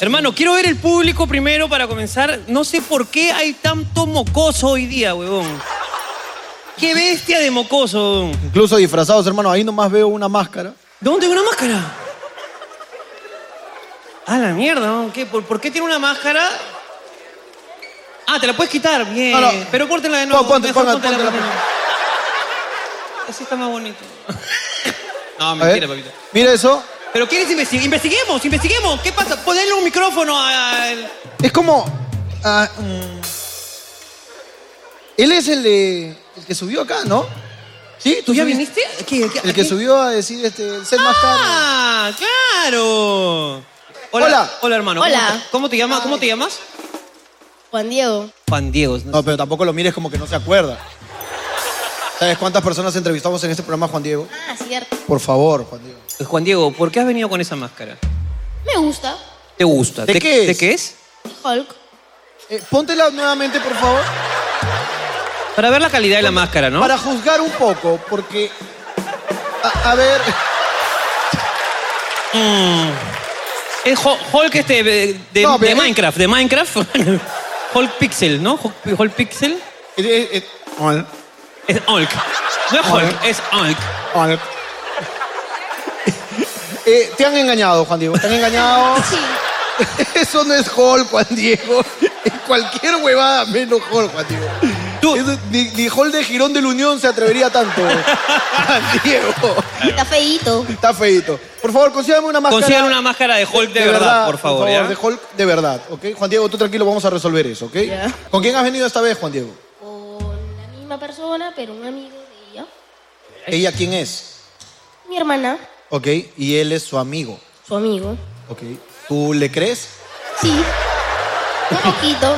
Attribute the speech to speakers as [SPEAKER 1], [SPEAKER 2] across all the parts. [SPEAKER 1] Hermano, quiero ver el público primero para comenzar. No sé por qué hay tanto mocoso hoy día, huevón. Qué bestia de mocoso, huevón.
[SPEAKER 2] Incluso disfrazados, hermano. Ahí nomás veo una máscara.
[SPEAKER 1] ¿Dónde hay una máscara? Ah, la mierda, ¿no? ¿Qué? ¿Por, por qué tiene una máscara? Ah, te la puedes quitar, bien.
[SPEAKER 2] No, no.
[SPEAKER 1] Pero córtenla de nuevo.
[SPEAKER 2] Pon- ponte-
[SPEAKER 1] Mejor
[SPEAKER 2] ponga-
[SPEAKER 1] póntela,
[SPEAKER 2] póntela.
[SPEAKER 1] póntela. Así está más bonito. No,
[SPEAKER 2] A
[SPEAKER 1] mentira,
[SPEAKER 2] ver.
[SPEAKER 1] papito.
[SPEAKER 2] Mira eso.
[SPEAKER 1] Pero ¿quieres investigar? Investiguemos, investiguemos. ¿Qué pasa? Ponle un micrófono al...
[SPEAKER 2] Es como. ah, mm. él es el, de- el que subió acá, ¿no? Sí, tú
[SPEAKER 1] ¿Tú ya
[SPEAKER 2] subiste.
[SPEAKER 1] viniste? ¿Qué- qué-
[SPEAKER 2] El que
[SPEAKER 1] qué?
[SPEAKER 2] subió a decir este, el set más caro.
[SPEAKER 1] ¡Ah, claro!
[SPEAKER 2] Hola.
[SPEAKER 1] Hola, hermano.
[SPEAKER 3] Hola.
[SPEAKER 1] ¿Cómo te- ¿Cómo te llamas? ¿Cómo te llamas?
[SPEAKER 3] Juan Diego.
[SPEAKER 1] Juan Diego. ¿no?
[SPEAKER 2] No, pero tampoco lo mires como que no se acuerda. ¿Sabes cuántas personas entrevistamos en este programa, Juan Diego?
[SPEAKER 3] Ah, cierto.
[SPEAKER 2] Por favor, Juan Diego.
[SPEAKER 1] Juan Diego, ¿por qué has venido con esa máscara?
[SPEAKER 3] Me gusta.
[SPEAKER 1] ¿Te gusta?
[SPEAKER 2] ¿De qué es?
[SPEAKER 1] ¿De qué es?
[SPEAKER 3] Hulk.
[SPEAKER 2] Eh, póntela nuevamente, por favor,
[SPEAKER 1] Para ver la calidad de la máscara, ¿no?
[SPEAKER 2] para juzgar un poco, porque. A, a ver.
[SPEAKER 1] Es Ho- Hulk este de, de-
[SPEAKER 2] No, pero
[SPEAKER 1] de
[SPEAKER 2] es-
[SPEAKER 1] Minecraft, de Minecraft. Hulk Pixel, ¿no? Hulk Hulk Pixel.
[SPEAKER 2] eh, eh, eh, hola,
[SPEAKER 1] Es Hulk. No es Hulk, es Hulk.
[SPEAKER 2] hola. Eh, te han engañado, Juan Diego. Te han engañado.
[SPEAKER 3] Sí.
[SPEAKER 2] Eso no es Hulk, Juan Diego. Es cualquier huevada menos Hulk, Juan Diego.
[SPEAKER 1] Tú-
[SPEAKER 2] Eso- ni, ni Hulk de Girón de la Unión se atrevería tanto. Juan Diego.
[SPEAKER 3] Está feíto.
[SPEAKER 2] Está feito. Por favor, consígame una máscara.
[SPEAKER 1] Consigan una máscara de Hulk de, verdad, por favor. ¿ya?
[SPEAKER 2] De Hulk de verdad, ¿ok? Juan Diego, tú tranquilo, vamos a resolver eso, ¿ok?
[SPEAKER 3] Ya.
[SPEAKER 2] ¿Con quién has venido esta vez, Juan Diego?
[SPEAKER 3] Con la misma persona, pero un amigo de ella.
[SPEAKER 2] ¿Ella quién es?
[SPEAKER 3] Mi hermana,
[SPEAKER 2] ¿Ok? Y él es su amigo,
[SPEAKER 3] su amigo.
[SPEAKER 2] ¿ok? ¿Tú le crees?
[SPEAKER 3] Sí. Un poquito.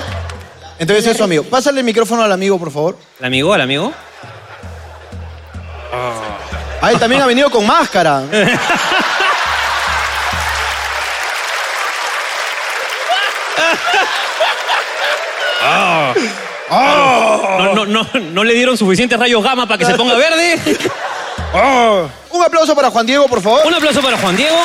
[SPEAKER 2] Entonces es su amigo. Pásale el micrófono al amigo, por favor.
[SPEAKER 1] ¿El amigo? ¿El amigo?
[SPEAKER 2] Ah, él también ha venido con máscara.
[SPEAKER 1] Ah.
[SPEAKER 4] ah.
[SPEAKER 1] No, no, no, no le dieron suficientes rayos gamma para que se ponga verde.
[SPEAKER 2] Un aplauso para Juan Diego, por favor.
[SPEAKER 1] Un aplauso para Juan Diego.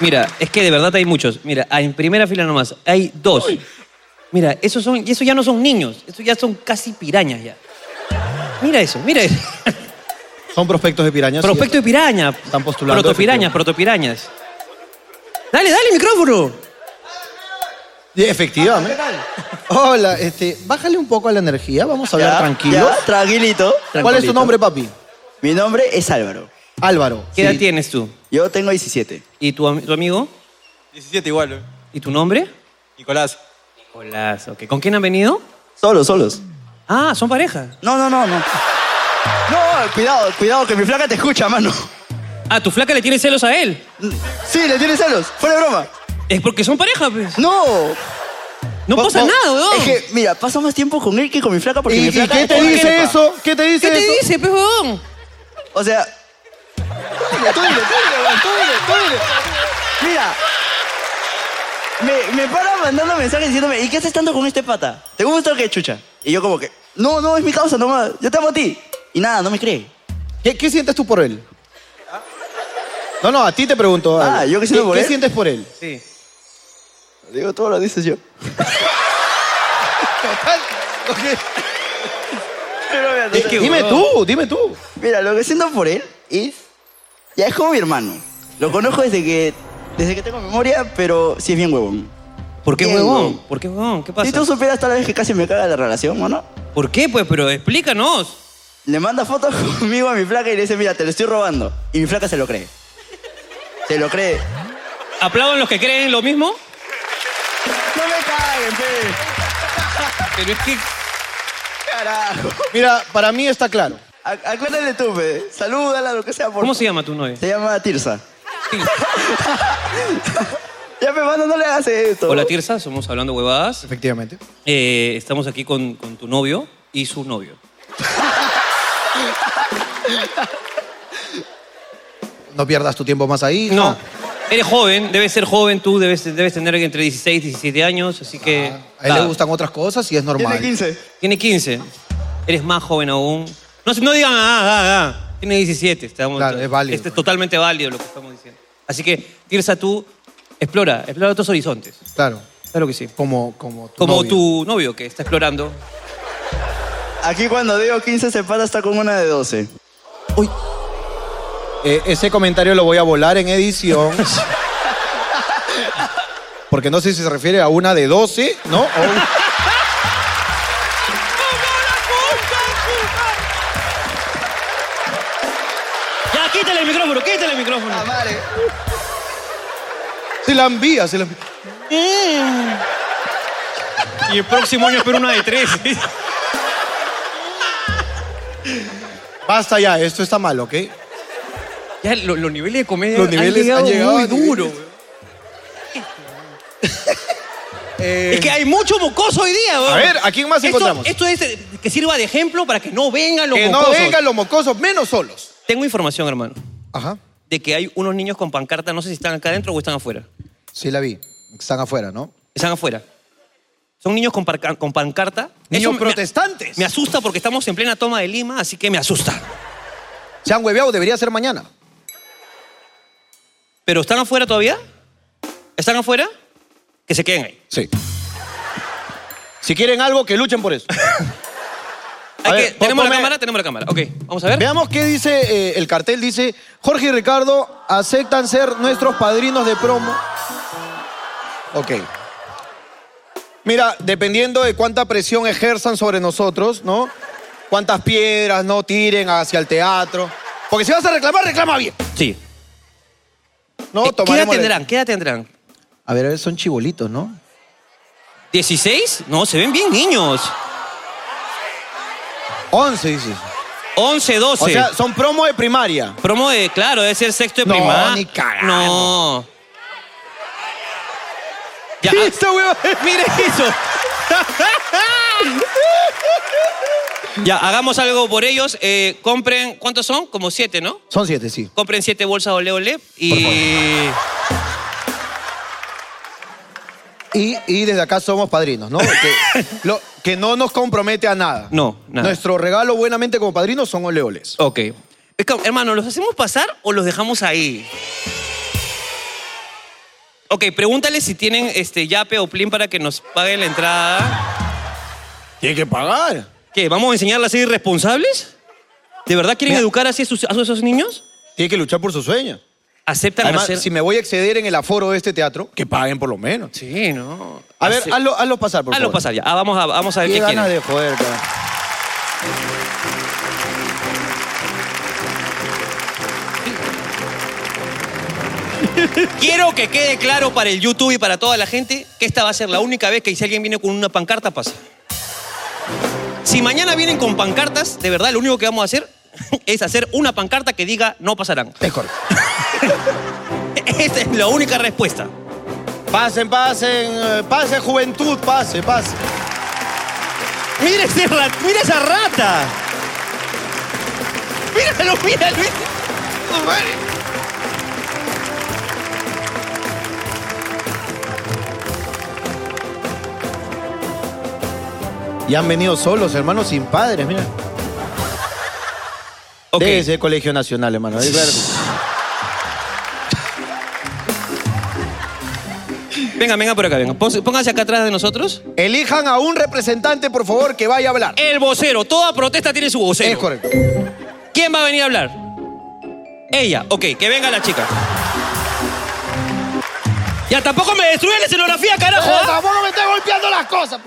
[SPEAKER 1] Mira, es que de verdad hay muchos. Mira, en primera fila nomás hay dos. Mira, esos son, y esos ya no son niños, esos ya son casi pirañas ya. Mira eso, mira eso.
[SPEAKER 2] Son prospectos de pirañas.
[SPEAKER 1] Prospecto de piraña.
[SPEAKER 2] Están postulando,
[SPEAKER 1] Protopirañas,
[SPEAKER 2] efectivamente.
[SPEAKER 1] protopirañas. Dale, dale, micrófono.
[SPEAKER 2] Sí,
[SPEAKER 5] Ah,
[SPEAKER 2] Efectivamente. Hola, este, bájale un poco a la energía, vamos a hablar
[SPEAKER 5] Ya,
[SPEAKER 2] tranquilos.
[SPEAKER 5] ya, tranquilito.
[SPEAKER 2] ¿Cuál es tu
[SPEAKER 5] Tranquilito.
[SPEAKER 2] nombre, papi?
[SPEAKER 5] Mi nombre es Álvaro.
[SPEAKER 2] Álvaro.
[SPEAKER 1] ¿Qué edad tienes tú?
[SPEAKER 5] Yo tengo 17.
[SPEAKER 1] ¿Y tu, am- tu amigo?
[SPEAKER 6] 17 igual, ¿eh?
[SPEAKER 1] ¿Y tu nombre?
[SPEAKER 6] Nicolás.
[SPEAKER 1] Nicolás, ok. ¿Con quién han venido?
[SPEAKER 5] Solos, solos.
[SPEAKER 1] Ah, son pareja.
[SPEAKER 5] No, no, no, no. No, cuidado, cuidado, que mi flaca te escucha, mano.
[SPEAKER 1] Ah, tu flaca le tiene celos a él.
[SPEAKER 5] Sí, le tienes celos. Fuera de broma.
[SPEAKER 1] Es porque son pareja, pues.
[SPEAKER 5] No.
[SPEAKER 1] No pasa
[SPEAKER 5] No,
[SPEAKER 1] nada, weón.
[SPEAKER 5] Es que, mira, paso más tiempo con él que con mi flaca porque
[SPEAKER 2] ¿Y,
[SPEAKER 5] mi
[SPEAKER 2] y
[SPEAKER 5] flaca...
[SPEAKER 2] qué te
[SPEAKER 5] Porque-
[SPEAKER 2] dice eso? ¿Qué te dice
[SPEAKER 1] ¿Qué te
[SPEAKER 2] eso?
[SPEAKER 1] dice, pues, weón?
[SPEAKER 5] O sea... Tú dile, tú dile, tú dile, weón, tú dile, tú dile. Mira. Me, me para mandando mensajes diciéndome, ¿y qué haces tanto con este pata? ¿Te gusta o qué, chucha? Y yo como que, no, no, es mi causa nomás. Yo te amo a ti. Y nada, no me cree.
[SPEAKER 2] ¿Qué, qué sientes tú por él? No, no, a ti te pregunto.
[SPEAKER 5] Ah,
[SPEAKER 2] Álvaro.
[SPEAKER 5] ¿yo qué siento por él?
[SPEAKER 2] sientes Pues, por él?
[SPEAKER 1] Sí.
[SPEAKER 5] Digo, todo lo dices yo.
[SPEAKER 2] Total.
[SPEAKER 5] Pero mira, no
[SPEAKER 1] Es
[SPEAKER 5] sé.
[SPEAKER 1] que-
[SPEAKER 2] Dime tú, dime tú.
[SPEAKER 5] Mira, lo que siento por él es. Ya es como mi hermano. Lo conozco desde que. Desde que tengo memoria, pero sí es bien huevón.
[SPEAKER 1] ¿Por qué,
[SPEAKER 5] Bien,
[SPEAKER 1] huevón?
[SPEAKER 5] huevón.
[SPEAKER 1] ¿Por qué, huevón? ¿Qué pasa?
[SPEAKER 5] Si tú supieras tal vez que casi me caga la relación, ¿o no?
[SPEAKER 1] ¿Por qué, pues? Pero explícanos.
[SPEAKER 5] Le manda fotos conmigo a mi flaca y le dice, mira, te lo estoy robando. Y mi flaca se lo cree. Se lo cree.
[SPEAKER 1] ¿Aplaudan los que creen lo mismo?
[SPEAKER 5] No me caguen, pe.
[SPEAKER 1] Pero es que...
[SPEAKER 5] Carajo.
[SPEAKER 2] Mira, para mí está claro.
[SPEAKER 5] A- Acuérdate tú, pe. Salúdala, lo que sea, por
[SPEAKER 1] ¿Cómo se llama tu novia?
[SPEAKER 5] Se llama Tirsa. Ya, pe, mano, no le hagas esto.
[SPEAKER 1] Hola, Tirsa. Somos Hablando Huevadas.
[SPEAKER 2] Efectivamente.
[SPEAKER 1] Eh, estamos aquí con, con tu novio y su novio.
[SPEAKER 2] No pierdas tu tiempo más ahí. hija.
[SPEAKER 1] No. Eres joven, debes ser joven tú, debes, debes tener entre 16 y 17 años, así que...
[SPEAKER 2] Ah, A él le
[SPEAKER 1] nada.
[SPEAKER 2] gustan otras cosas y es normal.
[SPEAKER 5] Tiene 15.
[SPEAKER 1] Tiene 15. Eres más joven aún. No, se- no digan, ah, ah, ah. Tiene 17, estamos.
[SPEAKER 2] Claro, es válido. pues.
[SPEAKER 1] Este es totalmente válido lo que estamos diciendo. Así que, Tirsa, tú explora, explora otros horizontes.
[SPEAKER 2] Claro.
[SPEAKER 1] Claro que sí.
[SPEAKER 2] Como, como tu
[SPEAKER 1] Como
[SPEAKER 2] novio.
[SPEAKER 1] tu novio que está explorando.
[SPEAKER 5] Aquí cuando digo 15 se para está con una de 12.
[SPEAKER 2] Eh, ese comentario lo voy a volar en edición. Porque no sé si se refiere a una de 12, ¿no? O un-
[SPEAKER 1] Ya, quítale el micrófono, quítale el micrófono.
[SPEAKER 2] Se la envía, se la envía.
[SPEAKER 1] Mm, Y el próximo año espero una de tres.
[SPEAKER 2] Basta ya, esto está mal, ¿ok?
[SPEAKER 1] ya, lo- los niveles de comedia
[SPEAKER 2] Los niveles han
[SPEAKER 1] han llegado,
[SPEAKER 2] llegado
[SPEAKER 1] muy
[SPEAKER 2] a niveles-
[SPEAKER 1] duro. weón. Es que hay mucho mocoso hoy día, weón.
[SPEAKER 2] Eh, A ver, ¿a quién más
[SPEAKER 1] Esto-
[SPEAKER 2] encontramos?
[SPEAKER 1] Esto es eh, que sirva de ejemplo para que no vengan los
[SPEAKER 2] que no
[SPEAKER 1] mocosos.
[SPEAKER 2] vengan los mocosos, menos solos.
[SPEAKER 1] Tengo información, hermano,
[SPEAKER 2] Ajá.
[SPEAKER 1] de que hay unos niños con pancarta, no sé si están acá adentro o están afuera.
[SPEAKER 2] Sí la vi. Están afuera, ¿no?
[SPEAKER 1] Están afuera. Son niños con, parca- con pancarta.
[SPEAKER 2] Niños
[SPEAKER 1] me-
[SPEAKER 2] protestantes.
[SPEAKER 1] Me, asusta porque estamos en plena toma de Lima, así que me asusta.
[SPEAKER 2] Se han hueveado, debería ser mañana.
[SPEAKER 1] ¿Pero están afuera todavía? ¿Están afuera? Que se queden ahí.
[SPEAKER 2] Sí. Si quieren algo, que luchen por eso. A
[SPEAKER 1] Hay
[SPEAKER 2] ver,
[SPEAKER 1] que-
[SPEAKER 2] pon-
[SPEAKER 1] tenemos
[SPEAKER 2] ponme-
[SPEAKER 1] la cámara, tenemos la cámara. Ok, vamos a ver.
[SPEAKER 2] Veamos qué dice eh, el cartel. Dice, Jorge y Ricardo aceptan ser nuestros padrinos de promo. Ok. Mira, dependiendo de cuánta presión ejerzan sobre nosotros, ¿no? Cuántas piedras no tiren hacia el teatro. Porque si vas a reclamar, reclama bien.
[SPEAKER 1] Sí.
[SPEAKER 2] ¿No?
[SPEAKER 1] Eh, ¿Qué edad
[SPEAKER 2] Tomaremos la-
[SPEAKER 1] tendrán? ¿Qué edad tendrán?
[SPEAKER 2] A ver, a ver, son chibolitos, ¿no?
[SPEAKER 1] ¿16? No, se ven bien niños.
[SPEAKER 2] 11, dices.
[SPEAKER 1] 11, 12.
[SPEAKER 2] O sea, son promo de primaria.
[SPEAKER 1] Promo de, claro, debe ser sexto de
[SPEAKER 2] No,
[SPEAKER 1] primaria.
[SPEAKER 2] ni cagando.
[SPEAKER 1] No. Ya, ah,
[SPEAKER 2] Esta hueva-
[SPEAKER 1] Mire eso. ya, hagamos algo por ellos. Eh, compren, ¿cuántos son? Como siete, ¿no?
[SPEAKER 2] Son siete, sí.
[SPEAKER 1] Compren siete bolsas Ole Ole y...
[SPEAKER 2] Y, y desde acá somos padrinos, ¿no? Que, lo- que no nos compromete a nada.
[SPEAKER 1] No, nada.
[SPEAKER 2] Nuestro regalo buenamente como padrinos son oleoles.
[SPEAKER 1] Ok. Es que, hermano, ¿los hacemos pasar o los dejamos ahí? Ok, pregúntale si tienen este yape o plin para que nos paguen la entrada.
[SPEAKER 2] Tiene que pagar.
[SPEAKER 1] ¿Qué? ¿Vamos a enseñarles a ser irresponsables? ¿De verdad quieren
[SPEAKER 2] Mira.
[SPEAKER 1] educar así a, sus- a esos niños?
[SPEAKER 2] Tiene que luchar por sus sueños.
[SPEAKER 1] ¿Aceptan
[SPEAKER 2] Además,
[SPEAKER 1] hacer...?
[SPEAKER 2] si me voy a exceder en el aforo de este teatro, que paguen por lo menos.
[SPEAKER 1] Sí, ¿no?
[SPEAKER 2] A ver,
[SPEAKER 1] Ace-
[SPEAKER 2] hazlo, hazlo pasar, por
[SPEAKER 1] Hazlo
[SPEAKER 2] favor.
[SPEAKER 1] pasar ya. Ah, vamos, a, vamos a ver
[SPEAKER 2] Qué
[SPEAKER 1] qué quieren.
[SPEAKER 2] ganas de joder, cara.
[SPEAKER 1] Quiero que quede claro para el YouTube y para toda la gente que esta va a ser la única vez que si alguien viene con una pancarta pasa. Si mañana vienen con pancartas, de verdad lo único que vamos a hacer es hacer una pancarta que diga no pasarán.
[SPEAKER 2] Es correcto.
[SPEAKER 1] Esta es la única respuesta.
[SPEAKER 2] Pasen, pasen, eh, pase juventud, pase, pase.
[SPEAKER 1] Mira, ese ra- mira esa rata. Míralo, míralo. míralo.
[SPEAKER 2] Y han venido solos, hermanos, sin padres, mira.
[SPEAKER 1] Ok.
[SPEAKER 2] Desde el Colegio Nacional, hermano. Es verdad.
[SPEAKER 1] Venga, venga por acá, venga. Pos- Pónganse acá atrás de nosotros.
[SPEAKER 2] Elijan a un representante, por favor, que vaya a hablar.
[SPEAKER 1] El vocero. Toda protesta tiene su vocero.
[SPEAKER 2] Es correcto.
[SPEAKER 1] ¿Quién va a venir a hablar? Ella. Ok, que venga la chica. Ya, tampoco me destruye la escenografía, carajo.
[SPEAKER 2] Eh,
[SPEAKER 1] ¿ah?
[SPEAKER 2] tampoco me esté golpeando las cosas.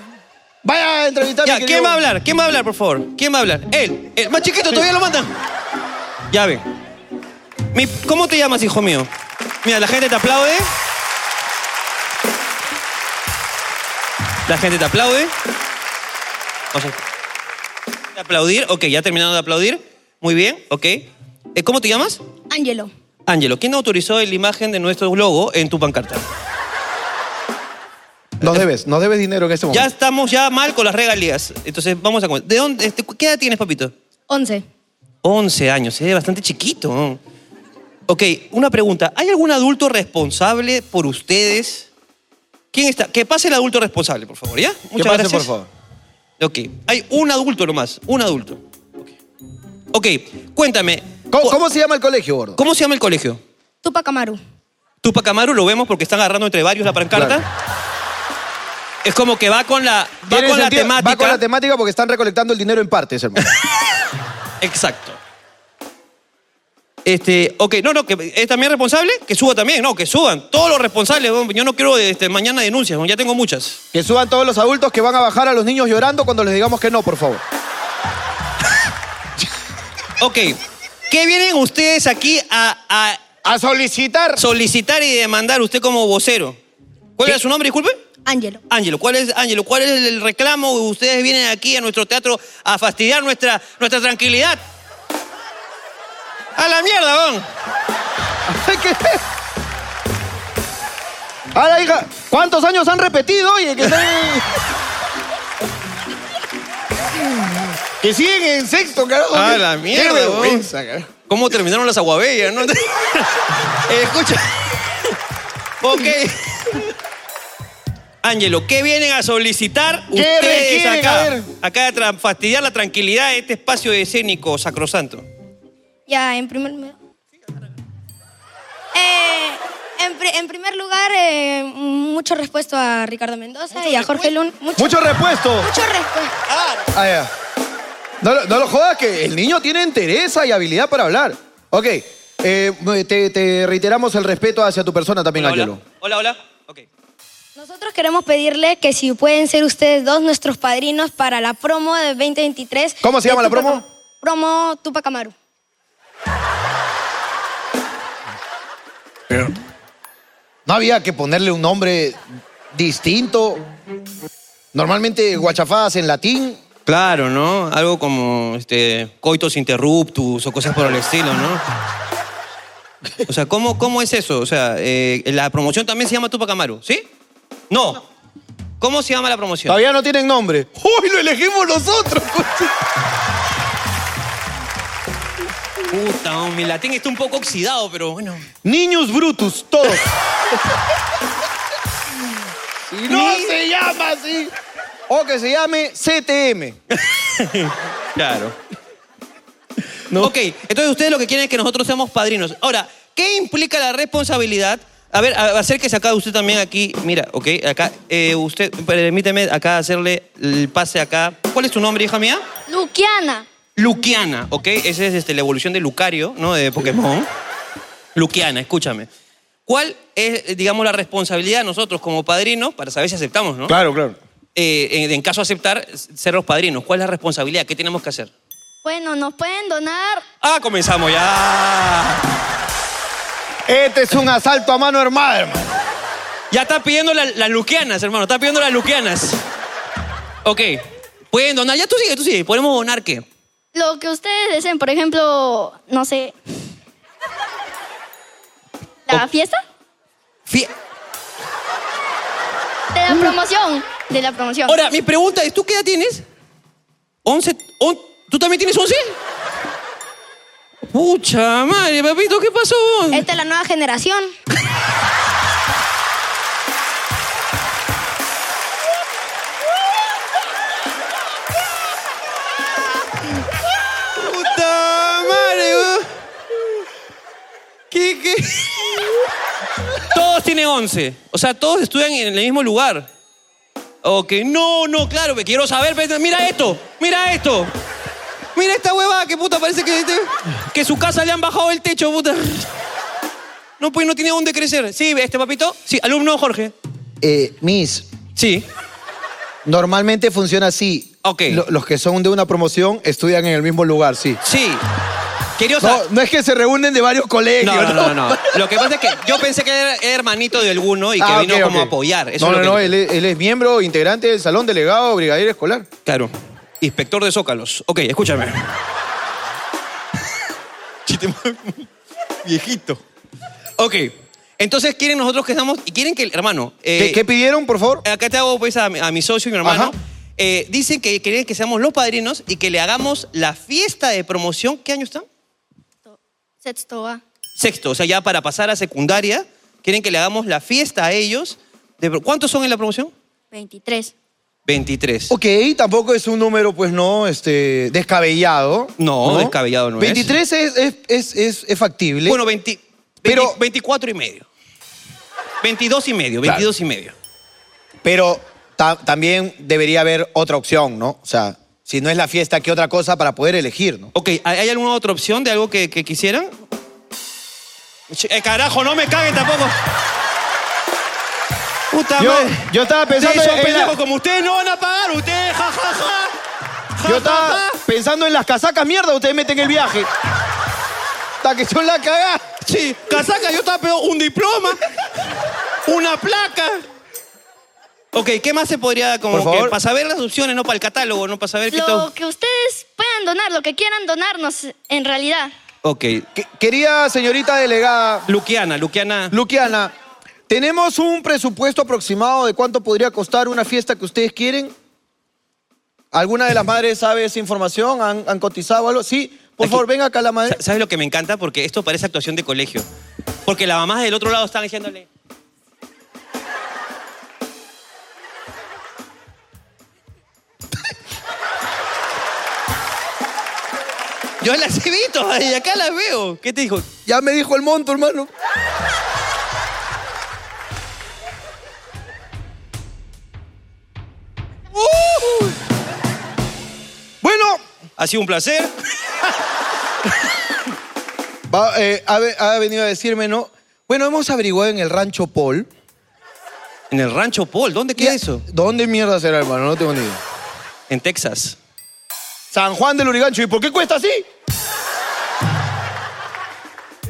[SPEAKER 2] Vaya a entrevistar
[SPEAKER 1] Ya, ¿quién va a hablar? ¿Quién va a hablar, por favor? ¿Quién va a hablar? Él. El más chiquito, todavía lo mandan. Ya ven. Mi- ¿Cómo te llamas, hijo mío? Mira, la gente te aplaude. La gente te aplaude. Vamos a aplaudir. Ok, ya terminando de aplaudir. Muy bien, ok. Eh, ¿Cómo te llamas?
[SPEAKER 7] Ángelo,
[SPEAKER 1] Ángelo, ¿quién autorizó la imagen de nuestro logo en tu pancarta?
[SPEAKER 2] Nos debes, nos debes dinero en
[SPEAKER 1] Ya
[SPEAKER 2] este momento.
[SPEAKER 1] estamos ya mal con las regalías. Entonces, vamos a... comer. ¿De dónde, este, ¿Qué edad tienes, papito?
[SPEAKER 7] 11.
[SPEAKER 1] 11 años, es bastante chiquito. Ok, una pregunta. ¿Hay algún adulto responsable por ustedes? ¿Quién está? Que pase el adulto responsable, por favor, ¿ya?
[SPEAKER 2] Que pase, por favor.
[SPEAKER 1] Ok, hay un adulto nomás, un adulto. Ok, cuéntame,
[SPEAKER 2] ¿Cómo, cómo se llama el colegio, gordo?
[SPEAKER 1] ¿Cómo se llama el colegio?
[SPEAKER 7] Tupac Amaru.
[SPEAKER 1] Tupac Amaru lo vemos porque están agarrando entre varios la pancarta.
[SPEAKER 2] Claro.
[SPEAKER 1] Es como que va con la, va
[SPEAKER 2] Tiene
[SPEAKER 1] con la
[SPEAKER 2] sentido-
[SPEAKER 1] temática.
[SPEAKER 2] Va con la temática porque están recolectando el dinero en partes, hermano.
[SPEAKER 1] Exacto. Este, ok, no, no, que es también responsable, que suba también, no, que suban. Todos los responsables, weón, yo no quiero este, mañana denuncias, weón, ya tengo muchas.
[SPEAKER 2] que suban todos los adultos que van a bajar a los niños llorando cuando les digamos que no, por favor.
[SPEAKER 1] Ok, ¿qué vienen ustedes aquí a,
[SPEAKER 2] A solicitar.
[SPEAKER 1] a solicitar y demandar usted como vocero? ¿Cuál era su nombre, disculpe?
[SPEAKER 7] Ángelo.
[SPEAKER 1] Ángelo, ¿cuál es, Ángelo, ¿cuál es el reclamo? Ustedes vienen aquí a nuestro teatro a fastidiar nuestra, nuestra tranquilidad. A la mierda, weón.
[SPEAKER 2] ¿Qué? Ahora, hija, ¿cuántos años han repetido? Oye, que están- Que siguen en sexto, carajo.
[SPEAKER 1] A
[SPEAKER 2] Qué-
[SPEAKER 1] la mierda,
[SPEAKER 2] Qué vergüenza,
[SPEAKER 1] weón.
[SPEAKER 2] carajo.
[SPEAKER 1] ¿Cómo terminaron las aguabellas? no? Eh, escucha. ok. Ángelo, ¿qué vienen a solicitar ustedes
[SPEAKER 2] requieren?
[SPEAKER 1] acá?
[SPEAKER 2] A ver.
[SPEAKER 1] Acá a tra- fastidiar la tranquilidad de este espacio escénico sacrosanto.
[SPEAKER 7] Ya, en primer lugar. Eh, en, pri- en primer lugar, eh, mucho respeto a Ricardo Mendoza y a Jorge Lun. Mucho,
[SPEAKER 2] Mucho repuesto.
[SPEAKER 7] mucho respeto.
[SPEAKER 2] Ah, ya. No, lo- no lo jodas, que el niño tiene entereza y habilidad para hablar. Ok, eh, te, te reiteramos el respeto hacia tu persona también,
[SPEAKER 1] Hola,
[SPEAKER 2] Ángelo.
[SPEAKER 1] hola. Hola, hola. Ok.
[SPEAKER 7] Nosotros queremos pedirle que si pueden ser ustedes dos nuestros padrinos para la promo de 2023.
[SPEAKER 2] ¿Cómo se
[SPEAKER 7] de
[SPEAKER 2] llama la
[SPEAKER 7] Tupac
[SPEAKER 2] promo?
[SPEAKER 7] Am- Promo Tupac Amaru.
[SPEAKER 2] No había que ponerle un nombre distinto. Normalmente guachafadas en latín.
[SPEAKER 1] Claro, ¿no? Algo como este, coitos interruptus o cosas por el estilo, ¿no? O sea, ¿cómo, cómo es eso? O sea, eh, la promoción también se llama Tupac Amaru, ¿sí? No. ¿Cómo se llama la promoción?
[SPEAKER 2] Todavía no tienen nombre. ¡Uy, lo elegimos nosotros!
[SPEAKER 1] Puta, hombre, mi latín está un poco oxidado, pero bueno.
[SPEAKER 2] Niños Brutus, todos. no se llama así. O que se llame CTM.
[SPEAKER 1] Claro. Ok, entonces ustedes lo que quieren es que nosotros seamos padrinos. Ahora, ¿qué implica la responsabilidad? A ver, a- acérquese acá usted también aquí. Mira, ok, acá, eh, usted, permíteme acá hacerle el pase acá. ¿Cuál es tu nombre, hija mía?
[SPEAKER 3] Luquiana.
[SPEAKER 1] Luquiana, ¿ok? Esa es este, la evolución de Lucario, ¿no? De Pokémon. Luquiana, escúchame. ¿Cuál es, eh, digamos, la responsabilidad de nosotros como padrinos para saber si aceptamos, no?
[SPEAKER 2] Claro, claro.
[SPEAKER 1] Eh, en, en caso de aceptar, s- ser los padrinos. ¿Cuál es la responsabilidad? ¿Qué tenemos que hacer?
[SPEAKER 7] Bueno, nos pueden donar
[SPEAKER 1] Ah, comenzamos ya.
[SPEAKER 2] Este es un asalto a mano armada, hermano.
[SPEAKER 1] Ya está pidiendo la- las luquianas, hermano. Está pidiendo las luquianas. Ok. Pueden donar. Ya tú sigue, tú sigue. ¿Podemos donar qué?
[SPEAKER 7] lo que ustedes deseen. Por ejemplo, no sé.
[SPEAKER 1] ¿La
[SPEAKER 7] fiesta?
[SPEAKER 1] Fie-
[SPEAKER 7] De la promoción. De la promoción.
[SPEAKER 1] Ahora, mi pregunta es, ¿tú qué edad tienes? ¿11? on- ¿Tú también tienes 11? Pucha madre, papito, ¿qué pasó? vos?
[SPEAKER 7] Esta es la nueva generación.
[SPEAKER 1] Puta madre, vos.
[SPEAKER 2] uh.
[SPEAKER 1] ¿Qué, qué? Todos tienen 11. O sea, todos estudian en el mismo lugar. Ok, no, no, claro, me quiero saber. pero este, Mira esto, mira esto. Mira esta huevada, que puta, parece que, este, que su casa le han bajado el techo, puta. No, pues no tiene dónde crecer. Sí, este papito. Sí, alumno Jorge.
[SPEAKER 2] Eh, Miss,
[SPEAKER 1] Sí.
[SPEAKER 2] normalmente funciona así.
[SPEAKER 1] Ok.
[SPEAKER 2] Lo- los que son de una promoción estudian en el mismo lugar, sí.
[SPEAKER 1] Sí. Quería
[SPEAKER 2] No,
[SPEAKER 1] saber.
[SPEAKER 2] no es que se reúnen de varios colegios.
[SPEAKER 1] No, no, no, no, no. Lo que pasa es que yo pensé que era hermanito de alguno y que
[SPEAKER 2] Ah,
[SPEAKER 1] vino
[SPEAKER 2] ok,
[SPEAKER 1] como
[SPEAKER 2] ok.
[SPEAKER 1] a apoyar. Eso
[SPEAKER 2] no,
[SPEAKER 1] es lo
[SPEAKER 2] no,
[SPEAKER 1] que-
[SPEAKER 2] no, él, es- él es miembro integrante del Salón Delegado Brigadier Escolar.
[SPEAKER 1] Claro. Inspector de Zócalos. Ok, escúchame. Chiste muy- viejito. Ok. Entonces quieren nosotros que estamos. Y quieren que, el- hermano. eh,
[SPEAKER 2] ¿Qué, qué pidieron, por favor?
[SPEAKER 1] Acá te hago pues a, mi- a mi socio y mi hermano.
[SPEAKER 2] Ajá.
[SPEAKER 1] Eh, dicen que quieren que seamos los padrinos y que le hagamos la fiesta de promoción. ¿Qué año están?
[SPEAKER 7] Sexto A.
[SPEAKER 1] Sexto, o sea, ya para pasar a secundaria, quieren que le hagamos la fiesta a ellos. De- ¿Cuántos son en la promoción?
[SPEAKER 7] 23.
[SPEAKER 1] 23.
[SPEAKER 2] Ok, tampoco es un número, pues no, este, descabellado.
[SPEAKER 1] No, descabellado no es.
[SPEAKER 2] 23 es. 23 es, es- es factible.
[SPEAKER 1] Bueno, 20, 20
[SPEAKER 2] Pero-
[SPEAKER 1] 24 y medio. 22 y medio, 22 y medio.
[SPEAKER 2] Pero ta- también debería haber otra opción, ¿no? O sea, si no es la fiesta, ¿qué otra cosa para poder elegir, no?
[SPEAKER 1] Ok, ¿hay hay alguna otra opción de algo que, que quisieran? Ch- eh, carajo, no me caguen tampoco. Puta
[SPEAKER 2] Yo-
[SPEAKER 1] madre.
[SPEAKER 2] yo estaba pensando
[SPEAKER 1] Sí, son
[SPEAKER 2] en la-
[SPEAKER 1] pendejos, como ustedes no van a pagar, ustedes ja, ja, ja. Ja,
[SPEAKER 2] Yo
[SPEAKER 1] ja,
[SPEAKER 2] estaba
[SPEAKER 1] ja.
[SPEAKER 2] pensando en las casacas, mierda, ustedes meten el viaje. Hasta que son la cagada.
[SPEAKER 1] Sí, casaca, yo estaba peor, un diploma, una placa. Ok, ¿qué más se podría como
[SPEAKER 2] Por favor.
[SPEAKER 1] que para saber las opciones, no para el catálogo, no para saber qué todo?
[SPEAKER 7] Lo que ustedes puedan donar, lo que quieran donarnos, en realidad.
[SPEAKER 1] Ok,
[SPEAKER 2] Que- Querida señorita delegada
[SPEAKER 1] Luquiana, Luquiana.
[SPEAKER 2] Luquiana, ¿tenemos un presupuesto aproximado de cuánto podría costar una fiesta que ustedes quieren? ¿Alguna de las madres sabe esa información? ¿Han, han cotizado algo? Sí, por
[SPEAKER 1] Aquí.
[SPEAKER 2] favor, venga acá la madre.
[SPEAKER 1] Sa- ¿Sabes lo que me encanta? Porque esto parece actuación de colegio. Porque las mamás del otro lado están diciéndole. Yo las he visto y acá las veo. ¿Qué te dijo?
[SPEAKER 2] Ya me dijo el monto, hermano.
[SPEAKER 1] ¡Uh!
[SPEAKER 2] Bueno,
[SPEAKER 1] Ha sido un placer.
[SPEAKER 2] va, eh, ha, ve- ha venido a decirme, ¿no? Bueno, hemos averiguado en el rancho Paul.
[SPEAKER 1] En el rancho Paul, ¿dónde queda eso?
[SPEAKER 2] ¿Dónde mierda será, hermano? No tengo ni idea.
[SPEAKER 1] En Texas.
[SPEAKER 2] San Juan del Urigancho. ¿Y por qué cuesta así?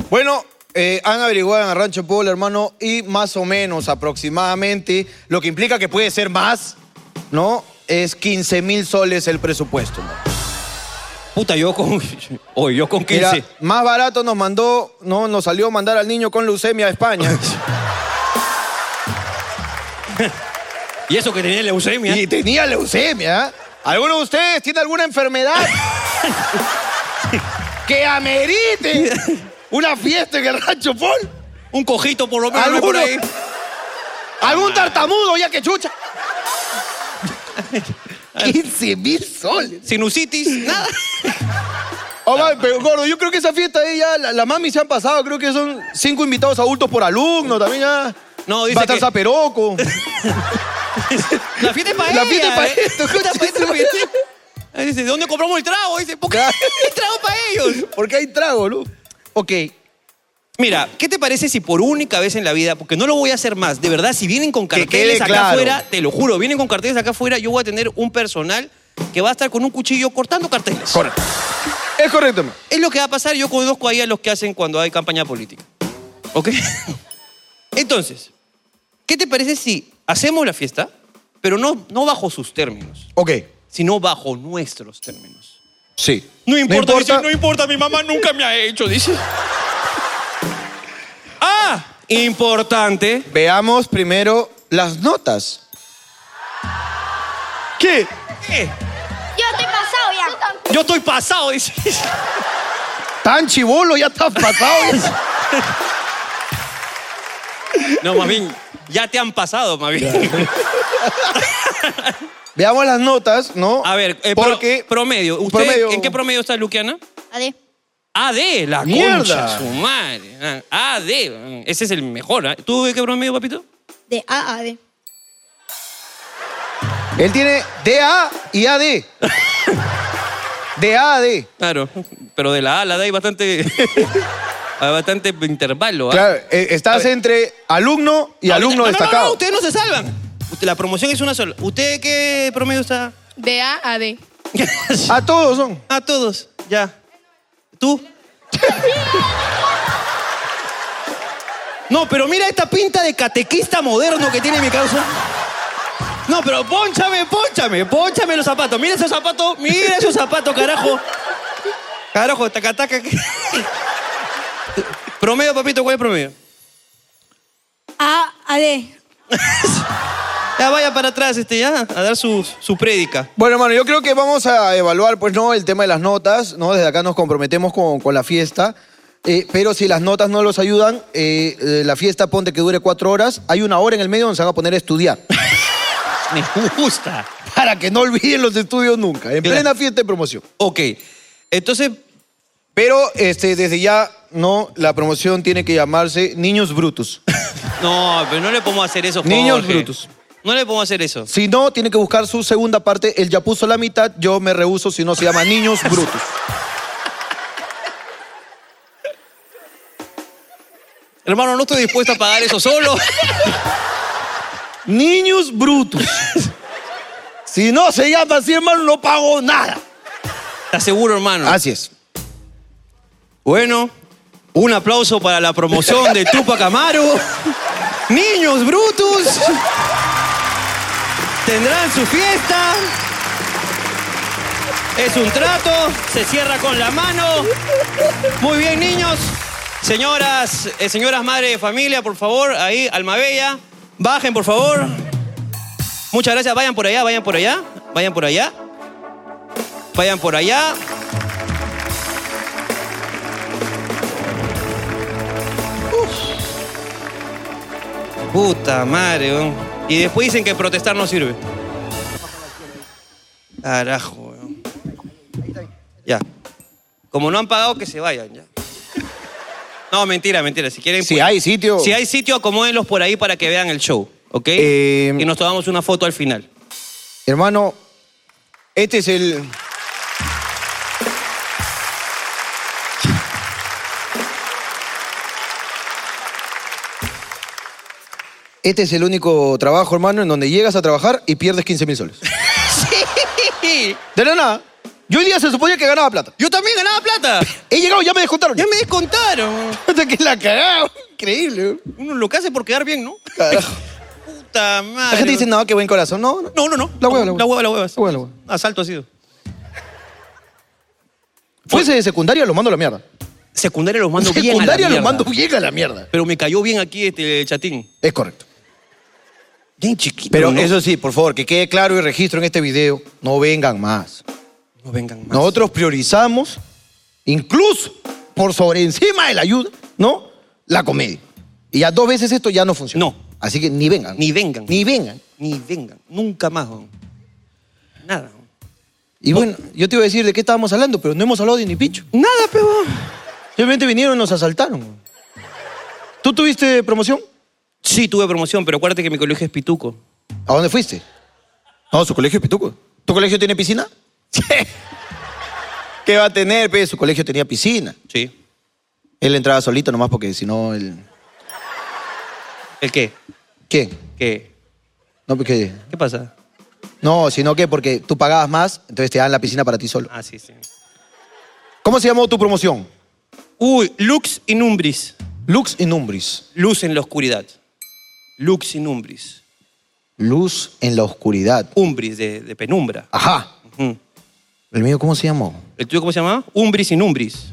[SPEAKER 2] Bueno, eh, han averiguado en el Rancho Pueblo, hermano, y más o menos aproximadamente, lo que implica que puede ser más, ¿no? Es 15 mil soles el presupuesto. ¿no?
[SPEAKER 1] Puta, yo con. Hoy, yo con 15.
[SPEAKER 2] Mira, más barato nos mandó, no, nos salió a mandar al niño con leucemia a España.
[SPEAKER 1] Y eso que tenía leucemia.
[SPEAKER 2] y tenía leucemia. ¿Alguno de ustedes tiene alguna enfermedad que amerite una fiesta en el Rancho Paul?
[SPEAKER 1] Un cojito por lo menos
[SPEAKER 2] ¿Alguno?
[SPEAKER 1] por ahí.
[SPEAKER 2] ¿Algún tartamudo ya que chucha? 15 mil soles.
[SPEAKER 1] Sinusitis, nada.
[SPEAKER 2] Oh, va, pero gordo, yo creo que esa fiesta ahí ya, la, la mami se han pasado, creo que son cinco invitados adultos por alumno, también ya.
[SPEAKER 1] No, dice
[SPEAKER 2] Va a estar
[SPEAKER 1] que-
[SPEAKER 2] Zaperoco.
[SPEAKER 1] La fiesta es para
[SPEAKER 2] La
[SPEAKER 1] ella.
[SPEAKER 2] fiesta es pa'
[SPEAKER 1] ¿eh?
[SPEAKER 2] esto,
[SPEAKER 1] La fiesta es pa' esta
[SPEAKER 2] coño.
[SPEAKER 1] fiesta. Ahí Dice, ¿dónde compramos el trago? Dice, ¿por qué
[SPEAKER 2] Claro.
[SPEAKER 1] el trago para ellos?
[SPEAKER 2] Porque hay trago, ¿no? Ok.
[SPEAKER 1] Mira, ¿qué te parece si por única vez en la vida, porque no lo voy a hacer más, de verdad, si vienen con
[SPEAKER 2] Que
[SPEAKER 1] carteles
[SPEAKER 2] quede
[SPEAKER 1] acá
[SPEAKER 2] claro.
[SPEAKER 1] afuera, te lo juro, vienen con carteles acá afuera, yo voy a tener un personal que va a estar con un cuchillo cortando carteles.
[SPEAKER 2] Correcto. Es correcto, hermano.
[SPEAKER 1] Es lo que va a pasar, yo conozco ahí a los que hacen cuando hay campaña política. ¿Ok? Entonces, ¿qué te parece si hacemos la fiesta, pero no, no bajo sus términos,
[SPEAKER 2] Ok.
[SPEAKER 1] sino bajo nuestros términos?
[SPEAKER 2] Sí.
[SPEAKER 1] No importa, dice, no importa, mi mamá nunca me ha hecho, dice. Ah, importante.
[SPEAKER 2] Veamos primero las notas.
[SPEAKER 1] ¿Qué? ¿Qué?
[SPEAKER 7] Yo estoy pasado ya.
[SPEAKER 1] Yo estoy pasado, dice.
[SPEAKER 2] Tan chivolo, ya estás pasado. ya.
[SPEAKER 1] No, mami, ya te han pasado, mami.
[SPEAKER 2] Veamos las notas, ¿no?
[SPEAKER 1] A ver, eh, pro-
[SPEAKER 2] porque.
[SPEAKER 1] promedio. ¿Usted
[SPEAKER 2] Promedio.
[SPEAKER 1] en qué promedio está Luquiana?
[SPEAKER 7] Ade.
[SPEAKER 1] AD, Ah, la
[SPEAKER 2] Mierda.
[SPEAKER 1] concha, su madre. Ah, AD, ese es el mejor. ¿ah? ¿Tú de qué promedio, papito?
[SPEAKER 7] De A a D.
[SPEAKER 2] Él tiene DA y AD. DA, AD.
[SPEAKER 1] Claro, pero de la A a la D hay bastante, hay bastante intervalo. ¿ah?
[SPEAKER 2] Claro, eh, estás entre alumno y alumno
[SPEAKER 1] No, no, no,
[SPEAKER 2] destacado.
[SPEAKER 1] No, ustedes no se salvan. Usted- La promoción es una sola. ¿Usted qué promedio está?
[SPEAKER 8] De A a D.
[SPEAKER 2] A todos son.
[SPEAKER 1] a todos, ya. ¿Tú? No, pero mira esta pinta de catequista moderno que tiene mi causa. No, pero ponchame, ponchame, ponchame los zapatos. Mira esos zapatos, mira esos zapatos, carajo. Carajo, taca, taca. Promedio, papito, ¿cuál es el promedio?
[SPEAKER 7] A a D.
[SPEAKER 1] Ya vaya para atrás, este, ya, a dar su, su prédica.
[SPEAKER 2] Bueno, hermano, yo creo que vamos a evaluar, pues, ¿no? El tema de las notas, ¿no? Desde acá nos comprometemos con, con la fiesta. Eh, pero si las notas no los ayudan, eh, eh, la fiesta ponte que dure cuatro horas. Hay una hora en el medio donde se van a poner a estudiar.
[SPEAKER 1] Me gusta.
[SPEAKER 2] Para que no olviden los estudios nunca, en
[SPEAKER 1] Claro.
[SPEAKER 2] plena fiesta de promoción.
[SPEAKER 1] Ok. Entonces,
[SPEAKER 2] Pero este, desde ya, no, la promoción tiene que llamarse Niños Brutos.
[SPEAKER 1] no, pero no le podemos hacer eso, Jorge.
[SPEAKER 2] Niños brutos.
[SPEAKER 1] No le podemos hacer eso.
[SPEAKER 2] Si no, tiene que buscar su segunda parte. Él ya puso la mitad, yo me rehuso, si no se llama Niños Brutos.
[SPEAKER 1] Hermano, no estoy dispuesto a pagar eso solo.
[SPEAKER 2] Niños Brutos. Si no se llama así, hermano, no pago nada.
[SPEAKER 1] ¿Estás seguro, hermano?
[SPEAKER 2] Así es.
[SPEAKER 1] Bueno, un aplauso para la promoción de Tupac Amaru. Niños brutos. Tendrán su fiesta. Es un trato. Se cierra con la mano. Muy bien, niños. Señoras, eh, señoras madres de familia, por favor, ahí, Almabella, bajen, por favor. Muchas gracias. Vayan por allá, vayan por allá, vayan por allá. Vayan por allá. Puta madre, weón. Y después dicen que protestar no sirve. Carajo, weón. Ya. Como no han pagado, que se vayan ya. No, mentira, mentira. Si quieren.
[SPEAKER 2] Si
[SPEAKER 1] pues,
[SPEAKER 2] hay sitio.
[SPEAKER 1] si hay sitio, acomódenlos por ahí para que vean el show, ¿ok?
[SPEAKER 2] Eh,
[SPEAKER 1] y nos tomamos una foto al final.
[SPEAKER 2] Hermano, este es el. Este es el único trabajo, hermano, en donde llegas a trabajar y pierdes 15 mil soles. De la nada. Yo hoy día se suponía que ganaba plata.
[SPEAKER 1] Yo también ganaba plata.
[SPEAKER 2] He llegado, ya me descontaron.
[SPEAKER 1] Ya me descontaron.
[SPEAKER 2] Puta, que la cagada. Increíble. ¿eh?
[SPEAKER 1] Uno lo que hace por quedar bien, ¿no?
[SPEAKER 2] Carajo.
[SPEAKER 1] Puta madre.
[SPEAKER 2] La gente dice, no, qué buen corazón. No, no.
[SPEAKER 1] No, no, no.
[SPEAKER 2] La hueva, la
[SPEAKER 1] La
[SPEAKER 2] hueva.
[SPEAKER 1] hueva, la hueva.
[SPEAKER 2] La hueva, la hueva.
[SPEAKER 1] Asalto ha sido.
[SPEAKER 2] Fuese de secundaria, lo mando a la mierda.
[SPEAKER 1] Secundaria los mando bien a la
[SPEAKER 2] secundaria, lo
[SPEAKER 1] mierda.
[SPEAKER 2] mando bien a la mierda.
[SPEAKER 1] Pero me cayó bien aquí este chatín.
[SPEAKER 2] Es correcto.
[SPEAKER 1] Bien chiquito.
[SPEAKER 2] Pero
[SPEAKER 1] ¿no?
[SPEAKER 2] eso sí, por favor, que quede claro y registro en este video, no vengan más.
[SPEAKER 1] No vengan más.
[SPEAKER 2] Nosotros priorizamos, incluso por sobre encima de la ayuda, ¿no? La comedia. Y ya dos veces esto ya no funciona.
[SPEAKER 1] No.
[SPEAKER 2] Así que ni vengan.
[SPEAKER 1] Ni vengan.
[SPEAKER 2] Ni vengan.
[SPEAKER 1] Ni vengan. Nunca más, weón. Nada. weón.
[SPEAKER 2] Y bueno, yo te iba a decir de qué estábamos hablando, pero no hemos hablado de ni picho.
[SPEAKER 1] Nada, pero.
[SPEAKER 2] Simplemente vinieron y nos asaltaron. ¿Tú tuviste promoción?
[SPEAKER 1] Sí, tuve promoción, pero acuérdate que mi colegio es pituco.
[SPEAKER 2] ¿A dónde fuiste? No, su colegio es pituco. ¿Tu colegio tiene piscina? Sí. ¿Qué va a tener, pe? Su colegio tenía piscina.
[SPEAKER 1] Sí.
[SPEAKER 2] Él entraba solito nomás porque si no, él...
[SPEAKER 1] ¿El qué?
[SPEAKER 2] ¿Qué?
[SPEAKER 1] ¿Qué?
[SPEAKER 2] No, porque...
[SPEAKER 1] ¿Qué pasa?
[SPEAKER 2] No, sino que porque tú pagabas más, entonces te daban la piscina para ti solo.
[SPEAKER 1] Ah, sí, sí.
[SPEAKER 2] ¿Cómo se llamó tu promoción?
[SPEAKER 1] Uy, Lux y Numbris.
[SPEAKER 2] Lux in Umbris.
[SPEAKER 1] Luz en la oscuridad. Lux y Numbris.
[SPEAKER 2] Luz en la oscuridad.
[SPEAKER 1] Umbris, de, de penumbra.
[SPEAKER 2] Ajá.
[SPEAKER 1] Ujú.
[SPEAKER 2] ¿El mío cómo se llamó?
[SPEAKER 1] ¿El tuyo cómo se llamaba? Umbris y Numbris.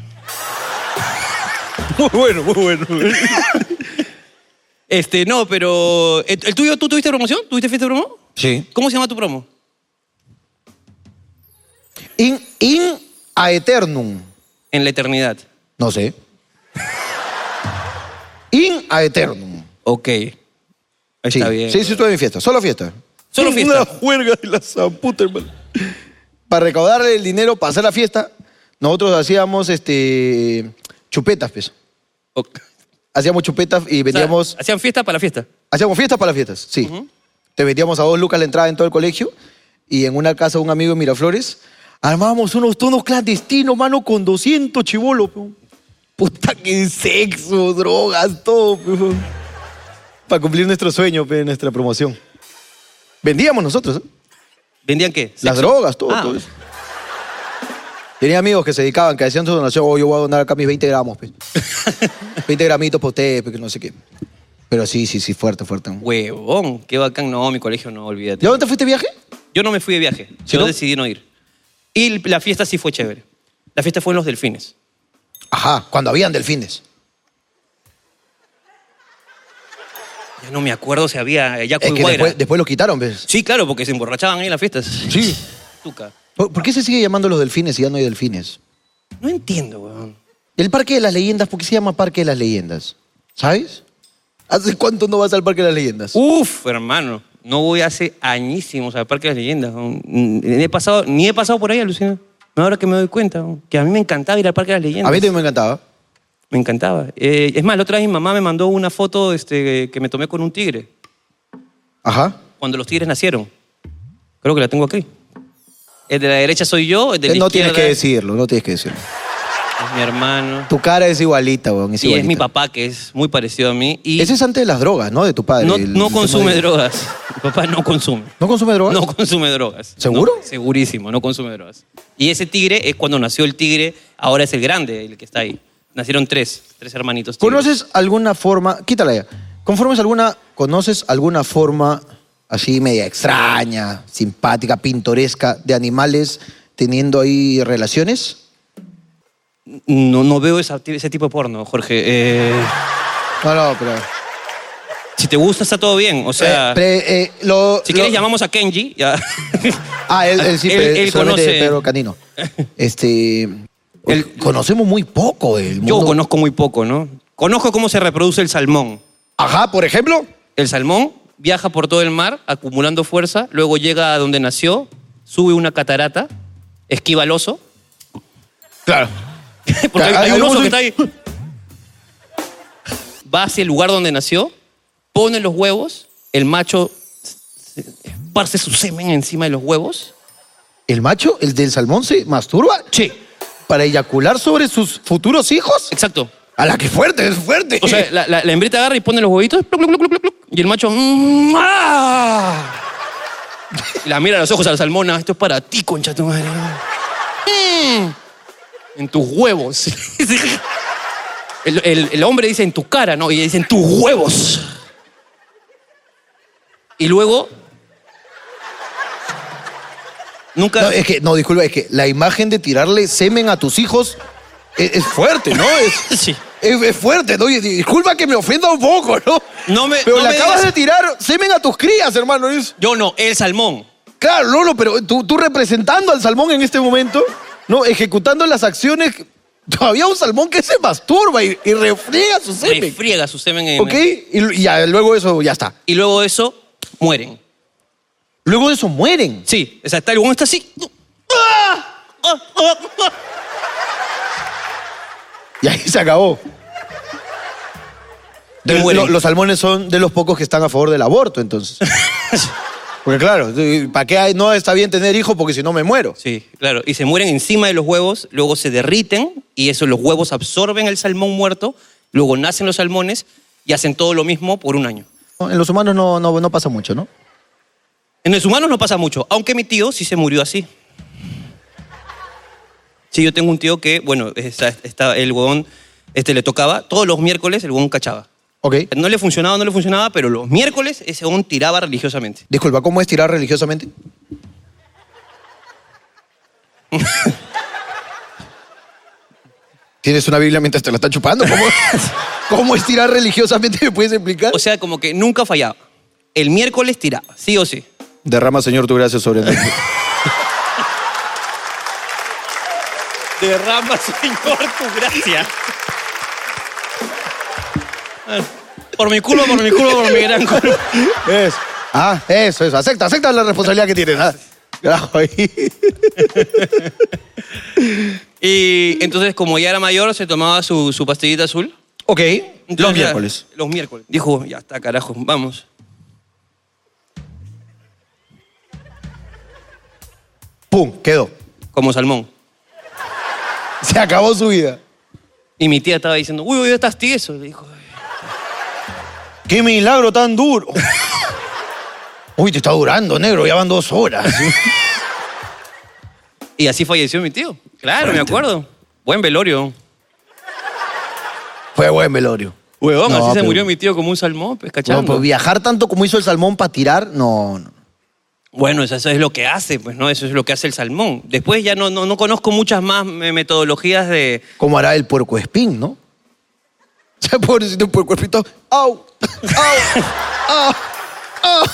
[SPEAKER 2] Muy bueno, muy bueno.
[SPEAKER 1] Este, no, pero. ¿El, el tuyo tú tuviste promoción? ¿Tuviste fiesta de promo?
[SPEAKER 2] Sí.
[SPEAKER 1] ¿Cómo se llama tu promo?
[SPEAKER 2] In, in a eternum.
[SPEAKER 1] En la eternidad.
[SPEAKER 2] No sé. In a eternum.
[SPEAKER 1] Ok. Está
[SPEAKER 2] sí.
[SPEAKER 1] bien.
[SPEAKER 2] Sí, sí, estuve en fiesta. Solo fiesta.
[SPEAKER 1] Solo fiesta.
[SPEAKER 2] Una juerga de la zamputa, hermano. Para recaudarle el dinero para hacer la fiesta, nosotros hacíamos este chupetas, pues.
[SPEAKER 1] Ok.
[SPEAKER 2] Hacíamos chupetas y
[SPEAKER 1] O sea,
[SPEAKER 2] vendíamos.
[SPEAKER 1] hacían fiesta para la fiesta.
[SPEAKER 2] hacíamos fiestas para las fiestas, sí. Te vendíamos a dos lucas la entrada en todo el colegio y en una casa de un amigo en Miraflores armábamos unos tonos clandestinos, mano, con 200 chivolos, peón. Puta que sexo, drogas, todo, peón. Para cumplir nuestro sueño, peón, nuestra promoción. Vendíamos nosotros, ¿eh?
[SPEAKER 1] ¿Vendían qué?
[SPEAKER 2] Las
[SPEAKER 1] Sexo.
[SPEAKER 2] drogas, todo,
[SPEAKER 1] Ah.
[SPEAKER 2] todo eso. Tenía amigos que se dedicaban, que decían su donación, oh, yo voy a donar acá mis 20 gramos, pues. 20 gramitos para ustedes, pues, que no sé qué. Pero sí, sí, sí, fuerte, fuerte. ¿no?
[SPEAKER 1] Huevón, qué bacán. No, mi colegio no, olvídate.
[SPEAKER 2] ¿De dónde te fuiste de viaje?
[SPEAKER 1] Yo no me fui de viaje.
[SPEAKER 2] ¿Sí,
[SPEAKER 1] yo
[SPEAKER 2] no?
[SPEAKER 1] decidí no ir. Y la fiesta sí fue chévere. La fiesta fue en los delfines.
[SPEAKER 2] Ajá, cuando habían delfines.
[SPEAKER 1] Ya no me acuerdo si había Yaco
[SPEAKER 2] Es
[SPEAKER 1] y
[SPEAKER 2] que
[SPEAKER 1] Guaira.
[SPEAKER 2] después, después los quitaron, ¿ves?
[SPEAKER 1] Sí, claro, porque se emborrachaban ahí en las fiestas. Sí. Tuca.
[SPEAKER 2] ¿Por, por qué se sigue llamando los delfines si ya no hay delfines?
[SPEAKER 1] No entiendo, huevón.
[SPEAKER 2] El Parque de las Leyendas, ¿por qué se llama Parque de las Leyendas? ¿Sabes? ¿Hace cuánto no vas al Parque de las Leyendas?
[SPEAKER 1] Uf, hermano. No voy hace añísimos al Parque de las Leyendas. weón. Ni he pasado, ni he pasado por ahí, alucina. No, ahora que me doy cuenta, weón, que a mí me encantaba ir al Parque de las Leyendas.
[SPEAKER 2] A mí también me encantaba.
[SPEAKER 1] Me encantaba. Eh, es más, la otra vez mi mamá me mandó una foto este, que me tomé con un tigre,
[SPEAKER 2] Ajá.
[SPEAKER 1] cuando los tigres nacieron. Creo que la tengo aquí. El de la derecha soy yo, el de la
[SPEAKER 2] no
[SPEAKER 1] izquierda
[SPEAKER 2] tienes que decirlo, no tienes que decirlo.
[SPEAKER 1] es mi hermano.
[SPEAKER 2] Tu cara es igualita, weón. Es
[SPEAKER 1] y es
[SPEAKER 2] igualita.
[SPEAKER 1] mi papá, que es muy parecido a mí. Y
[SPEAKER 2] Ese es antes de las drogas, ¿no? De tu padre.
[SPEAKER 1] no,
[SPEAKER 2] el-
[SPEAKER 1] no
[SPEAKER 2] el tema
[SPEAKER 1] consume
[SPEAKER 2] de-
[SPEAKER 1] drogas. Mi papá no consume.
[SPEAKER 2] ¿No consume drogas?
[SPEAKER 1] No consume drogas.
[SPEAKER 2] ¿Seguro?
[SPEAKER 1] No, segurísimo, no consume drogas. Y ese tigre es cuando nació el tigre, ahora es el grande, el que está ahí. Nacieron tres, tres hermanitos. tigres.
[SPEAKER 2] ¿Conoces alguna forma, quítala ya, conformes alguna, conoces alguna forma así media extraña, simpática, pintoresca de animales teniendo ahí relaciones?
[SPEAKER 1] No, no veo esa- ese tipo de porno, Jorge. Eh,
[SPEAKER 2] No, no, pero...
[SPEAKER 1] si te gusta, está todo bien. O sea,
[SPEAKER 2] Eh, pre- eh, lo-
[SPEAKER 1] si
[SPEAKER 2] lo-
[SPEAKER 1] quieres, llamamos a Kenji. ya.
[SPEAKER 2] Ah, él, él sí,
[SPEAKER 1] Él-
[SPEAKER 2] pe-
[SPEAKER 1] él
[SPEAKER 2] solamente
[SPEAKER 1] conoce-
[SPEAKER 2] Pedro Canino. Este...
[SPEAKER 1] Él-
[SPEAKER 2] conocemos muy poco el mundo.
[SPEAKER 1] Yo conozco muy poco, ¿no? Conozco cómo se reproduce el salmón.
[SPEAKER 2] Ajá, por ejemplo.
[SPEAKER 1] El salmón viaja por todo el mar acumulando fuerza, luego llega a donde nació, sube una catarata, esquiva al oso.
[SPEAKER 2] Claro.
[SPEAKER 1] Porque hay,
[SPEAKER 2] Hay
[SPEAKER 1] hay un
[SPEAKER 2] algo
[SPEAKER 1] oso
[SPEAKER 2] de-
[SPEAKER 1] que está ahí. Va hacia el lugar donde nació, pone los huevos, el macho se- se- esparce su semen encima de los huevos.
[SPEAKER 2] ¿El macho, el del salmón, se masturba?
[SPEAKER 1] Sí.
[SPEAKER 2] ¿Para eyacular sobre sus futuros hijos?
[SPEAKER 1] Exacto.
[SPEAKER 2] A la que fuerte, es fuerte.
[SPEAKER 1] O sea, la, la- la hembrita agarra y pone los huevitos. pluc, pluc, pluc, pluc, pluc, y el macho. mm, ¡ah! Y la mira a los ojos a la salmona. Esto es para ti, concha tu madre. Mm, en tus huevos. El, el- el hombre dice en tu cara, ¿no? Y ella dice en tus huevos. Y luego. Nunca.
[SPEAKER 2] No, es que, no, disculpa, es que la imagen de tirarle semen a tus hijos es, es fuerte, ¿no? Es,
[SPEAKER 1] Sí.
[SPEAKER 2] es, es fuerte, ¿no? Y disculpa que me ofenda un poco, ¿no?
[SPEAKER 1] No me-
[SPEAKER 2] Pero
[SPEAKER 1] no
[SPEAKER 2] le
[SPEAKER 1] me
[SPEAKER 2] acabas
[SPEAKER 1] digas-
[SPEAKER 2] de tirar semen a tus crías, hermano. Es-
[SPEAKER 1] Yo no, el salmón.
[SPEAKER 2] claro, Lolo, pero tú, tú representando al salmón en este momento, ¿no? Ejecutando las acciones. Todavía un salmón que se masturba y, y refriega su semen.
[SPEAKER 1] Refriega su semen en.
[SPEAKER 2] ¿Ok? Y, y ya, luego eso ya está.
[SPEAKER 1] Y luego de eso, mueren.
[SPEAKER 2] Luego de eso mueren.
[SPEAKER 1] Sí, o sea, está el huevón está así.
[SPEAKER 2] Ah.
[SPEAKER 1] Ah,
[SPEAKER 2] Y ahí se acabó.
[SPEAKER 1] Y
[SPEAKER 2] De-
[SPEAKER 1] mueren.
[SPEAKER 2] lo- los salmones son de los pocos que están a favor del aborto, entonces. Porque claro, ¿para qué hay? no está bien tener hijos? Porque si no me muero.
[SPEAKER 1] Sí, claro. Y se mueren encima de los huevos, luego se derriten y eso, los huevos absorben el salmón muerto, luego nacen los salmones y hacen todo lo mismo por un año.
[SPEAKER 2] No, En los humanos no, no, no pasa mucho, ¿no?
[SPEAKER 1] En los humanos no pasa mucho, aunque mi tío sí se murió así. Sí, yo tengo un tío que, bueno, está, está- el huevón este, le tocaba, todos los miércoles el huevón cachaba.
[SPEAKER 2] Ok.
[SPEAKER 1] No le funcionaba, no le funcionaba, pero los miércoles ese huevón tiraba religiosamente.
[SPEAKER 2] Disculpa, ¿cómo es tirar religiosamente? ¿Tienes una Biblia mientras te la está chupando? ¿Cómo, cómo es tirar religiosamente? ¿Me puedes explicar?
[SPEAKER 1] O sea, como que nunca fallaba. El miércoles tiraba, sí o sí.
[SPEAKER 2] Derrama, Señor, tu gracia sobre mí.
[SPEAKER 1] Derrama, Señor, tu gracia. Por mi culo, por mi culo, por mi gran culo.
[SPEAKER 2] Es. Ah, eso, eso. Acepta, acepta la responsabilidad que tienes. ah. Carajo, ahí.
[SPEAKER 1] Y entonces, como ya era mayor, se tomaba su, su pastillita azul.
[SPEAKER 2] Ok.
[SPEAKER 1] Entonces, ya- Los miércoles. Dijo, ya está, carajo, vamos.
[SPEAKER 2] Pum, quedó.
[SPEAKER 1] Como salmón.
[SPEAKER 2] Se acabó su vida.
[SPEAKER 1] Y mi tía estaba diciendo, uy, hoy estás tieso. Le dijo,
[SPEAKER 2] ¡Qué milagro tan duro! Uy, te está durando, negro. Ya van dos horas.
[SPEAKER 1] Y así falleció mi tío. Claro, me acuerdo. Buen velorio.
[SPEAKER 2] Fue buen velorio.
[SPEAKER 1] Huevón,
[SPEAKER 2] No,
[SPEAKER 1] así se
[SPEAKER 2] pero-
[SPEAKER 1] murió mi tío como un salmón, pues,
[SPEAKER 2] No,
[SPEAKER 1] cachando.
[SPEAKER 2] pues viajar tanto como hizo el salmón para tirar, no, no.
[SPEAKER 1] Bueno, eso, eso es lo que hace, pues, ¿no? Eso es lo que hace el salmón. Después ya no, no, no conozco muchas más eh, metodologías de...
[SPEAKER 2] Como hará el puerco espín, ¿no? O sea, pobrecito el puerco espín, todo, ¡Au! ¡Au! ¡Au! ¡Au! oh,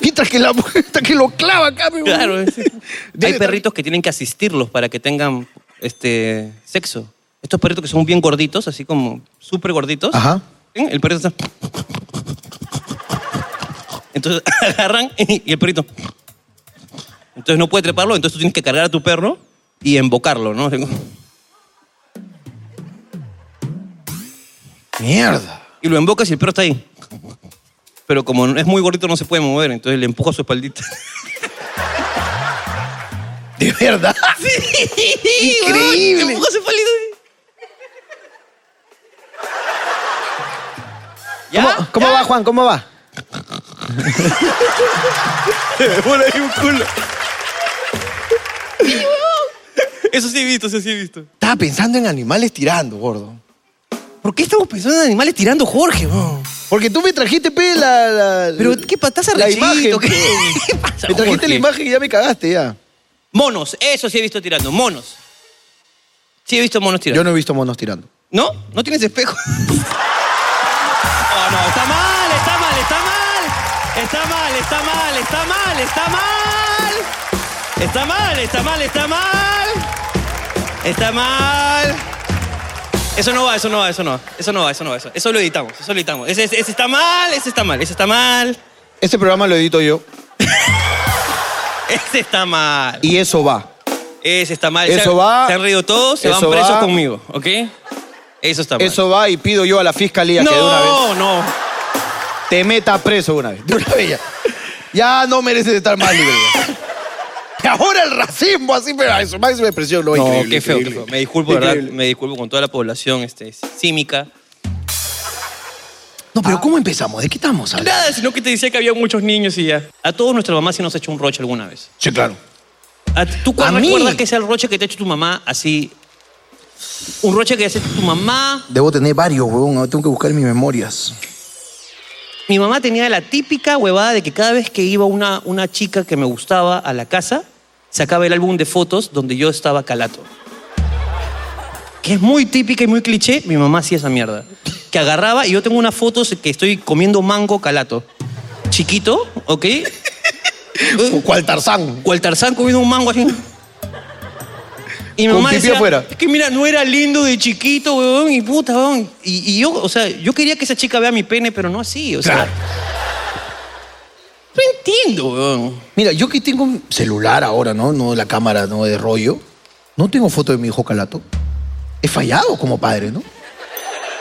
[SPEAKER 2] Mientras que la mientras que lo clava acá, mi güey.
[SPEAKER 1] Claro, es- hay
[SPEAKER 2] Debe estar-
[SPEAKER 1] perritos que tienen que asistirlos para que tengan este, sexo. Estos perritos que son bien gorditos, así como súper gorditos.
[SPEAKER 2] Ajá.
[SPEAKER 1] ¿ven? El perrito está... Entonces agarran y el perrito. Entonces no puede treparlo, entonces tú tienes que cargar a tu perro y embocarlo, ¿no?
[SPEAKER 2] Mierda.
[SPEAKER 1] Y lo embocas y el perro está ahí. Pero como es muy gordito no se puede mover, entonces le empuja su espaldita.
[SPEAKER 2] De verdad. Increíble.
[SPEAKER 1] Le empuja su espaldita. ¿Ya?
[SPEAKER 2] ¿Cómo, cómo va, Juan? ¿Cómo va?
[SPEAKER 1] Por ahí un culo. Eso sí he visto, eso sí he visto.
[SPEAKER 2] Estaba pensando en animales tirando, gordo.
[SPEAKER 1] ¿Por qué estamos pensando en animales tirando Jorge, bro?
[SPEAKER 2] Porque tú me trajiste, pe, la, la-
[SPEAKER 1] Pero qué pataza
[SPEAKER 2] la imagen.
[SPEAKER 1] ¿qué?
[SPEAKER 2] pe.
[SPEAKER 1] ¿Qué pasa,
[SPEAKER 2] Me trajiste
[SPEAKER 1] Jorge?
[SPEAKER 2] la imagen y ya me cagaste, ya.
[SPEAKER 1] Monos, eso sí he visto tirando, monos. Sí he visto monos
[SPEAKER 2] Yo
[SPEAKER 1] tirando.
[SPEAKER 2] no he visto monos tirando.
[SPEAKER 1] no... ¿No tienes espejo? no, no, está mal, está mal, está mal. Está mal, está mal, está mal, está mal. Está mal, está mal, está mal. Está mal. Eso no va, eso no va, eso no va. Eso no va, eso no va. Eso, eso lo editamos, eso lo editamos. Ese, ese- ese está mal, ese está mal, ese está mal.
[SPEAKER 2] Este programa lo edito yo
[SPEAKER 1] Ese está mal.
[SPEAKER 2] y eso va.
[SPEAKER 1] Ese está mal.
[SPEAKER 2] Eso
[SPEAKER 1] se han,
[SPEAKER 2] va.
[SPEAKER 1] Se han reído todos, se
[SPEAKER 2] Eso
[SPEAKER 1] van presos
[SPEAKER 2] va.
[SPEAKER 1] conmigo, ¿ok? Eso está mal.
[SPEAKER 2] Eso va y pido yo a la fiscalía que de una vez
[SPEAKER 1] no, no.
[SPEAKER 2] te meta preso de una vez. De una vez ya. Ya no mereces estar más libre. ya. Y ahora el racismo así, pero eso, máxima expresión, lo
[SPEAKER 1] No,
[SPEAKER 2] increíble,
[SPEAKER 1] qué feo, qué
[SPEAKER 2] increíble.
[SPEAKER 1] feo. Me disculpo, de ¿verdad?
[SPEAKER 2] Increíble.
[SPEAKER 1] Me disculpo con toda la población este, címica.
[SPEAKER 2] No, pero ¿cómo empezamos? ¿De qué estamos hablando?
[SPEAKER 1] Nada, Ah, sino que te decía que había muchos niños y ya. A todos nuestras mamás sí nos ha hecho un roche alguna vez.
[SPEAKER 2] Sí, claro.
[SPEAKER 1] ¿A- ¿Tú
[SPEAKER 2] ¿A
[SPEAKER 1] cuál
[SPEAKER 2] mí?
[SPEAKER 1] recuerdas que es el roche que te ha hecho tu mamá así? Un roche que hace tu mamá.
[SPEAKER 2] Debo tener varios, huevón. Ahora tengo que buscar en mis memorias.
[SPEAKER 1] Mi mamá tenía la típica huevada de que cada vez que iba una, una chica que me gustaba a la casa, sacaba el álbum de fotos donde yo estaba calato. Que es muy típica y muy cliché, mi mamá hacía esa mierda. Que agarraba y yo tengo unas fotos que estoy comiendo mango calato. Chiquito, ¿ok?
[SPEAKER 2] ¿Cuál Tarzán?
[SPEAKER 1] Cual Tarzán comiendo un mango así. Y mi
[SPEAKER 2] Con
[SPEAKER 1] mamá
[SPEAKER 2] pipí
[SPEAKER 1] decía,
[SPEAKER 2] afuera.
[SPEAKER 1] es que mira, no era lindo de chiquito, weón, y puta, weón. Y, y yo, o sea, yo quería que esa chica vea mi pene, pero no así, o sea.
[SPEAKER 2] Claro.
[SPEAKER 1] No entiendo, weón.
[SPEAKER 2] Mira, yo que tengo un celular ahora, ¿no? No la cámara, no de rollo. No tengo foto de mi hijo Calato. He fallado como padre, ¿no?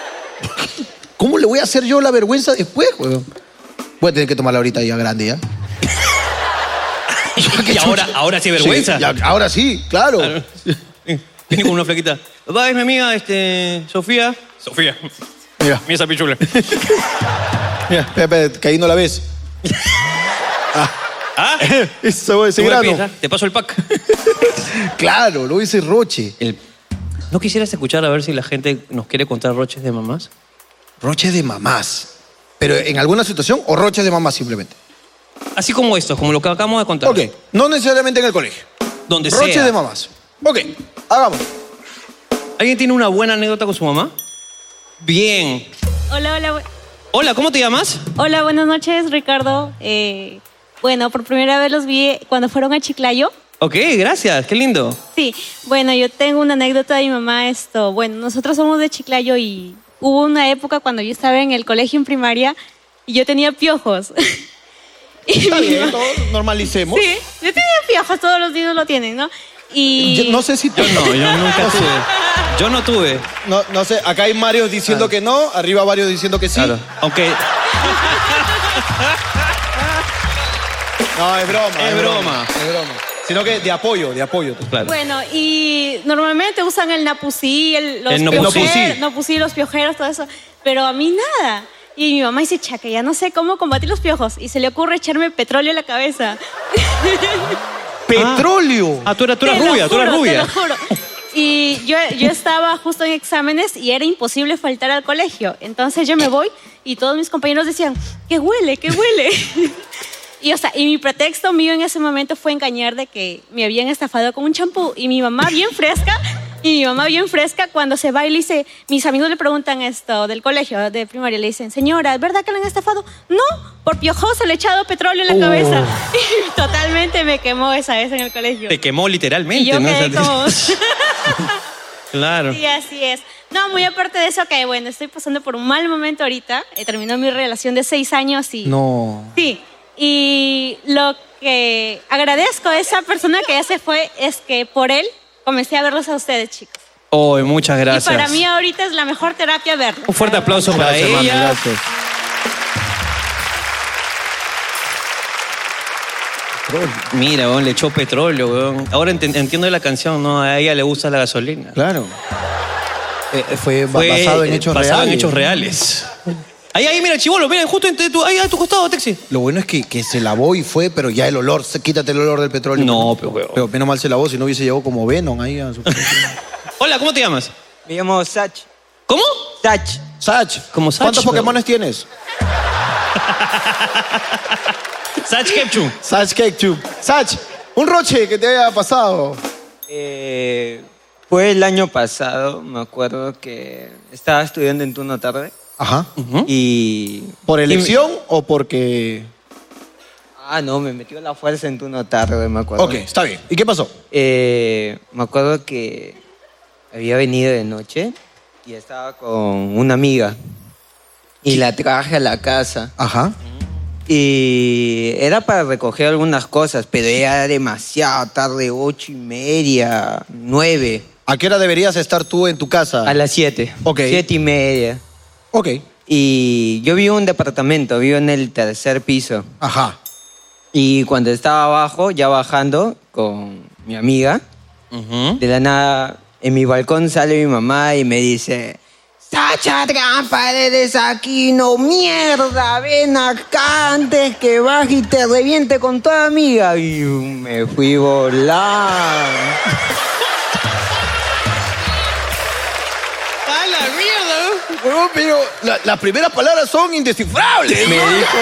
[SPEAKER 2] ¿Cómo le voy a hacer yo la vergüenza después, weón? Voy a tener que tomarla ahorita ya grande, ¿ya?
[SPEAKER 1] Y ahora, ahora sí, vergüenza.
[SPEAKER 2] Sí, ya- ahora sí, claro.
[SPEAKER 1] Viene con una flaquita. Papá, es mi amiga, este, Sofía. Sofía.
[SPEAKER 2] Mira,
[SPEAKER 1] Mira esa pichula.
[SPEAKER 2] mira, espera, espera, que ahí no la ves.
[SPEAKER 1] ¿Ah?
[SPEAKER 2] Eso, ese
[SPEAKER 1] Tú me
[SPEAKER 2] grano.
[SPEAKER 1] piensas, ¿eh? Te paso el pack.
[SPEAKER 2] Claro, lo hice Roche.
[SPEAKER 1] El- ¿No quisieras escuchar a ver si la gente nos quiere contar roches de mamás?
[SPEAKER 2] Roche de mamás. Pero en alguna situación o roche de mamás simplemente.
[SPEAKER 1] Así como estos, como lo que acabamos de contar.
[SPEAKER 2] Ok, no necesariamente en el colegio.
[SPEAKER 1] Donde
[SPEAKER 2] Roche
[SPEAKER 1] sea.
[SPEAKER 2] de mamás. Ok, hagamos.
[SPEAKER 1] ¿Alguien tiene una buena anécdota con su mamá? Bien.
[SPEAKER 8] Hola, hola, bu-
[SPEAKER 1] Hola, ¿cómo te llamas?
[SPEAKER 8] hola, buenas noches, Ricardo. Eh, bueno, por primera vez los vi cuando fueron a Chiclayo.
[SPEAKER 1] Ok, gracias, qué lindo.
[SPEAKER 8] Sí, bueno, yo tengo una anécdota de mi mamá. Esto, bueno, nosotros somos de Chiclayo y hubo una época cuando yo estaba en el colegio en primaria y yo tenía piojos. Y
[SPEAKER 2] Está
[SPEAKER 8] mi
[SPEAKER 2] bien,
[SPEAKER 8] ma-
[SPEAKER 2] todo normalicemos.
[SPEAKER 8] Sí, yo tenía piojos, todos los niños lo tienen, ¿no? Y
[SPEAKER 2] Yo no sé si tú.
[SPEAKER 1] Yo no, yo nunca
[SPEAKER 2] sé.
[SPEAKER 1] tuve. Yo no tuve.
[SPEAKER 2] No, no sé, acá hay varios diciendo que no, arriba varios diciendo que sí.
[SPEAKER 1] Claro. Aunque
[SPEAKER 2] No, es broma.
[SPEAKER 1] Es broma.
[SPEAKER 2] Es broma. Sino que de apoyo, de apoyo.
[SPEAKER 1] claro.
[SPEAKER 8] Bueno, y normalmente usan el napusí, el, los
[SPEAKER 1] El
[SPEAKER 8] piojeros,
[SPEAKER 1] nopusí.
[SPEAKER 8] nopusí, los piojeros, todo eso. Pero a mí nada. Y mi mamá dice, chaca, ya no sé cómo combatir los piojos. Y se le ocurre echarme petróleo en la cabeza.
[SPEAKER 2] Petróleo.
[SPEAKER 1] Ah, tú eras, tú
[SPEAKER 8] Te
[SPEAKER 1] eras
[SPEAKER 8] lo
[SPEAKER 1] rubia, tú eras
[SPEAKER 8] juro,
[SPEAKER 1] rubia.
[SPEAKER 8] Te lo juro. Y yo, yo estaba justo en exámenes y era imposible faltar al colegio. Entonces yo me voy y todos mis compañeros decían, que huele, que huele. Y, o sea, y mi pretexto mío en ese momento fue engañar de que me habían estafado con un champú. Y mi mamá bien fresca, y mi mamá bien fresca cuando se va y le dice, mis amigos le preguntan esto del colegio, de primaria, le dicen, señora, ¿es verdad que le han estafado? No, por piojoso le he echado petróleo en la cabeza.
[SPEAKER 1] Uh.
[SPEAKER 8] Y totalmente me quemó esa vez en el colegio.
[SPEAKER 1] Te quemó literalmente,
[SPEAKER 8] Y yo
[SPEAKER 1] ¿no? O sea,
[SPEAKER 8] quedé como...
[SPEAKER 1] Claro.
[SPEAKER 8] sí, así es. No, muy aparte de eso, que bueno, estoy pasando por un mal momento ahorita. Eh, terminó mi relación de seis años y...
[SPEAKER 2] No.
[SPEAKER 8] Sí. Y lo que agradezco a esa persona que ya se fue es que por él comencé a verlos a ustedes, chicos.
[SPEAKER 1] Oh, muchas gracias.
[SPEAKER 8] Y para mí ahorita es la mejor terapia verlos.
[SPEAKER 1] Un fuerte aplauso para
[SPEAKER 2] Gracias, mami,
[SPEAKER 1] ella.
[SPEAKER 2] gracias.
[SPEAKER 1] Mira, weón, le echó petróleo, weón. Ahora enten- entiendo la canción, ¿no? A ella le gusta la gasolina.
[SPEAKER 2] Claro. Eh, fue, ba-
[SPEAKER 1] Fue,
[SPEAKER 2] basado en
[SPEAKER 1] eh,
[SPEAKER 2] hechos
[SPEAKER 1] basado
[SPEAKER 2] reales.
[SPEAKER 1] en hechos reales. Ahí, ahí, mira, chivolo, mira, justo entre tu, ahí a tu costado, Texi.
[SPEAKER 2] Lo bueno es que, que se lavó y fue, pero ya el olor, se- quítate el olor del petróleo.
[SPEAKER 1] No, pero, weón.
[SPEAKER 2] Pero menos mal se lavó, si no hubiese llegado como Venom ahí a su...
[SPEAKER 1] Hola, ¿cómo te llamas?
[SPEAKER 5] Me llamo Sach.
[SPEAKER 1] ¿Cómo?
[SPEAKER 5] Sach.
[SPEAKER 2] Sach,
[SPEAKER 1] Como Sach,
[SPEAKER 2] ¿cuántos
[SPEAKER 1] pero-
[SPEAKER 2] Pokémones tienes?
[SPEAKER 1] Sach Kepchu.
[SPEAKER 2] Sach Ketchup. Sach, un roche que te haya pasado.
[SPEAKER 9] Eh, fue el año pasado, me acuerdo que estaba estudiando en turno tarde
[SPEAKER 2] Ajá.
[SPEAKER 9] y...
[SPEAKER 2] ¿Por elección o porque...?
[SPEAKER 9] Ah, no, me metió la fuerza en turno tarde, me acuerdo.
[SPEAKER 2] Ok, está bien. ¿Y qué pasó?
[SPEAKER 9] Eh, me acuerdo que había venido de noche y estaba con una amiga y la traje a la casa.
[SPEAKER 2] Ajá.
[SPEAKER 9] Y era para recoger algunas cosas, pero ya era demasiado tarde, ocho y media, nueve,
[SPEAKER 2] ¿A qué hora deberías estar tú en tu casa?
[SPEAKER 9] a las siete.
[SPEAKER 2] Ok.
[SPEAKER 9] Siete y media.
[SPEAKER 2] Ok.
[SPEAKER 9] Y yo vivo en un departamento, vivo en el tercer piso.
[SPEAKER 2] Ajá.
[SPEAKER 9] Y cuando estaba abajo, ya bajando con mi amiga, de la nada, en mi balcón sale mi mamá y me dice... Sacha Trampa, eres aquí, no mierda, ven acá antes que baje y te reviente con toda amiga. Y me fui volando.
[SPEAKER 1] ¡A la mierda, weón!
[SPEAKER 2] Huevón, pero la- las primeras palabras son indescifrables. Me dijo.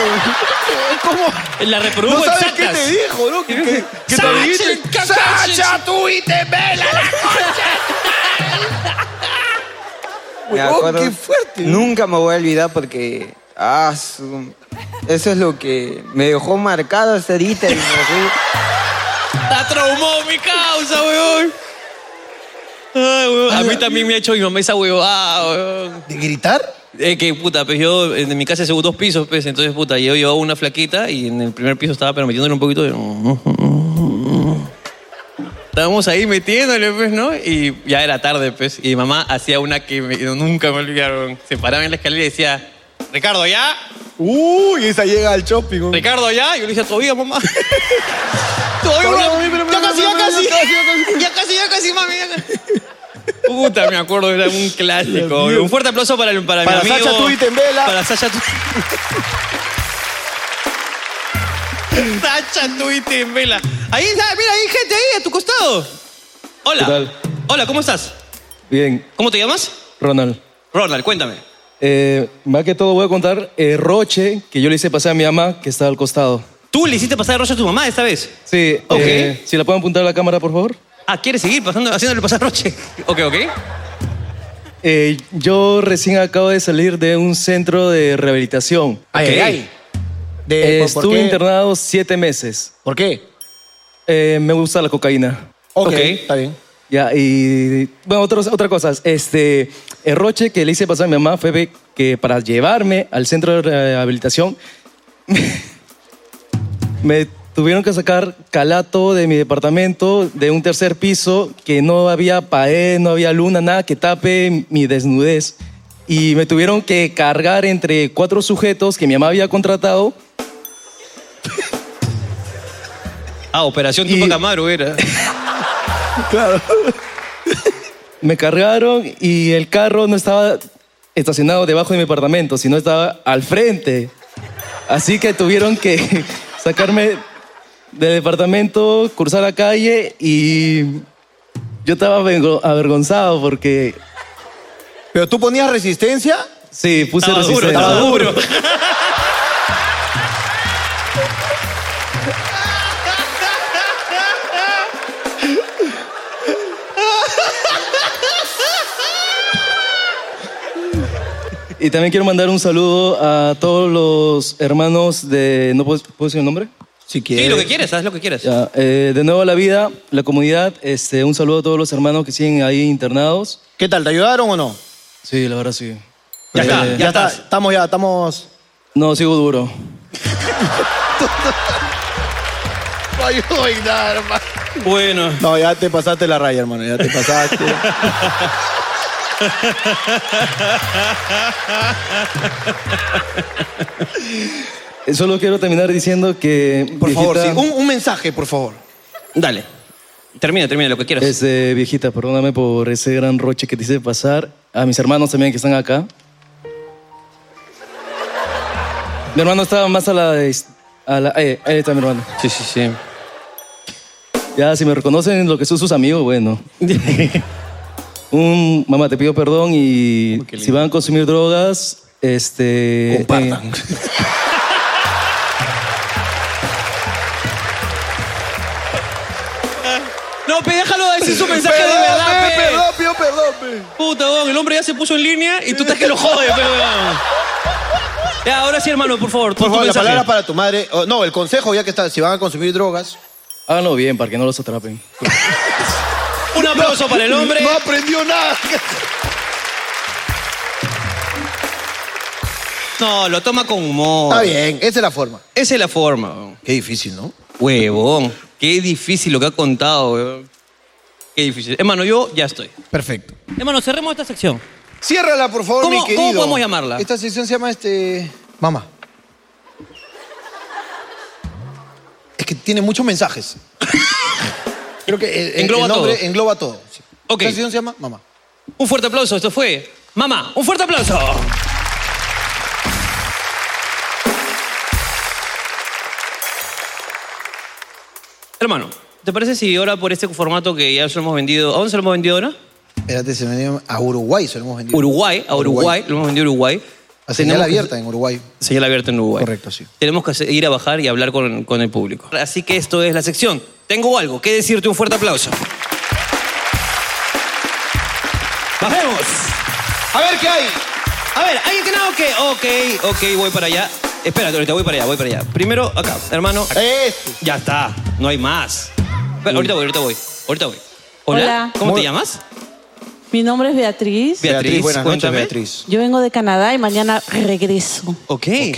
[SPEAKER 2] ¿Cómo?
[SPEAKER 1] La reprodujo
[SPEAKER 2] No
[SPEAKER 1] en
[SPEAKER 2] sabes qué
[SPEAKER 1] Sacas.
[SPEAKER 2] te dijo, ¿no? Que, que, que te
[SPEAKER 1] Sacha,
[SPEAKER 2] dijiste,
[SPEAKER 1] ca-
[SPEAKER 2] ¡Sacha, tú y te vela la
[SPEAKER 9] Me
[SPEAKER 2] Huevón,
[SPEAKER 9] acuerdo.
[SPEAKER 2] Oh, qué fuerte.
[SPEAKER 9] Nunca me voy a olvidar porque. ah, su- eso es lo que me dejó marcado hasta ahorita. y me fui.
[SPEAKER 1] La traumó mi causa, weón. Ay, weón. A mí también me ha hecho mi mamá esa huevada, weón.
[SPEAKER 2] ¿De gritar?
[SPEAKER 1] Es que, puta, pues yo en mi casa hubo dos pisos, pues. Entonces, puta, yo llevaba una flaquita y en el primer piso estaba pero metiéndole un poquito de... Estábamos ahí metiéndole, pues, ¿no? Y ya era tarde, pues. Y mi mamá hacía una que me- nunca me olvidaron. Se paraba en la escalera y decía, Ricardo, ¿ya?
[SPEAKER 2] Uy, esa llega al shopping. huevón.
[SPEAKER 1] Ricardo, ¿ya? Y yo le decía, todavía, mamá. todavía,
[SPEAKER 2] Todavía, mami,
[SPEAKER 1] mamá.
[SPEAKER 2] pero-
[SPEAKER 1] Ya
[SPEAKER 2] pero-
[SPEAKER 1] casi, ya
[SPEAKER 2] pero- pero-
[SPEAKER 1] casi.
[SPEAKER 2] pero- pero- pero-
[SPEAKER 1] Ya casi, ya casi, mami. ya casi. Puta, me acuerdo, era un clásico.
[SPEAKER 2] mío.
[SPEAKER 1] Un fuerte aplauso para, el- para,
[SPEAKER 2] Para
[SPEAKER 1] mi amigo.
[SPEAKER 2] Sacha Tuit en vela.
[SPEAKER 1] Para Sacha Tuit. Sacha Tuit en vela. Ahí está, mira, hay gente ahí a tu costado. Hola.
[SPEAKER 6] ¿Qué tal?
[SPEAKER 1] Hola, ¿cómo estás?
[SPEAKER 6] Bien,
[SPEAKER 1] ¿Cómo te llamas?
[SPEAKER 6] Ronald.
[SPEAKER 1] Ronald, cuéntame.
[SPEAKER 6] Eh, más que todo voy a contar eh, Roche, que yo le hice pasar a mi mamá, que estaba al costado.
[SPEAKER 1] Tú le hiciste pasar el rollo a tu mamá esta vez.
[SPEAKER 6] Sí,
[SPEAKER 1] Ok.
[SPEAKER 6] eh, si la pueden apuntar a la cámara, por favor.
[SPEAKER 1] Ah, ¿quieres seguir pasando, haciéndole pasar roche? Ok, ok.
[SPEAKER 6] Eh, yo recién acabo de salir de un centro de rehabilitación.
[SPEAKER 2] Ay, ay, ay. De-
[SPEAKER 6] Eh,
[SPEAKER 2] ¿por- por
[SPEAKER 6] estuve
[SPEAKER 2] qué?
[SPEAKER 6] internado siete meses.
[SPEAKER 2] ¿Por qué?
[SPEAKER 6] Eh, me gusta la cocaína.
[SPEAKER 2] Ok,
[SPEAKER 1] Ok.
[SPEAKER 2] está bien.
[SPEAKER 6] Ya, y bueno, otras otras cosas. Este, el roche que le hice pasar a mi mamá fue ve- que para llevarme al centro de rehabilitación me tuvieron que sacar calato de mi departamento de un tercer piso que no había pared, no había luna, nada que tape mi desnudez. Y me tuvieron que cargar entre cuatro sujetos que mi mamá había contratado.
[SPEAKER 1] Ah, Operación
[SPEAKER 6] Y-
[SPEAKER 1] Tupac Amaru era.
[SPEAKER 6] Me cargaron y el carro no estaba estacionado debajo de mi apartamento, sino estaba al frente. Así que tuvieron que sacarme del departamento, cruzar la calle y yo estaba avergo- avergonzado porque
[SPEAKER 2] ¿Pero tú ponías resistencia?
[SPEAKER 6] sí, puse
[SPEAKER 1] Estaba duro,
[SPEAKER 6] resistencia.
[SPEAKER 1] estaba duro.
[SPEAKER 6] Y también quiero mandar un saludo a todos los hermanos de no puedo, ¿puedo decir el nombre.
[SPEAKER 2] Si
[SPEAKER 1] Sí, lo que quieres, haz lo que quieres.
[SPEAKER 6] Ya, eh, de nuevo a la vida, la comunidad, este, un saludo a todos los hermanos que siguen ahí internados.
[SPEAKER 2] ¿Qué tal? ¿Te ayudaron o no?
[SPEAKER 6] Sí, la verdad sí.
[SPEAKER 1] Ya está,
[SPEAKER 2] Eh,
[SPEAKER 1] ya
[SPEAKER 2] está.
[SPEAKER 1] estás.
[SPEAKER 2] Estamos ya, estamos.
[SPEAKER 6] No, sigo duro.
[SPEAKER 2] No ayuden, nada, hermano.
[SPEAKER 1] Bueno,
[SPEAKER 2] No, ya te pasaste la raya, hermano. Ya te pasaste.
[SPEAKER 6] Eh, Solo quiero terminar diciendo que.
[SPEAKER 2] Por favor, sí.
[SPEAKER 6] viejita-
[SPEAKER 2] Un, un mensaje, por favor.
[SPEAKER 1] dale. Termina, termina lo que quieras.
[SPEAKER 6] Este, viejita, perdóname por ese gran roche que te hice pasar. A mis hermanos también que están acá. Mi hermano estaba más a la... de- A la ahí, ahí está mi hermano.
[SPEAKER 1] Sí, sí, sí.
[SPEAKER 6] Ya, si me reconocen lo que son sus amigos, bueno. Un, mamá, te pido perdón y si van a consumir drogas, este...
[SPEAKER 2] Compartan.
[SPEAKER 6] eh,
[SPEAKER 1] No, pe, déjalo decir su mensaje de verdad, pe.
[SPEAKER 2] perdón, pido perdón, pe.
[SPEAKER 1] Puta, weón, el hombre ya se puso en línea y tú estás que lo jodes, pe, weón. Ya, ahora sí, hermano, por favor.
[SPEAKER 2] Por
[SPEAKER 1] tu
[SPEAKER 2] favor, la
[SPEAKER 1] mensaje.
[SPEAKER 2] palabra para tu madre. Oh, no, el consejo ya que está, si van a consumir drogas.
[SPEAKER 6] háganlo bien para que Ah, no los atrapen.
[SPEAKER 1] Un aplauso para el hombre.
[SPEAKER 2] No aprendió nada.
[SPEAKER 1] No, lo toma con humor.
[SPEAKER 2] Está bien, esa es la forma.
[SPEAKER 1] Esa es la forma, weón.
[SPEAKER 2] Qué difícil, ¿no?
[SPEAKER 1] Huevón, qué difícil lo que ha contado, weón. Qué difícil. Hermano, yo ya estoy.
[SPEAKER 2] Perfecto.
[SPEAKER 1] Hermano, cerremos esta sección.
[SPEAKER 2] Ciérrala, por favor,
[SPEAKER 1] ¿Cómo-
[SPEAKER 2] mi
[SPEAKER 1] cómo
[SPEAKER 2] querido.
[SPEAKER 1] podemos llamarla?
[SPEAKER 2] Esta sesión se llama este. Mamá. Es que tiene muchos mensajes. Creo que eh, eh,
[SPEAKER 1] Engloba
[SPEAKER 2] el nombre
[SPEAKER 1] todo.
[SPEAKER 2] engloba todo. sí.
[SPEAKER 1] Ok.
[SPEAKER 2] Esta sesión se llama Mamá.
[SPEAKER 1] Un fuerte aplauso, esto fue. Mamá, un fuerte aplauso. Hermano, ¿te parece si ahora por este formato que ya se lo hemos vendido, ¿a dónde se lo hemos vendido ahora?
[SPEAKER 2] Espérate, se vendió a Uruguay, se lo hemos vendido.
[SPEAKER 1] Uruguay, a Uruguay, lo hemos vendido a Uruguay.
[SPEAKER 2] A señal
[SPEAKER 1] Tenemos que-
[SPEAKER 2] abierta en Uruguay.
[SPEAKER 1] Señal abierta en Uruguay.
[SPEAKER 2] Correcto, sí.
[SPEAKER 1] Tenemos que ir a bajar y hablar con, con el público. Así que esto es la sección. Tengo algo que decirte. Un fuerte aplauso. ¡Bajemos!
[SPEAKER 2] A ver qué hay.
[SPEAKER 1] A ver, ¿alguien tiene algo que...? Ok, ok, voy para allá. Espérate, ahorita voy para allá, voy para allá. Primero, acá, hermano. acá.
[SPEAKER 2] Este.
[SPEAKER 1] Ya está, no hay más. Espera, ahorita voy, ahorita voy, ahorita voy. Hola,
[SPEAKER 10] Hola.
[SPEAKER 1] ¿cómo te
[SPEAKER 2] Hola.
[SPEAKER 1] llamas?
[SPEAKER 10] Mi nombre es Beatriz.
[SPEAKER 1] Beatriz,
[SPEAKER 2] buenas noches,
[SPEAKER 1] cuéntame.
[SPEAKER 2] Beatriz.
[SPEAKER 10] Yo vengo de Canadá y mañana regreso.
[SPEAKER 1] Ok.
[SPEAKER 2] Ok.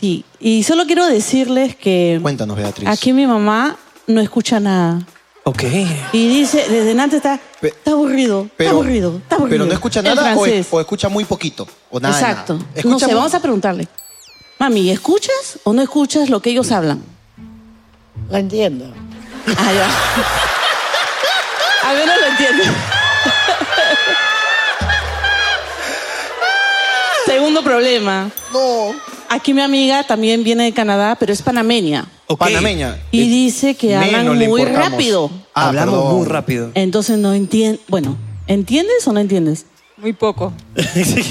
[SPEAKER 10] Sí. Y solo quiero decirles que
[SPEAKER 2] Cuéntanos, Beatriz.
[SPEAKER 10] aquí mi mamá no escucha nada.
[SPEAKER 1] Ok.
[SPEAKER 10] Y dice, desde antes está,
[SPEAKER 2] Pe-
[SPEAKER 10] está aburrido, está aburrido, está aburrido.
[SPEAKER 2] Pero no escucha
[SPEAKER 10] En
[SPEAKER 2] nada o,
[SPEAKER 10] francés.
[SPEAKER 2] o escucha muy poquito. O nada. de nada.
[SPEAKER 10] Exacto. No
[SPEAKER 2] Escucha
[SPEAKER 10] sé,
[SPEAKER 2] muy-
[SPEAKER 10] vamos a preguntarle. Mami, ¿escuchas o no escuchas lo que ellos hablan?
[SPEAKER 4] Lo entiendo.
[SPEAKER 10] Ah, ya. Al menos lo entiendo. Segundo problema.
[SPEAKER 2] No.
[SPEAKER 10] Aquí mi amiga también viene de Canadá, pero es panameña.
[SPEAKER 1] Ok.
[SPEAKER 2] Panameña.
[SPEAKER 10] Y
[SPEAKER 2] Eh,
[SPEAKER 10] dice que
[SPEAKER 2] menos
[SPEAKER 10] hablan
[SPEAKER 2] le
[SPEAKER 10] muy
[SPEAKER 2] importamos.
[SPEAKER 10] rápido.
[SPEAKER 2] Ah,
[SPEAKER 1] Hablamos
[SPEAKER 2] perdón.
[SPEAKER 1] muy rápido.
[SPEAKER 10] Entonces no entiende. Bueno, ¿entiendes o no entiendes?
[SPEAKER 4] Muy poco.
[SPEAKER 2] Ok,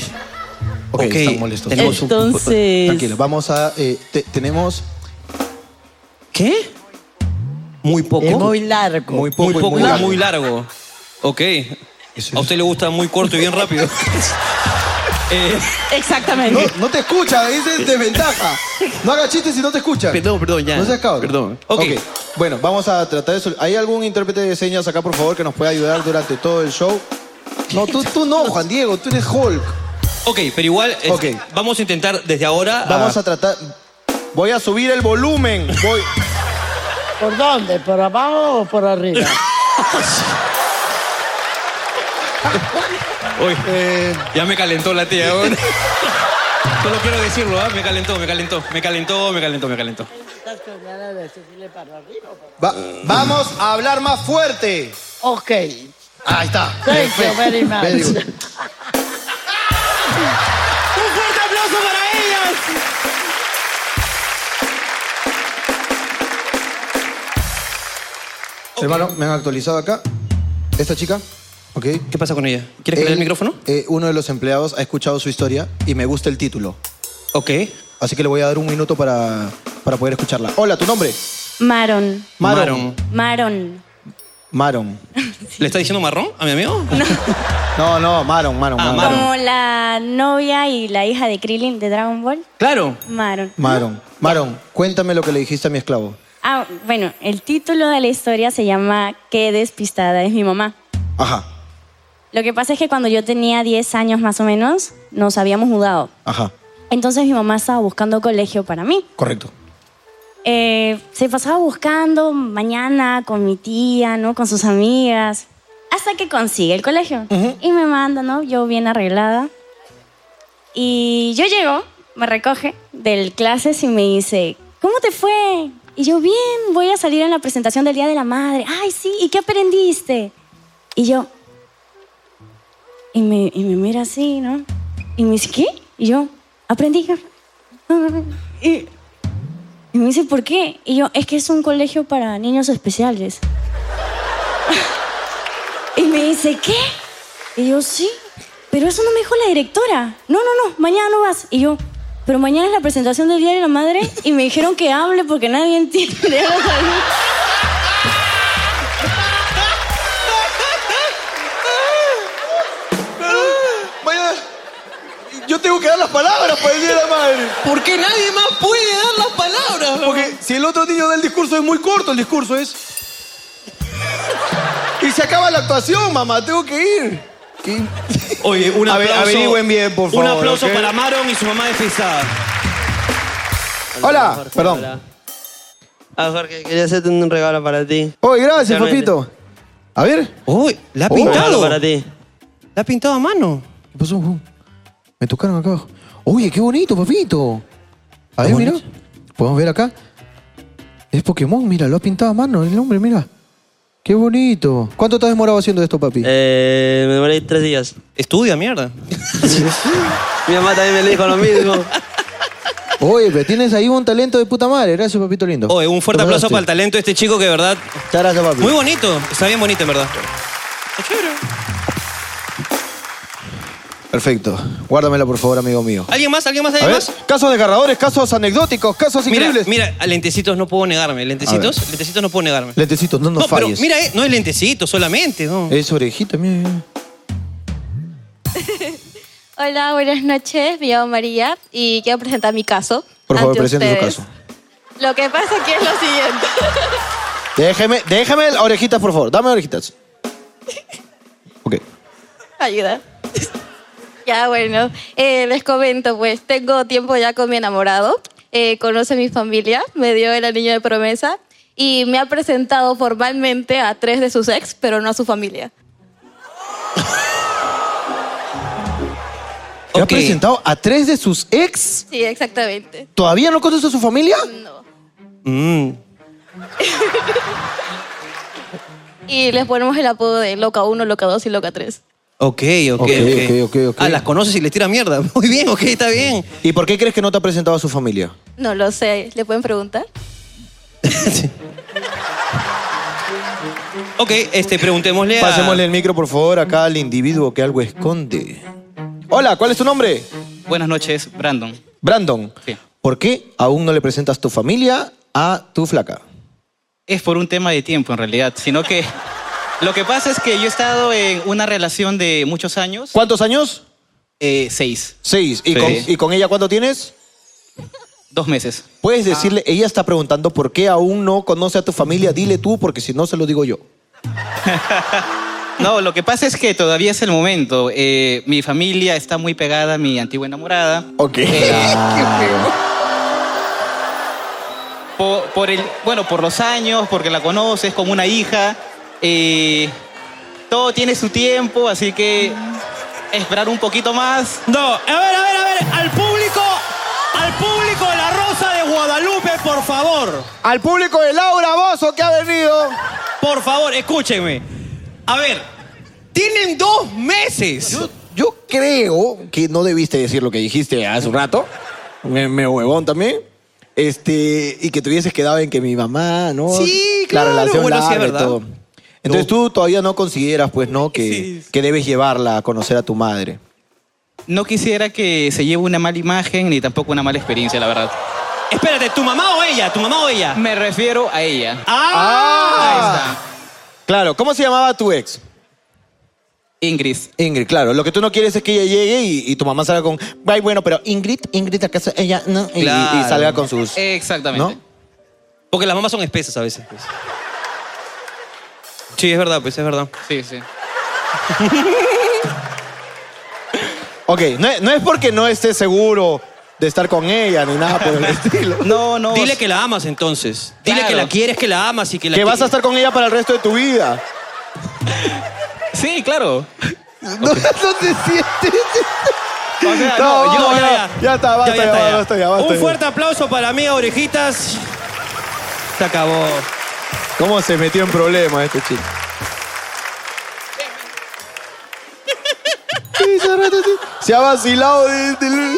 [SPEAKER 1] Ok,
[SPEAKER 2] están molestos.
[SPEAKER 1] tenemos un-
[SPEAKER 10] Entonces.
[SPEAKER 2] Tranquilo, vamos a. eh, te- tenemos
[SPEAKER 1] ¿Qué? Muy poco.
[SPEAKER 4] Es muy largo.
[SPEAKER 2] muy poco.
[SPEAKER 1] Muy
[SPEAKER 2] y
[SPEAKER 1] poco, muy largo.
[SPEAKER 2] largo.
[SPEAKER 1] Ok.
[SPEAKER 2] Eso
[SPEAKER 1] A
[SPEAKER 2] es.
[SPEAKER 1] usted le gusta muy corto y bien rápido. Eh,
[SPEAKER 2] No,
[SPEAKER 10] Exactamente.
[SPEAKER 2] no te escucha, esa es desventaja. No hagas chistes si no te escucha.
[SPEAKER 1] Perdón, perdón, ya.
[SPEAKER 2] No seas cabrón.
[SPEAKER 1] Perdón. Ok.
[SPEAKER 2] ok. Bueno, vamos a tratar de. sol- ¿Hay algún intérprete de señas acá, por favor, que nos pueda ayudar durante todo el show? No, tú, tú no, Juan Diego, tú eres Hulk.
[SPEAKER 1] ok, pero igual es-
[SPEAKER 2] Ok.
[SPEAKER 1] vamos a intentar desde ahora.
[SPEAKER 2] Vamos a tratar. Voy a subir el volumen. Voy.
[SPEAKER 4] ¿Por dónde? ¿Por abajo o por arriba?
[SPEAKER 1] Uy,
[SPEAKER 2] Eh,
[SPEAKER 1] ya me calentó la tía. weón. Solo quiero decirlo, ¿ah? Me calentó, me calentó, me calentó, me calentó, me calentó.
[SPEAKER 2] va- vamos a hablar más fuerte.
[SPEAKER 4] ok.
[SPEAKER 2] Ahí está.
[SPEAKER 4] Thank you very much.
[SPEAKER 2] good.
[SPEAKER 1] ¡Un fuerte aplauso para ellas!
[SPEAKER 2] Hermano, me han actualizado acá. Esta chica. Ok.
[SPEAKER 1] ¿Qué pasa con ella? ¿Quieres que le dé el
[SPEAKER 2] Él,
[SPEAKER 1] micrófono?
[SPEAKER 2] eh, uno de los empleados ha escuchado su historia y me gusta el título.
[SPEAKER 1] Ok.
[SPEAKER 2] Así que le voy a dar un minuto para, para poder escucharla. Hola, ¿tu nombre?
[SPEAKER 11] Maron,
[SPEAKER 1] Maron.
[SPEAKER 11] Maron.
[SPEAKER 2] Maron.
[SPEAKER 1] ¿Le está diciendo marrón a mi amigo?
[SPEAKER 2] No, no, Maron, Maron,
[SPEAKER 1] Ah, Maron.
[SPEAKER 2] Maron.
[SPEAKER 11] Como la novia y la hija de Krillin de Dragon Ball.
[SPEAKER 1] Claro.
[SPEAKER 11] Maron.
[SPEAKER 2] Maron. Maron, cuéntame lo que le dijiste a mi esclavo.
[SPEAKER 11] Ah, bueno, el título de la historia se llama Qué despistada es mi mamá.
[SPEAKER 2] Ajá,
[SPEAKER 11] Lo que pasa es que cuando yo tenía 10 años más o menos, nos habíamos mudado.
[SPEAKER 2] ajá,
[SPEAKER 11] Entonces mi mamá estaba buscando colegio para mí.
[SPEAKER 2] correcto.
[SPEAKER 11] eh, se pasaba buscando mañana con mi tía, ¿no? Con sus amigas, hasta que consigue el colegio. Y me manda, ¿no? Yo bien arreglada. Y yo llego, me recoge del clases y me dice, ¿cómo te fue? Y yo, bien, voy a salir en la presentación del Día de la Madre. Ay, sí, ¿y qué aprendiste? Y yo, y me, y me mira así, ¿no? Y me dice, ¿qué? Y yo, aprendí. Y, y me dice, ¿por qué? Y yo, es que es un colegio para niños especiales. y me dice, ¿qué? Y yo, sí, pero eso no me dijo la directora. No, no, no, mañana no vas. Y yo, pero mañana es la presentación del Día de la Madre y me dijeron que hable porque nadie entiende. algo así.
[SPEAKER 2] Mañana, yo tengo que dar las palabras para el día de la madre.
[SPEAKER 1] ¿Por qué nadie más puede dar las palabras?
[SPEAKER 2] Porque si el otro niño da el discurso es muy corto, el discurso es. Y se acaba la actuación, mamá, tengo que ir.
[SPEAKER 1] Oye, un
[SPEAKER 2] A ver,
[SPEAKER 1] aplauso.
[SPEAKER 2] averigüen bien, por
[SPEAKER 1] Un
[SPEAKER 2] favor,
[SPEAKER 1] aplauso
[SPEAKER 2] ¿ok?
[SPEAKER 1] para Maron y su mamá despistada.
[SPEAKER 2] Hola, perdón.
[SPEAKER 12] Ah, Jorge, quería hacerte un regalo para ti.
[SPEAKER 2] Oye, gracias,
[SPEAKER 12] Realmente.
[SPEAKER 2] papito. A ver.
[SPEAKER 1] Uy, la ha
[SPEAKER 12] Un regalo
[SPEAKER 1] pintado.
[SPEAKER 12] para ti.
[SPEAKER 1] La ha pintado a mano.
[SPEAKER 2] ¿Qué pasó, Juan? Me tocaron acá abajo. Oye, qué bonito, papito. A ver, mira. Podemos ver acá. Es Pokémon, mira, lo ha pintado a mano el hombre, mira. Qué bonito. ¿Cuánto te has demorado haciendo esto, papi?
[SPEAKER 12] Eh, me demoré tres días.
[SPEAKER 1] Estudia, mierda.
[SPEAKER 12] Mi mamá también me dijo lo mismo.
[SPEAKER 2] Oye, pero tienes ahí un talento de puta madre. Gracias, papito lindo.
[SPEAKER 1] Oye, un fuerte
[SPEAKER 2] Te
[SPEAKER 1] aplauso
[SPEAKER 2] pasaste.
[SPEAKER 1] para el talento de este chico que, de verdad.
[SPEAKER 2] Muchas gracias, papi.
[SPEAKER 1] Muy bonito. Está bien bonito, en verdad. Está chévere.
[SPEAKER 2] Perfecto. Guárdamela, por favor, amigo mío.
[SPEAKER 1] ¿Alguien más? ¿Alguien más?
[SPEAKER 2] A
[SPEAKER 1] ¿Alguien
[SPEAKER 2] ver,
[SPEAKER 1] más?
[SPEAKER 2] casos desgarradores, casos anecdóticos, casos
[SPEAKER 1] Mira,
[SPEAKER 2] increíbles.
[SPEAKER 1] mira, a lentecitos no puedo negarme. Lentecitos, lentecitos no puedo negarme.
[SPEAKER 2] Lentecitos, no nos
[SPEAKER 1] no, pero
[SPEAKER 2] falles. Eh,
[SPEAKER 1] mira, eh, no es lentecito solamente, ¿no?
[SPEAKER 2] Es orejita, mira. mira.
[SPEAKER 13] Hola, buenas noches. Me llamo María y quiero presentar mi caso.
[SPEAKER 2] Por favor,
[SPEAKER 13] ante
[SPEAKER 2] presente su
[SPEAKER 13] ustedes.
[SPEAKER 2] caso.
[SPEAKER 13] Lo que pasa aquí es lo siguiente.
[SPEAKER 2] Déjeme, déjame orejitas, por favor. Dame orejitas.
[SPEAKER 13] Ayuda. Ya, bueno, eh, les comento, pues tengo tiempo ya con mi enamorado, eh, conoce mi familia, me dio el anillo de promesa y me ha presentado formalmente a tres de sus ex, pero no a su familia.
[SPEAKER 2] ¿Te ha presentado a tres de sus ex?
[SPEAKER 13] Sí, exactamente.
[SPEAKER 2] ¿Todavía no conoces a su familia?
[SPEAKER 1] Mm.
[SPEAKER 13] Y les ponemos el apodo de loca 1, loca 2 y loca 3.
[SPEAKER 1] Ok, ok, ok. Ah, las conoces y les tira mierda. Muy bien, ok, está bien.
[SPEAKER 2] ¿Y por qué crees que no te ha presentado a su familia?
[SPEAKER 13] No lo sé, ¿le pueden preguntar?
[SPEAKER 1] Ok, este, preguntémosle a...
[SPEAKER 2] Pasémosle el micro, por favor, acá al individuo que algo esconde. Hola, ¿cuál es tu nombre?
[SPEAKER 14] Buenas noches, Brandon.
[SPEAKER 2] Brandon. ¿Por qué aún no le presentas tu familia a tu flaca?
[SPEAKER 14] Es por un tema de tiempo en realidad, sino que lo que pasa es que yo he estado en una relación de muchos años. Eh,
[SPEAKER 2] ¿Cuántos años?
[SPEAKER 14] seis.
[SPEAKER 2] Seis. ¿Y,
[SPEAKER 14] Sí.
[SPEAKER 2] Con, y con ella cuánto tienes?
[SPEAKER 14] Dos meses.
[SPEAKER 2] Puedes decirle, ella está preguntando por qué aún no conoce a tu familia. Dile tú, porque si no, se lo digo yo.
[SPEAKER 14] No, lo que pasa es que todavía es el momento. Eh, mi familia está muy pegada a mi antigua enamorada. Eh,
[SPEAKER 2] Ok.
[SPEAKER 14] por, por el, bueno, por los años, porque la conoces como una hija. eh, todo tiene su tiempo, así que esperar un poquito más.
[SPEAKER 1] No, a ver, a ver, a ver, al público, al público de la Rosa de Guadalupe, por favor.
[SPEAKER 2] Al público de Laura Bozo que ha venido.
[SPEAKER 1] Por favor, escúchenme. A ver, tienen dos meses.
[SPEAKER 2] Yo creo que no debiste decir lo que dijiste hace un rato. Me, me huevón también. Este, y que te hubieses quedado en que mi mamá, ¿no?
[SPEAKER 1] Sí,
[SPEAKER 2] La
[SPEAKER 1] claro,
[SPEAKER 2] relación
[SPEAKER 1] bueno, sí, es
[SPEAKER 2] larga y
[SPEAKER 1] verdad.
[SPEAKER 2] todo. Entonces tú todavía no consideras, pues, ¿no? Que, que debes llevarla a conocer a tu madre.
[SPEAKER 14] No quisiera que se lleve una mala imagen ni tampoco una mala experiencia, la verdad.
[SPEAKER 1] Espérate, ¿tu mamá o ella? ¿Tu mamá o ella?
[SPEAKER 14] Me refiero a ella.
[SPEAKER 2] ¡Ah! Claro, ¿cómo se llamaba tu ex?
[SPEAKER 14] Ingrid.
[SPEAKER 2] Ingrid, claro. Lo que tú no quieres es que ella llegue y, y tu mamá salga con, ay, bueno, pero Ingrid, Ingrid, ¿acaso ella no? Y, y- y
[SPEAKER 1] Claro.
[SPEAKER 2] salga con sus...
[SPEAKER 14] Exactamente.
[SPEAKER 1] Porque las mamás son espesas a veces. pues. Sí, es verdad, pues es verdad.
[SPEAKER 14] Sí, sí.
[SPEAKER 2] Ok, no, es- no es porque no estés seguro de estar con ella ni nada por el estilo.
[SPEAKER 14] No, no.
[SPEAKER 1] Dile que la amas entonces. Dile
[SPEAKER 2] Claro.
[SPEAKER 1] que la quieres, que la amas y que la
[SPEAKER 2] Que
[SPEAKER 1] quieres.
[SPEAKER 2] vas a estar con ella para el resto de tu vida.
[SPEAKER 14] Sí, claro.
[SPEAKER 2] No, no te sientes.
[SPEAKER 1] O sea,
[SPEAKER 2] No,
[SPEAKER 1] no,
[SPEAKER 2] no,
[SPEAKER 1] ya,
[SPEAKER 2] ya,
[SPEAKER 1] ya.
[SPEAKER 2] ya está, basta, ya, basta, ya, basta,
[SPEAKER 1] Un
[SPEAKER 2] ya.
[SPEAKER 1] fuerte aplauso para mí, orejitas. Se acabó.
[SPEAKER 2] ¿Cómo se metió en problemas este chico? Se ha vacilado de, de-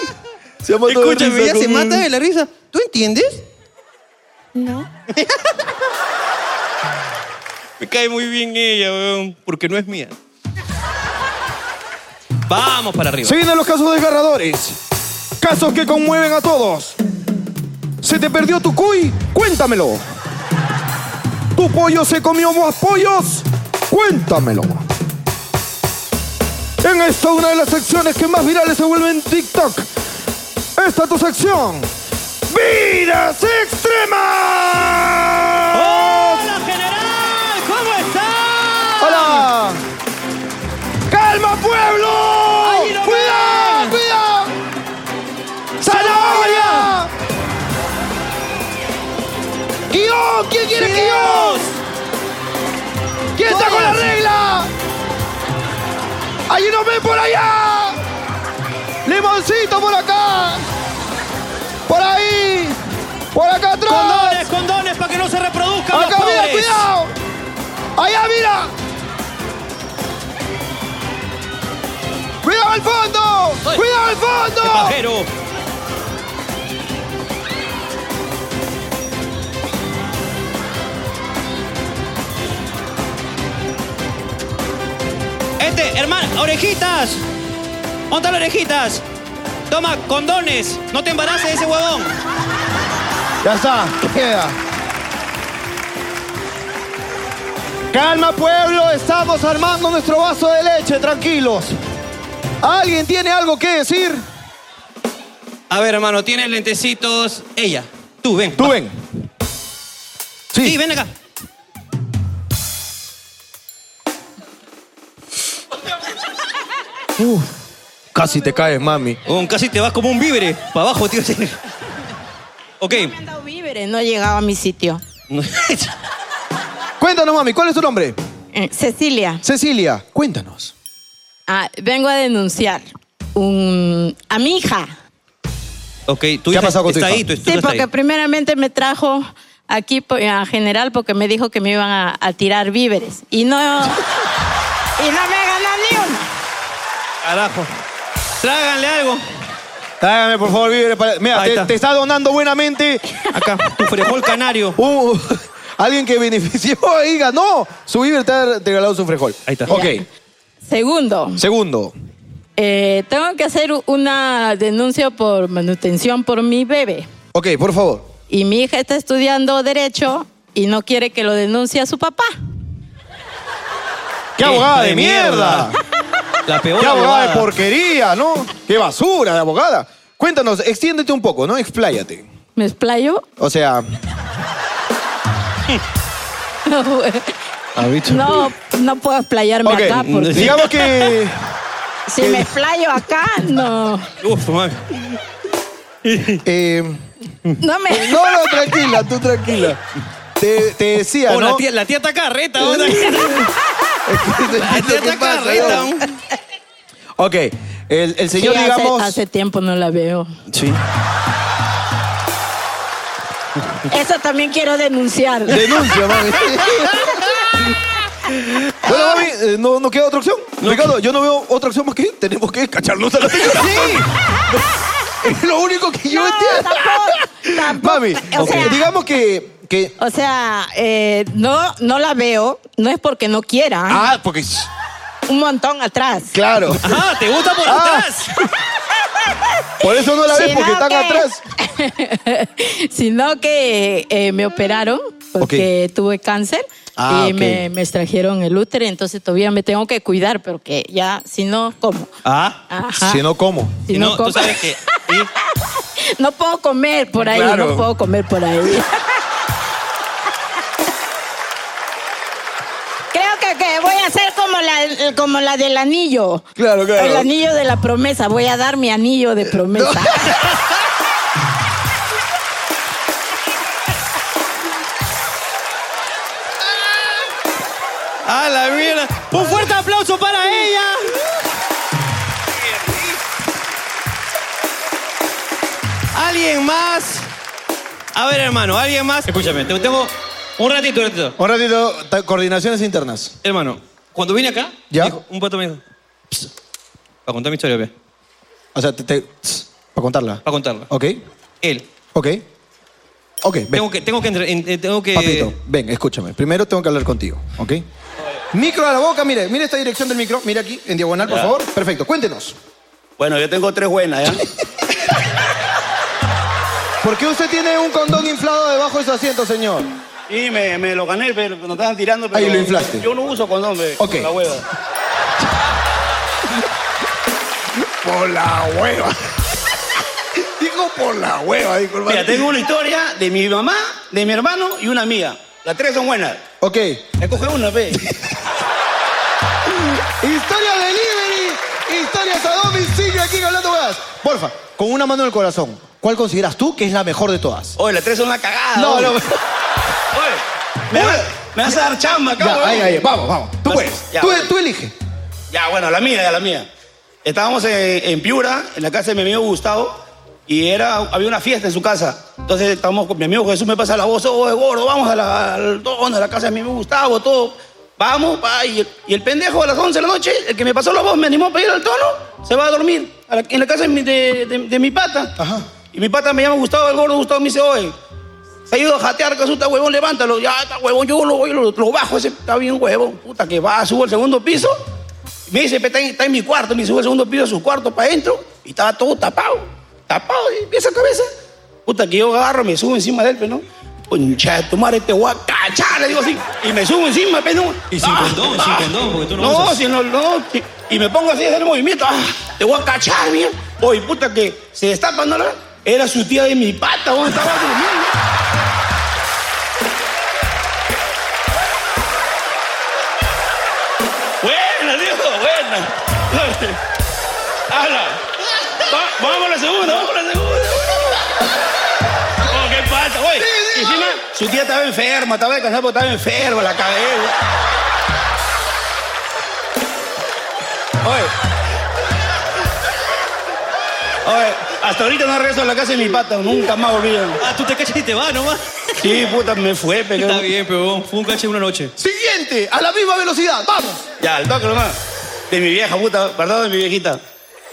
[SPEAKER 2] se ha matado de
[SPEAKER 1] Escúchame,
[SPEAKER 2] risa
[SPEAKER 1] ella se
[SPEAKER 2] con-
[SPEAKER 1] mata de la risa. ¿Tú entiendes?
[SPEAKER 11] No.
[SPEAKER 1] Me cae muy bien ella, weón, porque no es mía. Vamos para arriba.
[SPEAKER 2] Se vienen los casos desgarradores. Casos que conmueven a todos. ¿Se te perdió tu cuy? Cuéntamelo. ¿Tu pollo se comió más pollos? Cuéntamelo. En esta una de las secciones que más virales se vuelven en TikTok. Esta es tu sección. ¡Vidas extremas! ¡Hola,
[SPEAKER 1] general! ¿Cómo estás?
[SPEAKER 2] ¡Hola! ¡Calma, pueblo! ¡Cuidado, cuidado! ¡Zanahoria! ¡Guión! ¿Quién quiere guión? ¿Quién está con la regla? ¡Ahí nos ven por allá! ¡Limoncito por acá! ¡Por ahí! ¡Por acá atrás!
[SPEAKER 1] Condones, condones para que no se reproduzcan los
[SPEAKER 2] ¡Acá, mira,
[SPEAKER 1] pobres.
[SPEAKER 2] cuidado! ¡Allá, mira! ¡Cuidado al fondo! ¡Cuidado al fondo!
[SPEAKER 1] ¡Qué pajero! Este, hermano, orejitas. ¿Dónde están las orejitas? Toma, condones. No te embaraces de ese huevón.
[SPEAKER 2] Ya está, queda. Calma pueblo, estamos armando nuestro vaso de leche, tranquilos. ¿Alguien tiene algo que decir?
[SPEAKER 1] A ver, hermano, tienes lentecitos. Ella, tú ven. Tú
[SPEAKER 2] ven.
[SPEAKER 1] Sí. ven acá.
[SPEAKER 2] Uf, casi te caes, mami.
[SPEAKER 1] Huevón, casi te vas como un víbere. Para abajo, tío. ok.
[SPEAKER 15] Víveres, no llegaba a mi sitio.
[SPEAKER 2] Cuéntanos, mami, ¿cuál es tu nombre?
[SPEAKER 15] Eh, Cecilia,
[SPEAKER 2] Cecilia, cuéntanos.
[SPEAKER 15] ah, vengo a denunciar un- a mi hija.
[SPEAKER 1] Ok, tú ¿Qué ha pasado con está ahí, tú, tú
[SPEAKER 15] Sí,
[SPEAKER 1] estás
[SPEAKER 15] porque
[SPEAKER 1] ahí.
[SPEAKER 15] primeramente me trajo aquí po- a general porque me dijo que me iban a, a tirar víveres. Y no. y no me ganado ni uno.
[SPEAKER 1] Carajo. Tráganle algo.
[SPEAKER 2] Tráigame, por favor, víveres. para- Mira,
[SPEAKER 1] Ahí
[SPEAKER 2] te,
[SPEAKER 1] está.
[SPEAKER 2] te está donando buenamente.
[SPEAKER 1] Acá, tu frijol canario.
[SPEAKER 2] Uh, alguien que benefició y ganó. Su víver te ha regalado su frijol. Ahí está. Ok.
[SPEAKER 15] Segundo,
[SPEAKER 2] Segundo.
[SPEAKER 15] eh, tengo que hacer u- una denuncia por manutención por mi bebé.
[SPEAKER 2] Ok, por favor.
[SPEAKER 15] Y mi hija está estudiando Derecho y no quiere que lo denuncie a su papá.
[SPEAKER 2] ¡Qué abogada de mierda!
[SPEAKER 1] La peor
[SPEAKER 2] ¡Qué abogada de
[SPEAKER 1] abogada.
[SPEAKER 2] porquería, ¿no? ¡Qué basura de abogada! Cuéntanos, extiéndete un poco, ¿no? Expláyate.
[SPEAKER 15] ¿Me explayo?
[SPEAKER 2] O sea,
[SPEAKER 15] No, güey. no, no puedo explayarme
[SPEAKER 2] Ok,
[SPEAKER 15] acá porque...
[SPEAKER 2] digamos que-
[SPEAKER 15] Si me explayo acá, no.
[SPEAKER 1] Uf, mami.
[SPEAKER 2] eh,
[SPEAKER 15] No me...
[SPEAKER 2] no, no, tranquila, tú tranquila. Te, te decía,
[SPEAKER 1] Oh,
[SPEAKER 2] ¿no? Eh,
[SPEAKER 1] la, tía, la tía está carreta. ¿no? La tía está carreta. ¿no?
[SPEAKER 2] Ok, el, el señor,
[SPEAKER 15] Sí, hace-
[SPEAKER 2] digamos...
[SPEAKER 15] Hace, tiempo no la veo.
[SPEAKER 2] Sí.
[SPEAKER 15] Eso también quiero denunciar.
[SPEAKER 2] Denuncia, mami. Bueno, mami, eh, no, no queda otra opción. Ricardo, yo no veo otra opción más que tenemos que cacharnos a la señora. ¡Sí! es lo único que yo entiendo. Mami,
[SPEAKER 15] o sea-
[SPEAKER 2] digamos que, que...
[SPEAKER 15] O sea, eh, no, no la veo, no es porque no quiera.
[SPEAKER 2] Ah, porque...
[SPEAKER 15] Un montón atrás.
[SPEAKER 2] Claro.
[SPEAKER 1] Ah, te gusta por atrás.
[SPEAKER 2] Por eso no la ves, porque están atrás.
[SPEAKER 15] Sino que eh, me operaron porque tuve cáncer
[SPEAKER 2] Ah,
[SPEAKER 15] y
[SPEAKER 2] ok.
[SPEAKER 15] me, me extrajeron el útero, entonces todavía me tengo que cuidar, pero que ya, si no, ¿cómo?
[SPEAKER 1] Ah.
[SPEAKER 15] Ajá.
[SPEAKER 2] Si no, ¿cómo?
[SPEAKER 15] Si Si no, no, tú ¿cómo? sabes
[SPEAKER 1] que...
[SPEAKER 15] No puedo comer por ahí,
[SPEAKER 2] Claro.
[SPEAKER 15] no puedo comer por ahí. Creo que, que voy a hacer como la, como la del anillo.
[SPEAKER 2] Claro, claro.
[SPEAKER 15] El anillo de la promesa. Voy a dar mi anillo de promesa.
[SPEAKER 1] ¿Alguien más? A ver, hermano, ¿alguien más? Escúchame, te- tengo un ratito, un ratito.
[SPEAKER 2] Un ratito, ta- coordinaciones internas.
[SPEAKER 1] Hermano, cuando vine acá,
[SPEAKER 2] ¿Ya?
[SPEAKER 1] me dijo- un pato me dijo, "Ps, para contar mi historia, ve,
[SPEAKER 2] O sea, te, te- tss, para contarla.
[SPEAKER 1] para contarla.
[SPEAKER 2] Ok,
[SPEAKER 1] Él,
[SPEAKER 2] ok. Ok, ven.
[SPEAKER 1] tengo que, tengo que, entre- en- eh, tengo que...
[SPEAKER 2] Papito, ven, escúchame. Primero tengo que hablar contigo, ¿ok? Micro a la boca, mire, mire esta dirección del micro, mire aquí, en diagonal, por
[SPEAKER 16] Ya.
[SPEAKER 2] favor. Perfecto, cuéntenos.
[SPEAKER 16] Bueno, yo tengo tres buenas, ¿ya?
[SPEAKER 2] ¿Por qué usted tiene un condón inflado debajo de su asiento, señor?
[SPEAKER 16] Y me, me lo gané, pero nos estaban tirando. Pero
[SPEAKER 2] Ahí lo inflaste.
[SPEAKER 16] Yo no uso condón, ve,
[SPEAKER 2] Ok.
[SPEAKER 16] con la hueva.
[SPEAKER 2] Por la hueva. Digo por la hueva, disculpa.
[SPEAKER 16] Mira, tengo una historia de mi mamá, de mi hermano y una amiga. Las tres son buenas.
[SPEAKER 2] Ok.
[SPEAKER 16] Escoge una, ve.
[SPEAKER 2] Historia delivery, historias a domicilio aquí en Hablando Gas. Porfa, con una mano en el corazón, ¿cuál consideras tú que es la mejor de todas?
[SPEAKER 16] Oye, las tres son la cagada.
[SPEAKER 2] No,
[SPEAKER 16] oye.
[SPEAKER 2] no.
[SPEAKER 16] Oye, me, vas- me vas a dar chamba acá,
[SPEAKER 2] Ya,
[SPEAKER 16] huevón.
[SPEAKER 2] ahí, ahí, vamos, vamos. Tú
[SPEAKER 1] Pues,
[SPEAKER 2] puedes.
[SPEAKER 16] Ya,
[SPEAKER 2] tú,
[SPEAKER 16] bueno.
[SPEAKER 2] tú elige.
[SPEAKER 16] Ya, bueno, la mía, ya la mía. Estábamos en, en Piura, en la casa de mi amigo Gustavo, y era, había una fiesta en su casa. Entonces estábamos con mi amigo Jesús, me pasa la voz, oh, gordo, vamos a la, al- todo, a la casa de mi amigo Gustavo, todo. Vamos, pa, y, el- y el pendejo a las 11 de la noche, el que me pasó la voz, me animó a pedir al tono, se va a dormir a la- en la casa de mi, de- de- de mi pata. Y mi pata me llama Gustavo, el gordo Gustavo me dice, oye, se ha ido a jatear, casuta, huevón, levántalo. Ya, está huevón, yo lo, voy, lo, lo bajo, ese está bien huevón. Puta, que va, subo al segundo piso. Me dice, "Pe, está en, está en mi cuarto. Me subo al segundo piso de su cuarto para adentro. Y estaba todo tapado, tapado, y pieza a cabeza. Puta, que yo agarro, me subo encima de él, pero no. Concha de tu madre, te voy a cachar, le digo así. Y me subo encima, pero no. Ah.
[SPEAKER 1] Y sin condón, sin condón, porque tú no
[SPEAKER 16] No,
[SPEAKER 1] usas.
[SPEAKER 16] si no, no. si- Y me pongo así a hacer el movimiento. Ah, te voy a cachar, mía. Oye, puta, que se destapa, ¿no? Era su tía de mi pata, ¿dónde estaba durmiendo? Buena, viejo, buena. Habla. Va- vamos a la segunda, vamos a la segunda. Oh, ¿Qué pasa? Oye, y encima, su tía estaba enferma, estaba descansada porque estaba enferma, la cabeza. Oye. Oye, hasta ahorita no regreso a la casa de mi pata, nunca más volví. Ah, tú te cachas y te vas nomás. Sí, puta, me fue, pero.
[SPEAKER 1] Está bien, pero fue un cache de una noche.
[SPEAKER 2] Siguiente, a la misma velocidad, vamos.
[SPEAKER 16] Ya, el toque nomás. De mi vieja, puta, perdón, de mi viejita.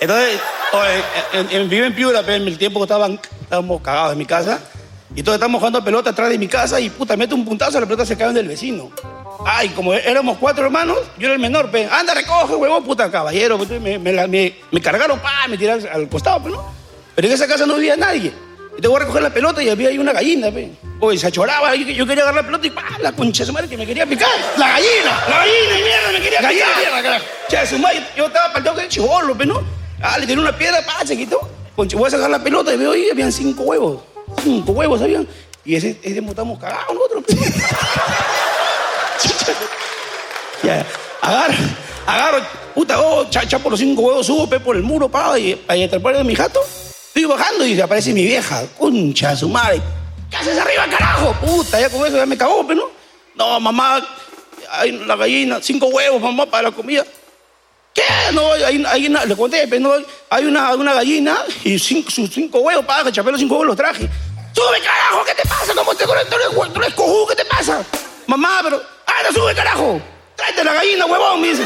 [SPEAKER 16] Entonces, oye, en, en- vivo en Piura, pero en el tiempo que estaban, estábamos cagados en mi casa. Y todos estábamos jugando a pelota atrás de mi casa y puta, mete un puntazo, la pelota se cae en el vecino. Ay, como éramos cuatro hermanos, yo era el menor, pe. Anda, recoge, huevón, puta, caballero. pe. Me, me la- me- me cargaron, pa, me tiraron al costado, pe, ¿no? Pero en esa casa no vivía nadie. Y te voy a recoger la pelota y había ahí una gallina, pe. Oye, se achoraba, yo, yo quería agarrar la pelota y pa, la concha de su madre que me quería picar. ¡La gallina! ¡La gallina, y mierda, me quería
[SPEAKER 2] Gallina,
[SPEAKER 16] picar!
[SPEAKER 2] mierda, carajo.
[SPEAKER 16] Che, su madre, yo estaba palteado que era chivolo, pe, ¿no? Ah, le tiré una piedra, pa, se quitó. Concha, voy a sacar la pelota y veo ahí, habían cinco huevos. Cinco huevos habían. Y ese, ese estamos cagados nosotros, pe. Chucha. Ya, agarro, agarro, puta, oh, chacha por los cinco huevos, subo pe, por el muro, pa, y ahí hasta el pueblo de mi jato. Estoy bajando y aparece mi vieja, concha de su madre. ¿Qué haces arriba, carajo? Puta, ya con eso ya me cagó, pero no. No, mamá, hay la gallina, cinco huevos, mamá, para la comida. ¿Qué? No, hay, hay una, le conté, pero no, hay una, una gallina y cinco, sus cinco huevos, paga, chapé los cinco huevos los traje. ¡Sube, carajo! ¿Qué te pasa? ¿Cómo te conectas? ¿Tú eres cojudo? ¿Qué te pasa? Mamá, pero... ¡Anda, sube, carajo! ¡Tráete la gallina, huevón! Me dice.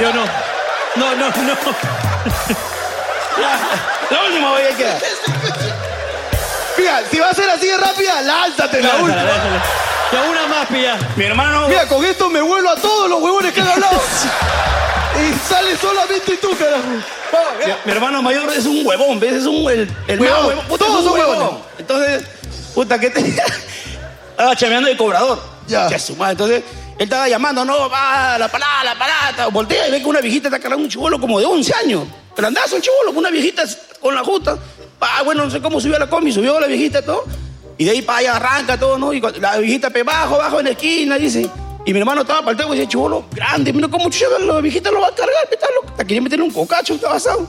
[SPEAKER 1] Yo no. No, no, no.
[SPEAKER 16] La última voy a quedar.
[SPEAKER 2] Mira, si va a ser así de rápida, lánzate la última.
[SPEAKER 1] Ya una más, pilla.
[SPEAKER 16] Mi hermano.
[SPEAKER 2] Mira, con esto me vuelo a todos los huevones que han hablado. y sale solamente tú, carajo. Vamos, ya.
[SPEAKER 16] Mi hermano mayor es un huevón, ¿ves? Es un el, el
[SPEAKER 2] Huevón.
[SPEAKER 16] más huevón. Puta, es
[SPEAKER 2] Todos
[SPEAKER 16] un
[SPEAKER 2] son
[SPEAKER 16] huevón.
[SPEAKER 2] huevones.
[SPEAKER 16] Entonces, puta, ¿qué te. estaba chameando de cobrador. Ya. su madre. Entonces, él estaba llamando, no, va, la parada, la parada. Voltea y ve que una viejita está cargando un chivolo como de 11 años. Grandazo el chivolo, una viejita con la justa. Pa, bueno, no sé cómo subió a la combi, subió la viejita y todo. Y de ahí para allá arranca todo, ¿no? Y cuando- la viejita pe bajo, bajo en la esquina, dice. Y mi hermano estaba para el y dice, chivolo, grande, mira cómo chucha, la viejita lo va a cargar, pe, está loca. Hasta Quería meterle un cocacho, está basado.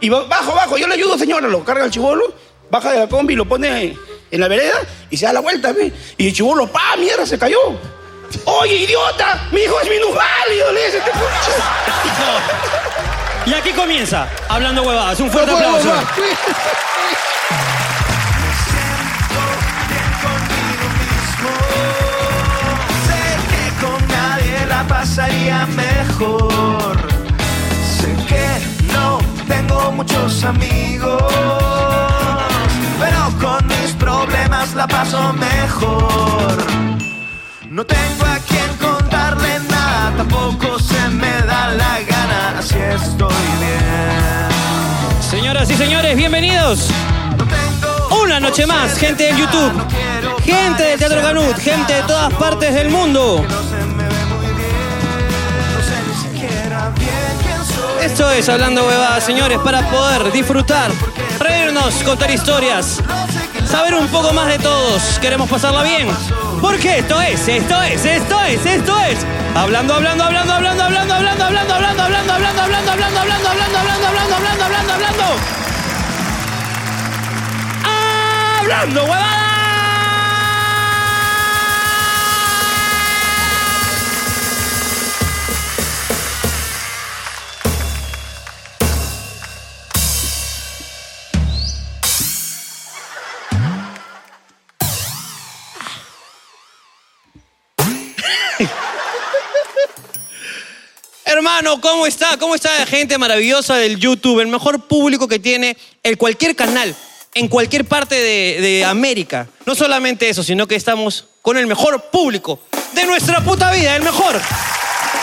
[SPEAKER 16] Y va- bajo, bajo, yo le ayudo, señora, lo carga el chivolo, baja de la combi, lo pone en la vereda y se da la vuelta, ¿ve? Y el chivolo, pa, mierda, se cayó. Oye, idiota, mi hijo es minusválido, le dice este pucho.
[SPEAKER 1] Y aquí comienza, hablando huevadas. Un fuerte
[SPEAKER 16] No puedo
[SPEAKER 1] aplauso.
[SPEAKER 16] más.
[SPEAKER 4] Sé que con nadie la pasaría mejor. Sé que no tengo muchos amigos, pero con mis problemas la paso mejor. No tengo a quien contarle nada, tampoco se me da la gana, así estoy bien.
[SPEAKER 1] Señoras y señores, bienvenidos. Una noche más, gente de YouTube, gente de Teatro Canut, gente de todas partes del mundo.
[SPEAKER 4] No sé ni siquiera bien quién soy.
[SPEAKER 1] Esto es Hablando Huevadas, señores, para poder disfrutar, reírnos, contar historias, saber un poco más de todos. Queremos pasarla bien. Porque esto es, esto es, esto es, esto es. Hablando, hablando, hablando, hablando, hablando, hablando, hablando, hablando, hablando, hablando, hablando, hablando, hablando, hablando, hablando, hablando, hablando, hablando, hablando. Hablando huevadas. Hermano, ¿cómo está? ¿Cómo está la gente maravillosa del YouTube? El mejor público que tiene el cualquier canal, en cualquier parte de, de América. No solamente eso, sino que estamos con el mejor público de nuestra puta vida, el mejor.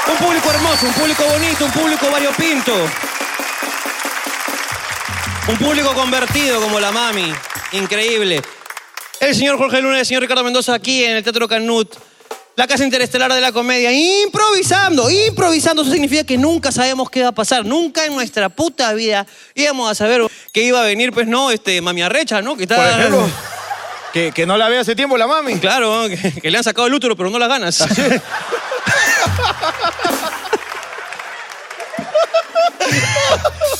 [SPEAKER 1] Un público hermoso, un público bonito, un público variopinto. Un público convertido como la mami. Increíble. El señor Jorge Luna y el señor Ricardo Mendoza aquí en el Teatro Canut. La casa interestelar de la comedia. Improvisando, improvisando. Eso significa que nunca sabemos qué va a pasar. Nunca en nuestra puta vida íbamos a saber que iba a venir, pues no, este, mami arrecha, ¿no? Que está-
[SPEAKER 2] Por ejemplo, que, que no la ve hace tiempo la mami.
[SPEAKER 1] Claro, que, que le han sacado el útero, pero no las ganas.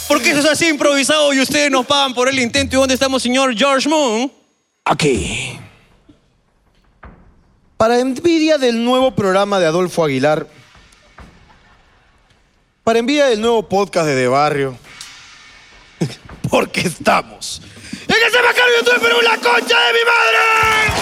[SPEAKER 1] Porque eso es así improvisado y ustedes nos pagan por el intento. ¿Y dónde estamos, señor George Moon?
[SPEAKER 2] Aquí. Para envidia del nuevo programa de Adolfo Aguilar, para envidia del nuevo podcast de De Barrio, porque estamos
[SPEAKER 4] ¡Es que se me acabó YouTube, pero la concha de mi madre!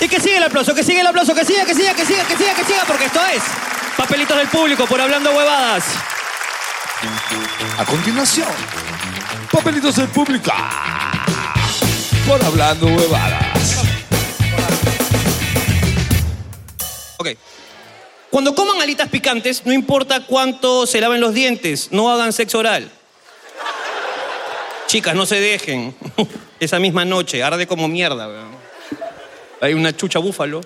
[SPEAKER 1] Y que sigue el aplauso, que sigue el aplauso, que siga, que siga, que siga, que siga, que siga, porque esto es Papelitos del Público por Hablando Huevadas.
[SPEAKER 17] A continuación, papelitos del público. Por hablando huevadas.
[SPEAKER 1] Cuando coman alitas picantes, no importa cuánto se laven los dientes, no hagan sexo oral. Chicas, no se dejen. Esa misma noche, arde como mierda. weón. Hay una chucha búfalo.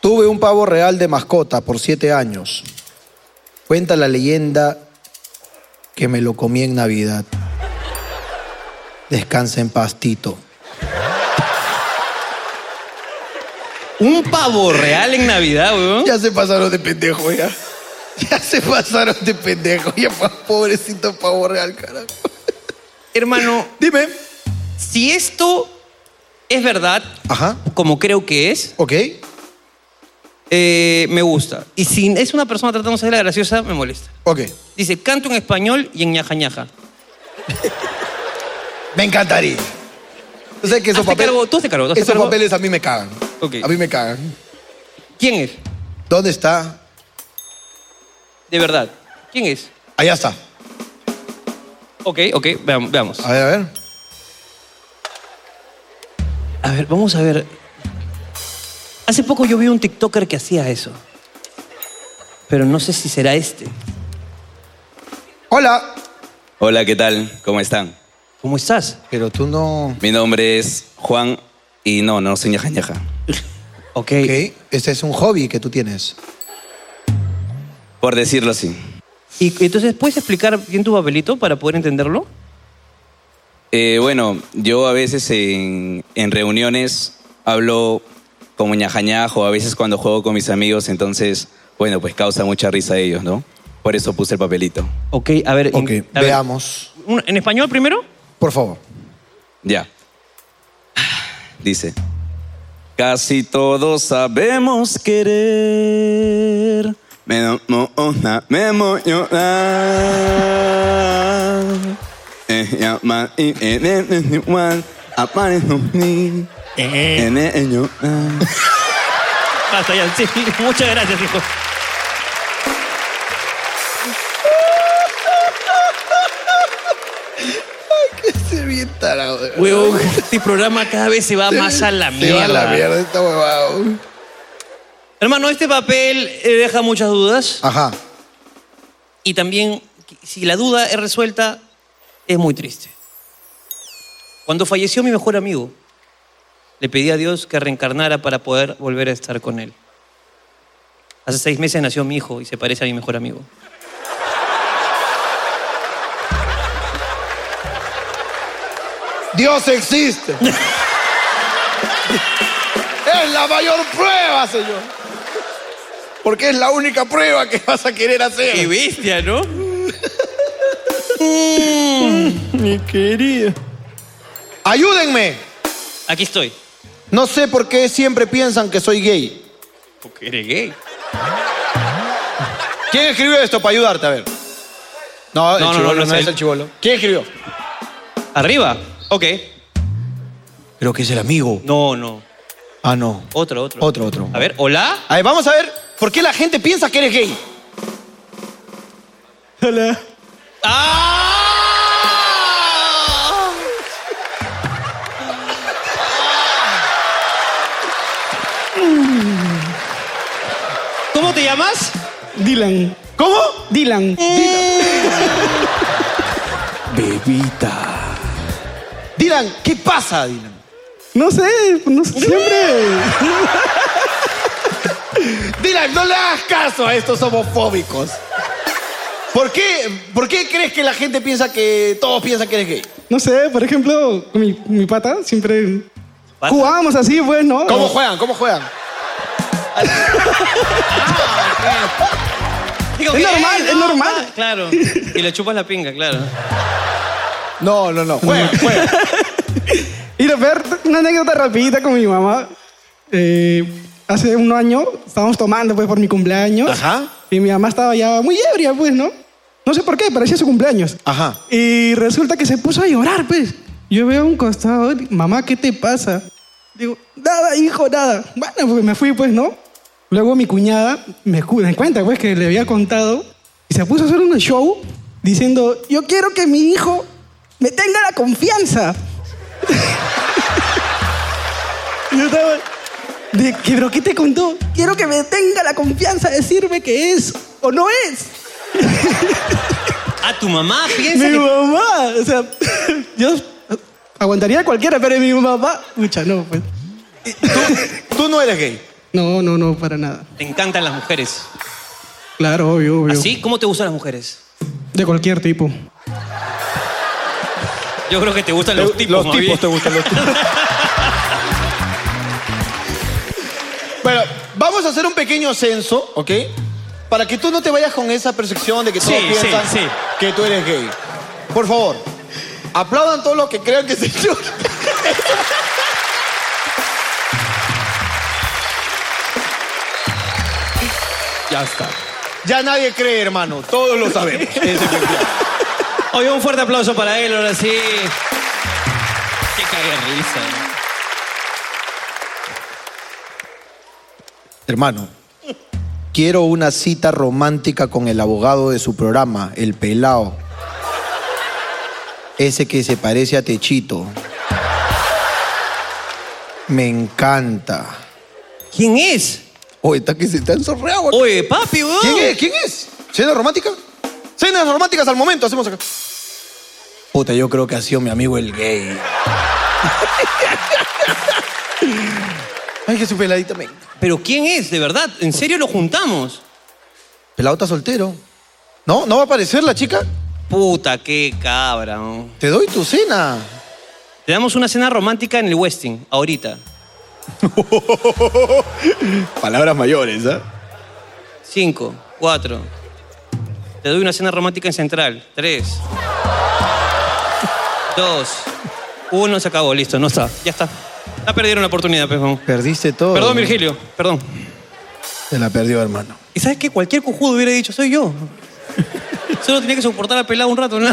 [SPEAKER 2] Tuve un pavo real de mascota por siete años. Cuenta la leyenda que me lo comí en Navidad. Descansa en pastito.
[SPEAKER 1] Un pavo real en Navidad, weón.
[SPEAKER 2] Ya se pasaron de pendejo, ya. Ya se pasaron de pendejo, ya pa- pobrecito pavo real, carajo.
[SPEAKER 1] Hermano.
[SPEAKER 2] Dime.
[SPEAKER 1] Si esto es verdad, como creo que es, eh, me gusta. Y si es una persona tratándose de la graciosa, me molesta.
[SPEAKER 2] Ok.
[SPEAKER 1] Dice, canto en español y en ñaja ñaja.
[SPEAKER 2] Me encantaría. Tú sabes que esos
[SPEAKER 1] Hazte
[SPEAKER 2] papeles.
[SPEAKER 1] cargo, tú hazte cargo, tú hazte
[SPEAKER 2] esos
[SPEAKER 1] cargo.
[SPEAKER 2] papeles a mí me cagan. A mí me cagan.
[SPEAKER 1] ¿Quién es?
[SPEAKER 2] ¿Dónde está?
[SPEAKER 1] De verdad. ¿Quién es?
[SPEAKER 2] Allá está.
[SPEAKER 1] Ok, ok, veam- veamos.
[SPEAKER 2] A ver, a ver.
[SPEAKER 1] A ver, vamos a ver. Hace poco yo vi un TikToker que hacía eso. Pero no sé si será este.
[SPEAKER 2] Hola.
[SPEAKER 18] Hola, ¿qué tal? ¿Cómo están?
[SPEAKER 1] ¿Cómo estás?
[SPEAKER 2] Pero tú no.
[SPEAKER 18] Mi nombre es Juan y no, no soy ñaja ñaja.
[SPEAKER 1] Ok.
[SPEAKER 2] Este es un hobby que tú tienes.
[SPEAKER 18] Por decirlo así.
[SPEAKER 1] Y y entonces, ¿puedes explicar bien tu papelito para poder entenderlo?
[SPEAKER 18] Eh, bueno, yo a veces en, en reuniones hablo como ñaja ñaja o a veces cuando juego con mis amigos, entonces Bueno, pues causa mucha risa a ellos, ¿no? Por eso puse el papelito.
[SPEAKER 1] Ok, a ver.
[SPEAKER 2] Ok, veamos.
[SPEAKER 1] ¿En español primero?
[SPEAKER 2] Por favor.
[SPEAKER 18] Ya. Dice. Casi todos sabemos querer. Me no- mo- ona, me mo- yo- ah. Eh, ya, ma- y- eh, ne- ne- ni- wan. Apare- no, ni. Eh, ne- yo- ah.
[SPEAKER 1] Basta ya, sí, muchas gracias, hijo.
[SPEAKER 2] Este bien tarado. de verdad.
[SPEAKER 1] Huevón, este programa cada vez se va
[SPEAKER 2] Se-
[SPEAKER 1] más a la
[SPEAKER 2] se
[SPEAKER 1] mierda.
[SPEAKER 2] va a la mierda esta huevada.
[SPEAKER 1] Hermano, este papel eh, deja muchas dudas.
[SPEAKER 2] Ajá.
[SPEAKER 1] Y también, si la duda es resuelta, es muy triste. Cuando falleció mi mejor amigo, le pedí a Dios que reencarnara para poder volver a estar con él. Hace seis meses nació mi hijo y se parece a mi mejor amigo.
[SPEAKER 2] Dios existe. es la mayor prueba, señor. Porque es la única prueba que vas a querer hacer.
[SPEAKER 1] Qué bestia, ¿no?
[SPEAKER 2] Mm. Mi querido. Ayúdenme.
[SPEAKER 1] Aquí estoy.
[SPEAKER 2] No sé por qué siempre piensan que soy gay.
[SPEAKER 1] Porque eres gay.
[SPEAKER 2] ¿Quién escribió esto para ayudarte? A ver. No, el
[SPEAKER 1] No, no, no,
[SPEAKER 2] chibolo, no,
[SPEAKER 1] no es
[SPEAKER 2] es
[SPEAKER 1] él.
[SPEAKER 2] el chivolo. ¿Quién escribió?
[SPEAKER 1] Arriba. Ok.
[SPEAKER 2] Creo que es el amigo.
[SPEAKER 1] No, no.
[SPEAKER 2] Ah, no.
[SPEAKER 1] Otro, otro.
[SPEAKER 2] Otro, otro.
[SPEAKER 1] A ver, hola.
[SPEAKER 2] A ver, vamos a ver por qué la gente piensa que eres gay. Hola.
[SPEAKER 1] ¿Cómo te llamas?
[SPEAKER 19] Dylan.
[SPEAKER 2] ¿Cómo?
[SPEAKER 19] Dylan.
[SPEAKER 17] Bebita.
[SPEAKER 2] Dylan, ¿qué pasa, Dylan?
[SPEAKER 19] No sé, no sé, siempre.
[SPEAKER 2] Dylan, no le hagas caso a estos homofóbicos. ¿Por qué, ¿Por qué crees que la gente piensa que todos piensan que eres gay?
[SPEAKER 19] No sé, por ejemplo, con mi, mi pata siempre jugábamos así, pues,
[SPEAKER 1] Oh.
[SPEAKER 19] ¿no?
[SPEAKER 2] ¿Cómo juegan? ¿Cómo juegan?
[SPEAKER 1] Digo,
[SPEAKER 19] Es
[SPEAKER 1] ¿qué?
[SPEAKER 19] normal,
[SPEAKER 1] Eh,
[SPEAKER 19] es
[SPEAKER 1] no,
[SPEAKER 19] normal.
[SPEAKER 1] ah, Claro. Y le chupas la pinga, claro.
[SPEAKER 2] No, no, no. Juegan, juegan.
[SPEAKER 19] Y de ver una anécdota rapidita con mi mamá. Eh, hace un año estábamos tomando, pues, por mi cumpleaños.
[SPEAKER 2] Ajá.
[SPEAKER 19] Y mi mamá estaba ya muy ebria, pues, ¿no? No sé por qué, parecía su cumpleaños.
[SPEAKER 2] Ajá.
[SPEAKER 19] Y resulta que se puso a llorar, pues. Yo veo a un costado, mamá, ¿qué te pasa? Digo, nada, hijo, nada. Bueno, pues me fui, pues, ¿no? Luego mi cuñada me cu- me cuenta, pues, que le había contado y se puso a hacer un show diciendo, yo quiero que mi hijo me tenga la confianza. Y yo estaba, de, "¿Qué- ¿pero qué te contó? Quiero que me tenga la confianza de decirme que es o no es.
[SPEAKER 1] Ah, tu mamá piensa
[SPEAKER 19] Mi
[SPEAKER 1] que...
[SPEAKER 19] mamá, o sea, yo aguantaría a cualquiera, pero mi mamá, mucha, no, pues.
[SPEAKER 2] Tú no eres gay.
[SPEAKER 19] No, no, no, para nada.
[SPEAKER 1] Te encantan las mujeres.
[SPEAKER 19] Claro, obvio,
[SPEAKER 2] ¿Ah,
[SPEAKER 19] obvio.
[SPEAKER 1] ¿Así? ¿Cómo te gustan las mujeres?
[SPEAKER 19] De cualquier tipo.
[SPEAKER 1] Yo creo que te gustan los tipos.
[SPEAKER 2] los
[SPEAKER 1] más
[SPEAKER 2] tipos
[SPEAKER 1] bien.
[SPEAKER 2] te gustan, los tipos. Bueno, vamos a hacer un pequeño censo, ¿ok? Para que tú no te vayas con esa percepción de que todos
[SPEAKER 1] Sí, sí,
[SPEAKER 2] piensan
[SPEAKER 1] sí.
[SPEAKER 2] que tú eres gay. Por favor, aplaudan todos los que crean que se
[SPEAKER 1] Ya está.
[SPEAKER 2] Ya nadie cree, hermano. Todos lo sabemos.
[SPEAKER 1] Oye, un fuerte aplauso para él, ahora sí. Qué cague de risa. ¿no?
[SPEAKER 2] Hermano, quiero una cita romántica con el abogado de su programa, el pelao. Ese que se parece a Techito. Me encanta.
[SPEAKER 1] ¿Quién es?
[SPEAKER 2] Oye, está que se está ensorreado. acá.
[SPEAKER 1] Oye, papi, weón.
[SPEAKER 2] ¿Quién es? ¿Quién es? ¿Cena romántica? Cenas románticas al momento hacemos acá. Puta, yo creo que ha sido mi amigo el gay. Ay, que su peladita me...
[SPEAKER 1] ¿Pero quién es? De verdad, ¿en serio lo juntamos?
[SPEAKER 2] Pelado está soltero. ¿No? ¿No va a aparecer la chica?
[SPEAKER 1] Puta, qué cabra. ¿no?
[SPEAKER 2] Te doy tu cena.
[SPEAKER 1] Te damos una cena romántica en el Westin, ahorita.
[SPEAKER 2] Palabras mayores, ¿ah?
[SPEAKER 1] Cinco. Cuatro. Te doy una cena romántica en Central. Tres. Dos. Uno, se acabó. Listo, no está. Ya está. Ya perdieron la oportunidad, pejón.
[SPEAKER 2] Perdiste todo.
[SPEAKER 1] Perdón, Virgilio. Perdón.
[SPEAKER 2] Se la perdió, hermano.
[SPEAKER 1] ¿Y sabes qué? Cualquier cojudo hubiera dicho, soy yo. Solo tenía que soportar a pelado un rato, ¿no?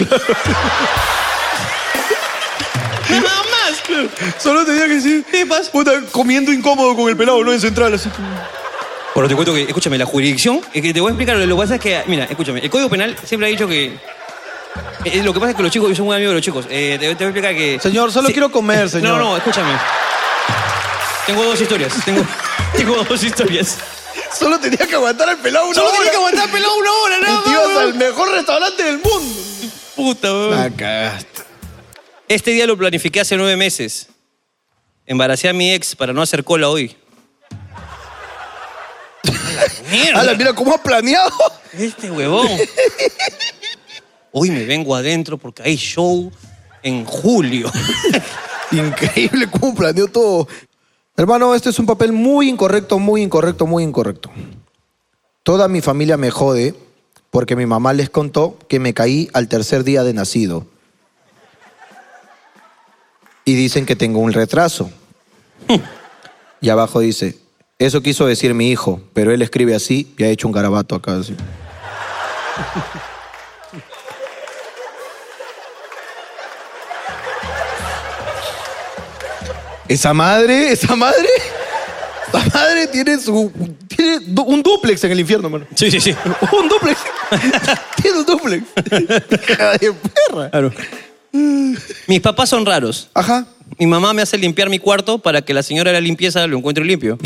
[SPEAKER 2] Nada más. Solo tenía que decir, ¿qué pasa? Puta, comiendo incómodo con el pelado, ¿no? En central, así.
[SPEAKER 1] Bueno, te cuento que, escúchame, la jurisdicción, es que te voy a explicar, lo que pasa es que, mira, escúchame, el Código Penal siempre ha dicho que... eh, lo que pasa es que los chicos, yo soy muy amigo de los chicos, eh, te, te voy a explicar que...
[SPEAKER 2] Señor, solo
[SPEAKER 1] Sí.
[SPEAKER 2] quiero comer, señor.
[SPEAKER 1] No, no, escúchame. Tengo dos historias, tengo, tengo dos historias.
[SPEAKER 2] Solo tenía que aguantar al pelado una
[SPEAKER 1] Solo
[SPEAKER 2] hora.
[SPEAKER 1] tenía que aguantar al pelado una hora, nada
[SPEAKER 2] Y te
[SPEAKER 1] más,
[SPEAKER 2] ibas al
[SPEAKER 1] weón.
[SPEAKER 2] mejor restaurante del mundo.
[SPEAKER 1] Puta, weón. Este día lo planifiqué hace nueve meses. Embaracé a mi ex para no hacer cola hoy.
[SPEAKER 2] Mierda. mira cómo ha planeado.
[SPEAKER 1] Este huevón. Hoy me vengo adentro porque hay show en julio.
[SPEAKER 2] Increíble cómo planeó todo. Hermano, este es un papel muy incorrecto, muy incorrecto, muy incorrecto. Toda mi familia me jode porque mi mamá les contó que me caí al tercer día de nacido. Y dicen que tengo un retraso. Y abajo dice, eso quiso decir mi hijo, pero él escribe así y ha hecho un garabato acá. así. Esa madre, esa madre, esa madre tiene su. Tiene du- un duplex en el infierno, mano.
[SPEAKER 1] Sí, sí, sí.
[SPEAKER 2] Un duplex. tiene un duplex. Hija de perra.
[SPEAKER 1] Claro.
[SPEAKER 2] Mm.
[SPEAKER 1] Mis papás son raros.
[SPEAKER 2] Ajá.
[SPEAKER 1] Mi mamá me hace limpiar mi cuarto para que la señora de la limpieza lo encuentre limpio.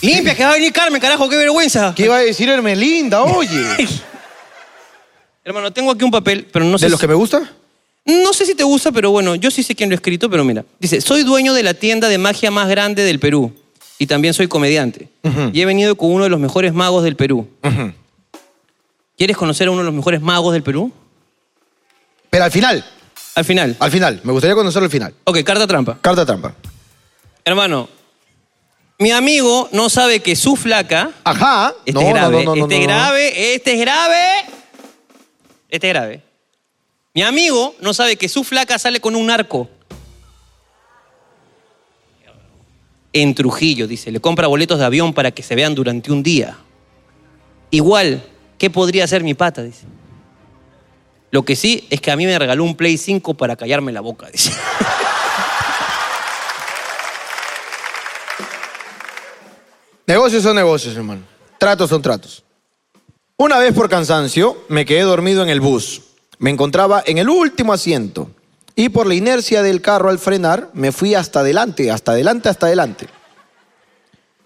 [SPEAKER 1] Limpia, que va a venir Carmen, carajo, qué vergüenza.
[SPEAKER 2] ¿Qué iba a decir Hermelinda, oye?
[SPEAKER 1] Hermano, tengo aquí un papel, pero no sé.
[SPEAKER 2] ¿De los que me gusta?
[SPEAKER 1] No sé si te gusta, pero bueno, yo sí sé quién lo ha escrito, pero mira. Dice, soy dueño de la tienda de magia más grande del Perú y también soy comediante. Y he venido con uno de los mejores magos del Perú. ¿Quieres conocer a uno de los mejores magos del Perú?
[SPEAKER 2] Pero al final.
[SPEAKER 1] Al final.
[SPEAKER 2] Al final. Me gustaría conocerlo al final.
[SPEAKER 1] Ok, carta trampa.
[SPEAKER 2] Carta trampa.
[SPEAKER 1] Hermano, mi amigo no sabe que su flaca...
[SPEAKER 2] Ajá.
[SPEAKER 1] Este
[SPEAKER 2] No,
[SPEAKER 1] es
[SPEAKER 2] no,
[SPEAKER 1] grave,
[SPEAKER 2] no, no,
[SPEAKER 1] este
[SPEAKER 2] no,
[SPEAKER 1] es
[SPEAKER 2] no.
[SPEAKER 1] grave, este es grave. Este es grave. Mi amigo no sabe que su flaca sale con un arco. En Trujillo, dice. Le compra boletos de avión para que se vean durante un día. Igual, ¿qué podría hacer mi pata? Dice. Lo que sí es que a mí me regaló un Play 5 para callarme la boca, dice.
[SPEAKER 2] Negocios son negocios, hermano. Tratos son tratos. Una vez por cansancio, me quedé dormido en el bus. Me encontraba en el último asiento. Y por la inercia del carro al frenar, me fui hasta adelante, hasta adelante, hasta adelante.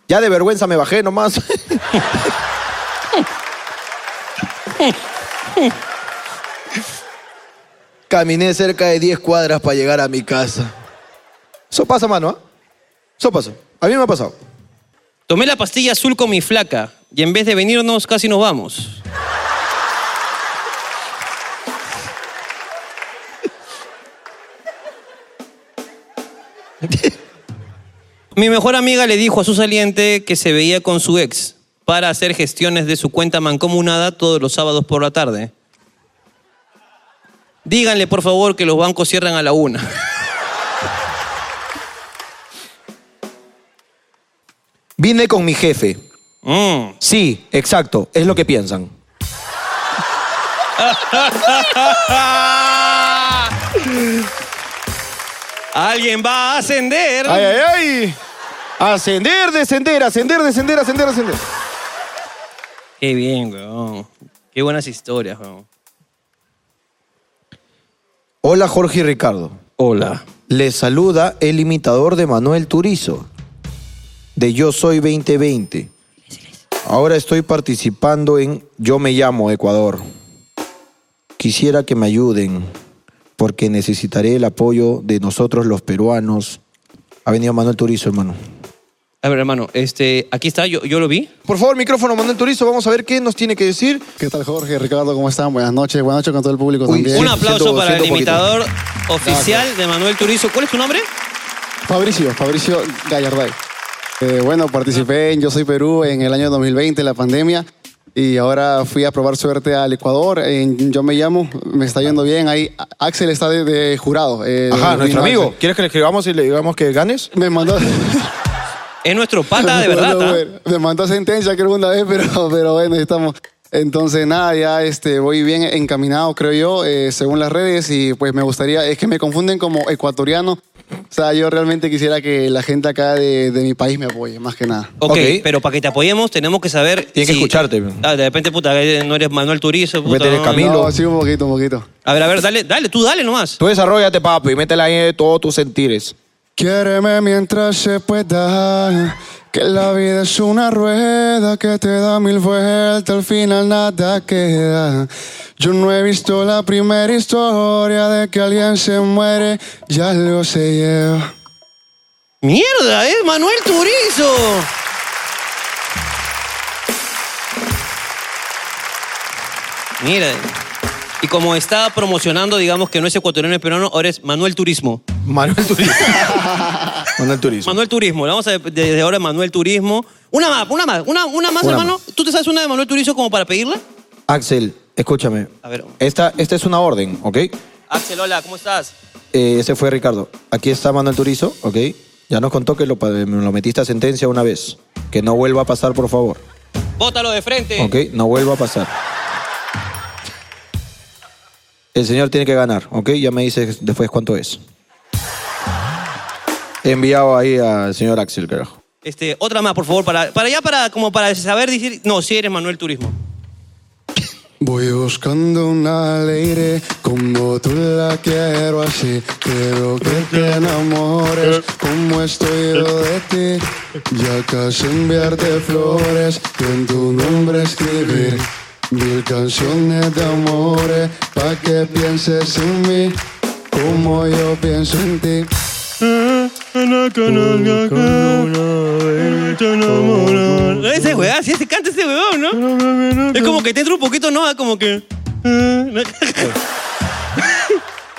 [SPEAKER 2] Ya de vergüenza me bajé nomás. Caminé cerca de 10 cuadras para llegar a mi casa. Eso pasa, mano, ¿ah? Eso pasa. A mí me ha pasado.
[SPEAKER 1] Tomé la pastilla azul con mi flaca y en vez de venirnos casi nos vamos. mi mejor amiga le dijo a su saliente que se veía con su ex para hacer gestiones de su cuenta mancomunada todos los sábados por la tarde. Díganle por favor que los bancos cierran a la una.
[SPEAKER 2] Vine con mi jefe. Sí, exacto, es lo que piensan.
[SPEAKER 1] Alguien va a ascender.
[SPEAKER 2] ¡Ay, ay, ay! Ascender, descender, ascender, descender, ascender, ascender.
[SPEAKER 1] Qué bien, weón. Qué buenas historias, weón.
[SPEAKER 2] Hola, Jorge y Ricardo.
[SPEAKER 1] Hola.
[SPEAKER 2] Les saluda el imitador de Manuel Turizo, de Yo Soy 2020. Ahora estoy participando en Yo Me Llamo Ecuador. Quisiera que me ayuden, porque necesitaré el apoyo de nosotros los peruanos. Ha venido Manuel Turizo, hermano.
[SPEAKER 1] A ver, hermano, este, aquí está, yo, yo lo vi.
[SPEAKER 2] Por favor, micrófono, Manuel Turizo, vamos a ver qué nos tiene que decir.
[SPEAKER 20] ¿Qué tal, Jorge? Ricardo, ¿cómo están? Buenas noches, buenas noches con todo el público también.
[SPEAKER 1] Un aplauso para el imitador oficial de Manuel Turizo. ¿Cuál es tu nombre?
[SPEAKER 20] Fabricio, Fabricio Gallarday. Eh, bueno, participé en Yo Soy Perú en el año 2020, la pandemia. Y ahora fui a probar suerte al Ecuador. en Yo me llamo, me está yendo bien. Ahí Axel está de, de jurado. eh,
[SPEAKER 2] Ajá,
[SPEAKER 20] vino
[SPEAKER 2] nuestro amigo.
[SPEAKER 20] Axel.
[SPEAKER 2] ¿Quieres que le escribamos y le digamos que ganes?
[SPEAKER 20] Me mandó.
[SPEAKER 1] Es nuestro pata de verdad.
[SPEAKER 20] Bueno,
[SPEAKER 1] ¿ah?
[SPEAKER 20] bueno, Me mandó sentencia creo una vez, pero, pero bueno, ahí estamos. Entonces, nada, ya este, voy bien encaminado, creo yo, eh, según las redes, y pues me gustaría, es que me confunden como ecuatoriano. O sea, yo realmente quisiera que la gente acá de, de mi país me apoye, más que nada.
[SPEAKER 1] Ok, pero para que te apoyemos tenemos que saber. Tienes que escucharte. Ah, de repente, puta, eh, no eres Manuel Turizo. Puta, no,
[SPEAKER 20] No,
[SPEAKER 1] no.
[SPEAKER 20] sí, un poquito, un poquito.
[SPEAKER 1] A ver, a ver, dale, dale, tú dale nomás.
[SPEAKER 2] Tú desarrollate, papi, y métela ahí de todos tus sentires.
[SPEAKER 17] Quiéreme mientras se pueda, que la vida es una rueda que te da mil vueltas, al final nada queda. Yo no he visto la primera historia de que alguien se muere, ya lo se lleva.
[SPEAKER 1] ¡Mierda, es Manuel Turizo! Mira, y como está promocionando, digamos que no es ecuatoriano, es peruano, ahora es Manuel Turismo.
[SPEAKER 2] Manuel Turismo.
[SPEAKER 1] Manuel Turismo. Manuel Turismo. Le vamos a desde ahora Manuel Turismo. Una más, una más, una, una más,
[SPEAKER 2] Una
[SPEAKER 1] hermano. ¿Tú te sabes una de Manuel Turismo como para pedirla?
[SPEAKER 2] Axel, escúchame.
[SPEAKER 1] A ver.
[SPEAKER 2] Esta, esta es una orden, ¿ok?
[SPEAKER 1] Axel, hola, ¿cómo estás?
[SPEAKER 2] Eh, ese fue Ricardo. Aquí está Manuel Turizo, ¿ok? Ya nos contó que lo, pa- lo metiste a sentencia una vez. Que no vuelva a pasar, por favor.
[SPEAKER 1] Bótalo de frente.
[SPEAKER 2] ¿Ok? No vuelva a pasar. El señor tiene que ganar, ¿ok? Ya me dices después cuánto es. He enviado ahí al señor Axel, carajo.
[SPEAKER 1] Este, otra más, por favor, para, para ya para, como para saber decir, no, si eres Manuel Turismo.
[SPEAKER 17] Voy buscando una aire como tú la quiero así. Quiero que te enamores como estoy yo de ti. Ya casi enviarte flores y en tu nombre escribir mil canciones de amores pa' que pienses en mí como yo pienso en ti.
[SPEAKER 1] Ese weón, sí, se canta ese weón, ¿no? Es como que te entra un poquito, ¿no? Ah, Como que.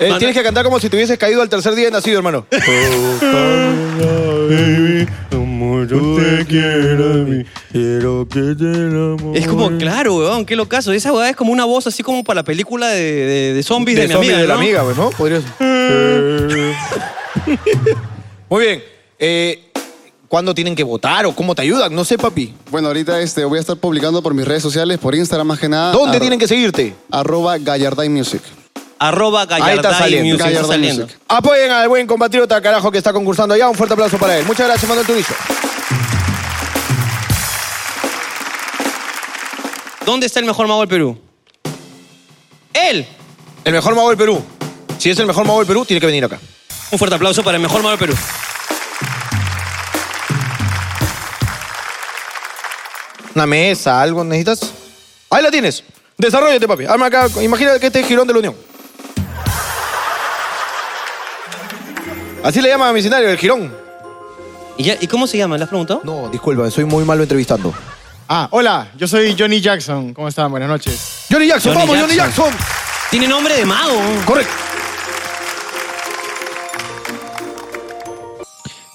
[SPEAKER 2] Eh, tienes que cantar como si te hubieses caído al tercer día de nacido, hermano.
[SPEAKER 1] Es como, pues claro, weón, qué locazo. Esa weón es como una voz así como para la película de, de- de zombies de, mi
[SPEAKER 2] zombies
[SPEAKER 1] amiga.
[SPEAKER 2] de la
[SPEAKER 1] ¿no?
[SPEAKER 2] amiga, pues, ¿no? Podrías. Muy bien. Eh, ¿Cuándo tienen que votar o cómo te ayudan? No sé, papi.
[SPEAKER 20] Bueno, ahorita este, voy a estar publicando por mis redes sociales, por Instagram más que nada.
[SPEAKER 2] ¿Dónde tienen que seguirte?
[SPEAKER 20] Arroba Gallarday Music.
[SPEAKER 1] Arroba
[SPEAKER 2] Ahí está
[SPEAKER 1] Gallarday
[SPEAKER 2] saliendo.
[SPEAKER 1] Music, está
[SPEAKER 2] Gallarday
[SPEAKER 1] saliendo.
[SPEAKER 2] Music. Apoyen al buen compatriota, carajo, que está concursando allá. Un fuerte aplauso para él. Muchas gracias, Manuel Turizo.
[SPEAKER 1] ¿Dónde está el mejor mago del Perú? Él.
[SPEAKER 2] El mejor mago del Perú. Si es el mejor mago del Perú, tiene que venir acá.
[SPEAKER 1] Un fuerte aplauso para el mejor mago del Perú.
[SPEAKER 2] Una mesa, algo necesitas. Ahí la tienes. Desarrollate, papi. Arma acá. Imagina que este es Girón de la Unión. Así le llaman a mi escenario, el Girón.
[SPEAKER 1] ¿Y, ya- ¿y cómo se llama? ¿Le has preguntado?
[SPEAKER 2] No, disculpa, soy muy malo entrevistando.
[SPEAKER 21] Ah, hola, yo soy Johnny Jackson. ¿Cómo están? Buenas noches.
[SPEAKER 2] Johnny Jackson, Johnny vamos, Johnny Jackson.
[SPEAKER 1] Tiene nombre de mago.
[SPEAKER 2] Correcto.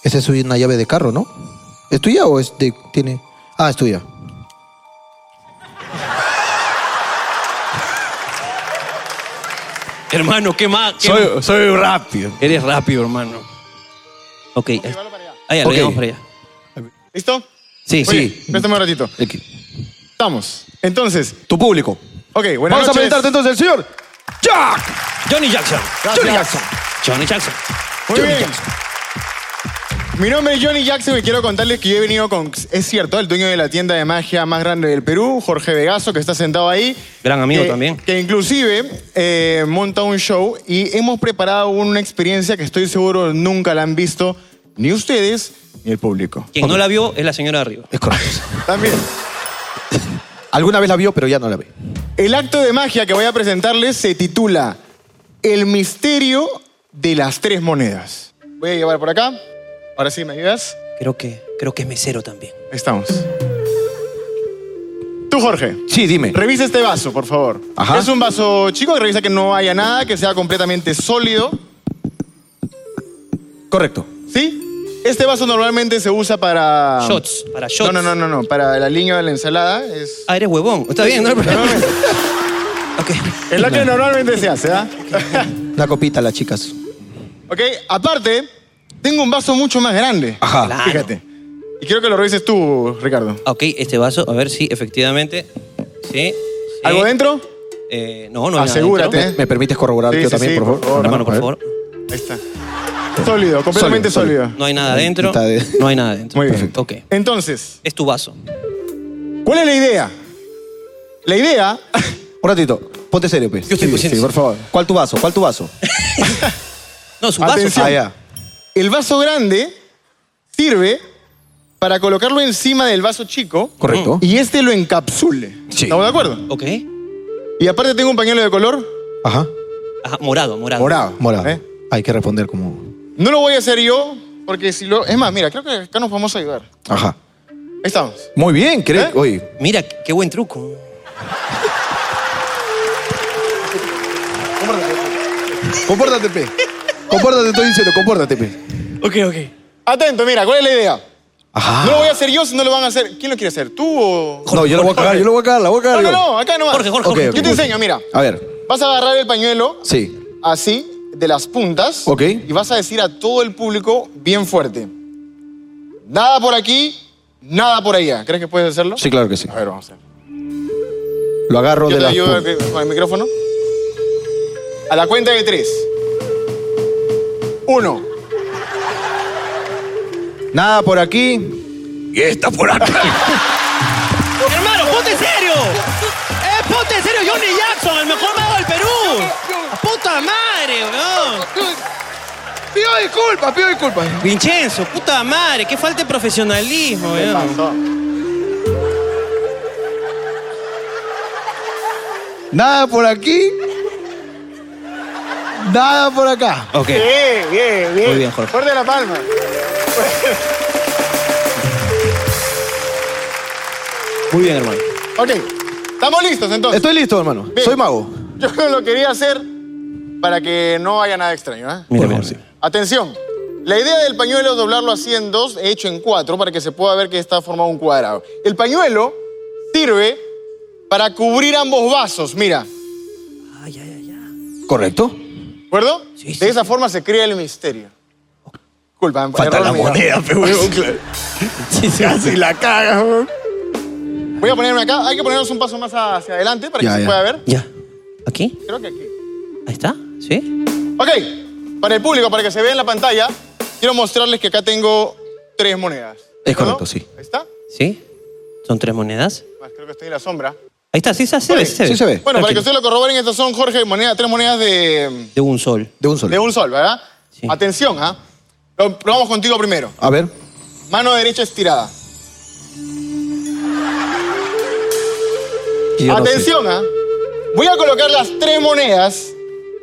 [SPEAKER 2] Esa es una llave de carro, ¿no? ¿Es tuya o es de, tiene? Ah, es tuya.
[SPEAKER 1] Hermano, ¿qué más? ¿Qué
[SPEAKER 2] Soy-
[SPEAKER 1] más?
[SPEAKER 2] soy rápido.
[SPEAKER 1] Eres rápido, hermano. Ok. ahí- Ah, ya,
[SPEAKER 21] Ok.
[SPEAKER 1] lo llevamos para allá.
[SPEAKER 21] ¿Listo?
[SPEAKER 1] Sí,
[SPEAKER 21] sí. Préstame un ratito. Estamos. Entonces.
[SPEAKER 2] Tu público.
[SPEAKER 21] Ok, buenas
[SPEAKER 2] Vamos a
[SPEAKER 21] noches.
[SPEAKER 2] presentarte entonces el señor Jack.
[SPEAKER 1] Johnny Jackson.
[SPEAKER 21] Johnny
[SPEAKER 2] Jackson.
[SPEAKER 1] Johnny Jackson.
[SPEAKER 21] Muy bien. Mi nombre es Johnny Jackson y quiero contarles que yo he venido con, es cierto, el dueño de la tienda de magia más grande del Perú, Jorge Vegaso, que está sentado ahí.
[SPEAKER 1] Gran
[SPEAKER 2] Eh,
[SPEAKER 1] amigo
[SPEAKER 21] que-
[SPEAKER 1] también.
[SPEAKER 21] Que inclusive eh, monta un show y hemos preparado una experiencia que estoy seguro nunca la han visto ni ustedes ni el público.
[SPEAKER 1] Quien no la vio es la señora de arriba.
[SPEAKER 2] Es correcto.
[SPEAKER 21] También.
[SPEAKER 2] Alguna vez la vio, pero ya no la ve.
[SPEAKER 21] El acto de magia que voy a presentarles se titula El misterio de las tres monedas. Voy a llevar por acá. Ahora sí, ¿me ayudas?
[SPEAKER 1] Creo que, creo que es mesero también.
[SPEAKER 21] Estamos. Tú, Jorge.
[SPEAKER 2] Sí, dime.
[SPEAKER 21] Revisa este vaso, por favor.
[SPEAKER 2] Ajá.
[SPEAKER 21] Es un vaso chico, revisa que no haya nada, que sea completamente sólido.
[SPEAKER 2] Correcto.
[SPEAKER 21] ¿Sí? Este vaso normalmente se usa para.
[SPEAKER 1] Shots, para shots.
[SPEAKER 21] No, no, no, no, no. Para el aliño de la ensalada es.
[SPEAKER 1] Ah, eres huevón. Está bien, no hay problema.
[SPEAKER 21] Es lo que normalmente se hace, ¿ah?
[SPEAKER 2] La copita, las chicas.
[SPEAKER 21] Ok, aparte, tengo un vaso mucho más grande.
[SPEAKER 2] Ajá.
[SPEAKER 21] Fíjate. Y quiero que lo revises tú, Ricardo.
[SPEAKER 1] Ok, este vaso, a ver si efectivamente. Sí. sí.
[SPEAKER 21] ¿Algo dentro?
[SPEAKER 1] Eh, no, no. hay nada
[SPEAKER 21] Asegúrate.
[SPEAKER 1] dentro.
[SPEAKER 21] ¿Me- me
[SPEAKER 2] permites corroborar
[SPEAKER 21] Sí, sí, sí, por favor.
[SPEAKER 1] Hermano, por
[SPEAKER 21] A ver.
[SPEAKER 1] favor.
[SPEAKER 21] Ahí está. Sólido, completamente sólido.
[SPEAKER 1] No hay nada adentro. No hay nada adentro.
[SPEAKER 21] Muy bien.
[SPEAKER 1] Perfecto. Ok.
[SPEAKER 21] Entonces.
[SPEAKER 1] Es tu vaso.
[SPEAKER 21] ¿Cuál es la idea? La idea.
[SPEAKER 2] Un ratito, ponte serio, pues. Yo estoy sí, sí, por favor. ¿Cuál tu vaso? ¿Cuál tu vaso?
[SPEAKER 1] No, su
[SPEAKER 2] vaso.
[SPEAKER 21] Atención.
[SPEAKER 2] Ah, ya.
[SPEAKER 21] El vaso grande sirve para colocarlo encima del vaso chico.
[SPEAKER 2] Correcto.
[SPEAKER 21] Y este lo encapsule. ¿Estamos de acuerdo?
[SPEAKER 1] Ok.
[SPEAKER 21] Y aparte tengo un pañuelo de color
[SPEAKER 2] Ajá.
[SPEAKER 1] Ajá, morado, morado.
[SPEAKER 21] morado.
[SPEAKER 2] Morado. Hay que responder como.
[SPEAKER 21] No lo voy a hacer yo, porque si lo. Es más, mira, creo que acá nos vamos a ayudar. Ahí
[SPEAKER 2] Ajá.
[SPEAKER 21] estamos.
[SPEAKER 2] Muy bien, creo.
[SPEAKER 21] ¿Eh?
[SPEAKER 2] Oye.
[SPEAKER 1] Mira, qué buen truco.
[SPEAKER 2] Compórtate, pe. Compórtate, estoy diciendo, compórtate, pe.
[SPEAKER 1] Ok, ok.
[SPEAKER 21] Atento, mira, ¿cuál es la idea? No lo voy a hacer yo, si no lo van a hacer. ¿Quién lo quiere hacer? ¿Tú o.?
[SPEAKER 2] no, yo lo voy a cagar, yo lo voy a cagar, la voy a
[SPEAKER 21] No,
[SPEAKER 2] cagar.
[SPEAKER 21] no,
[SPEAKER 2] yo.
[SPEAKER 21] no, acá nomás.
[SPEAKER 2] Jorge, Jorge, Ok, Jorge.
[SPEAKER 21] Yo te
[SPEAKER 2] ok.
[SPEAKER 21] enseño, mira.
[SPEAKER 2] A ver,
[SPEAKER 21] Vas a agarrar el pañuelo
[SPEAKER 2] sí.
[SPEAKER 21] así, de las puntas.
[SPEAKER 2] Ok.
[SPEAKER 21] Y vas a decir a todo el público bien fuerte: Nada por aquí, nada por allá. ¿Crees que puedes hacerlo?
[SPEAKER 2] Sí, claro que sí.
[SPEAKER 21] A ver, vamos a ver.
[SPEAKER 2] Lo agarro
[SPEAKER 21] Yo
[SPEAKER 2] de
[SPEAKER 21] te
[SPEAKER 2] la.
[SPEAKER 21] ayudo al- con el micrófono. A la cuenta de tres. Uno.
[SPEAKER 2] Nada por aquí. Y esta por acá.
[SPEAKER 1] Hermano, ponte serio. Eh, ponte serio, Johnny Jackson, el mejor mago del Perú. Puta madre, weón.
[SPEAKER 21] Pido disculpas, pido disculpas.
[SPEAKER 1] Vincenzo, puta madre, qué falta de profesionalismo, weón.
[SPEAKER 2] Nada por aquí. Nada por acá.
[SPEAKER 1] Ok.
[SPEAKER 21] Bien, bien, bien.
[SPEAKER 2] Muy bien, Jorge.
[SPEAKER 21] Fuerte la palma.
[SPEAKER 2] Muy bien, hermano.
[SPEAKER 21] ok. ¿Estamos listos entonces?
[SPEAKER 2] Estoy listo, hermano. Soy mago.
[SPEAKER 21] Yo lo quería hacer para que no haya nada extraño, ¿eh?
[SPEAKER 2] Mira, mira, sí.
[SPEAKER 21] Atención. La idea del pañuelo es doblarlo así en dos, he hecho en cuatro, para que se pueda ver que está formado un cuadrado. El pañuelo sirve para cubrir ambos vasos, mira.
[SPEAKER 2] ¿Correcto?
[SPEAKER 21] ¿De acuerdo? de esa forma se crea el misterio. Culpa,
[SPEAKER 2] Falta
[SPEAKER 21] error
[SPEAKER 2] la
[SPEAKER 21] mío.
[SPEAKER 2] moneda, pe, huevón, claro. Casi la cagas, huevón.
[SPEAKER 21] Voy a ponerme acá. Hay que ponernos un paso más hacia adelante para que
[SPEAKER 1] Ya,
[SPEAKER 21] se
[SPEAKER 1] ya.
[SPEAKER 21] pueda ver.
[SPEAKER 1] Ya. ¿Aquí?
[SPEAKER 21] Creo que aquí.
[SPEAKER 1] Ahí está, ¿sí?
[SPEAKER 21] Ok, para el público, para que se vea en la pantalla, quiero mostrarles que acá tengo tres monedas.
[SPEAKER 1] Es correcto, sí.
[SPEAKER 21] Ahí está.
[SPEAKER 1] ¿Sí? ¿Son tres monedas?
[SPEAKER 21] Más creo que estoy en la sombra.
[SPEAKER 1] Ahí está, sí, se, se ve, se ve.
[SPEAKER 21] Bueno, para que
[SPEAKER 1] Tranquilo.
[SPEAKER 21] ustedes lo corroboren, estas son, Jorge, monedas, tres monedas de,
[SPEAKER 1] De un sol.
[SPEAKER 2] De un sol.
[SPEAKER 21] de un sol, ¿verdad? Atención, ¿ah? Lo probamos contigo primero.
[SPEAKER 2] A ver.
[SPEAKER 21] Mano derecha estirada.
[SPEAKER 2] Y yo no sé.
[SPEAKER 21] Atención, ¿ah? Voy a colocar las tres monedas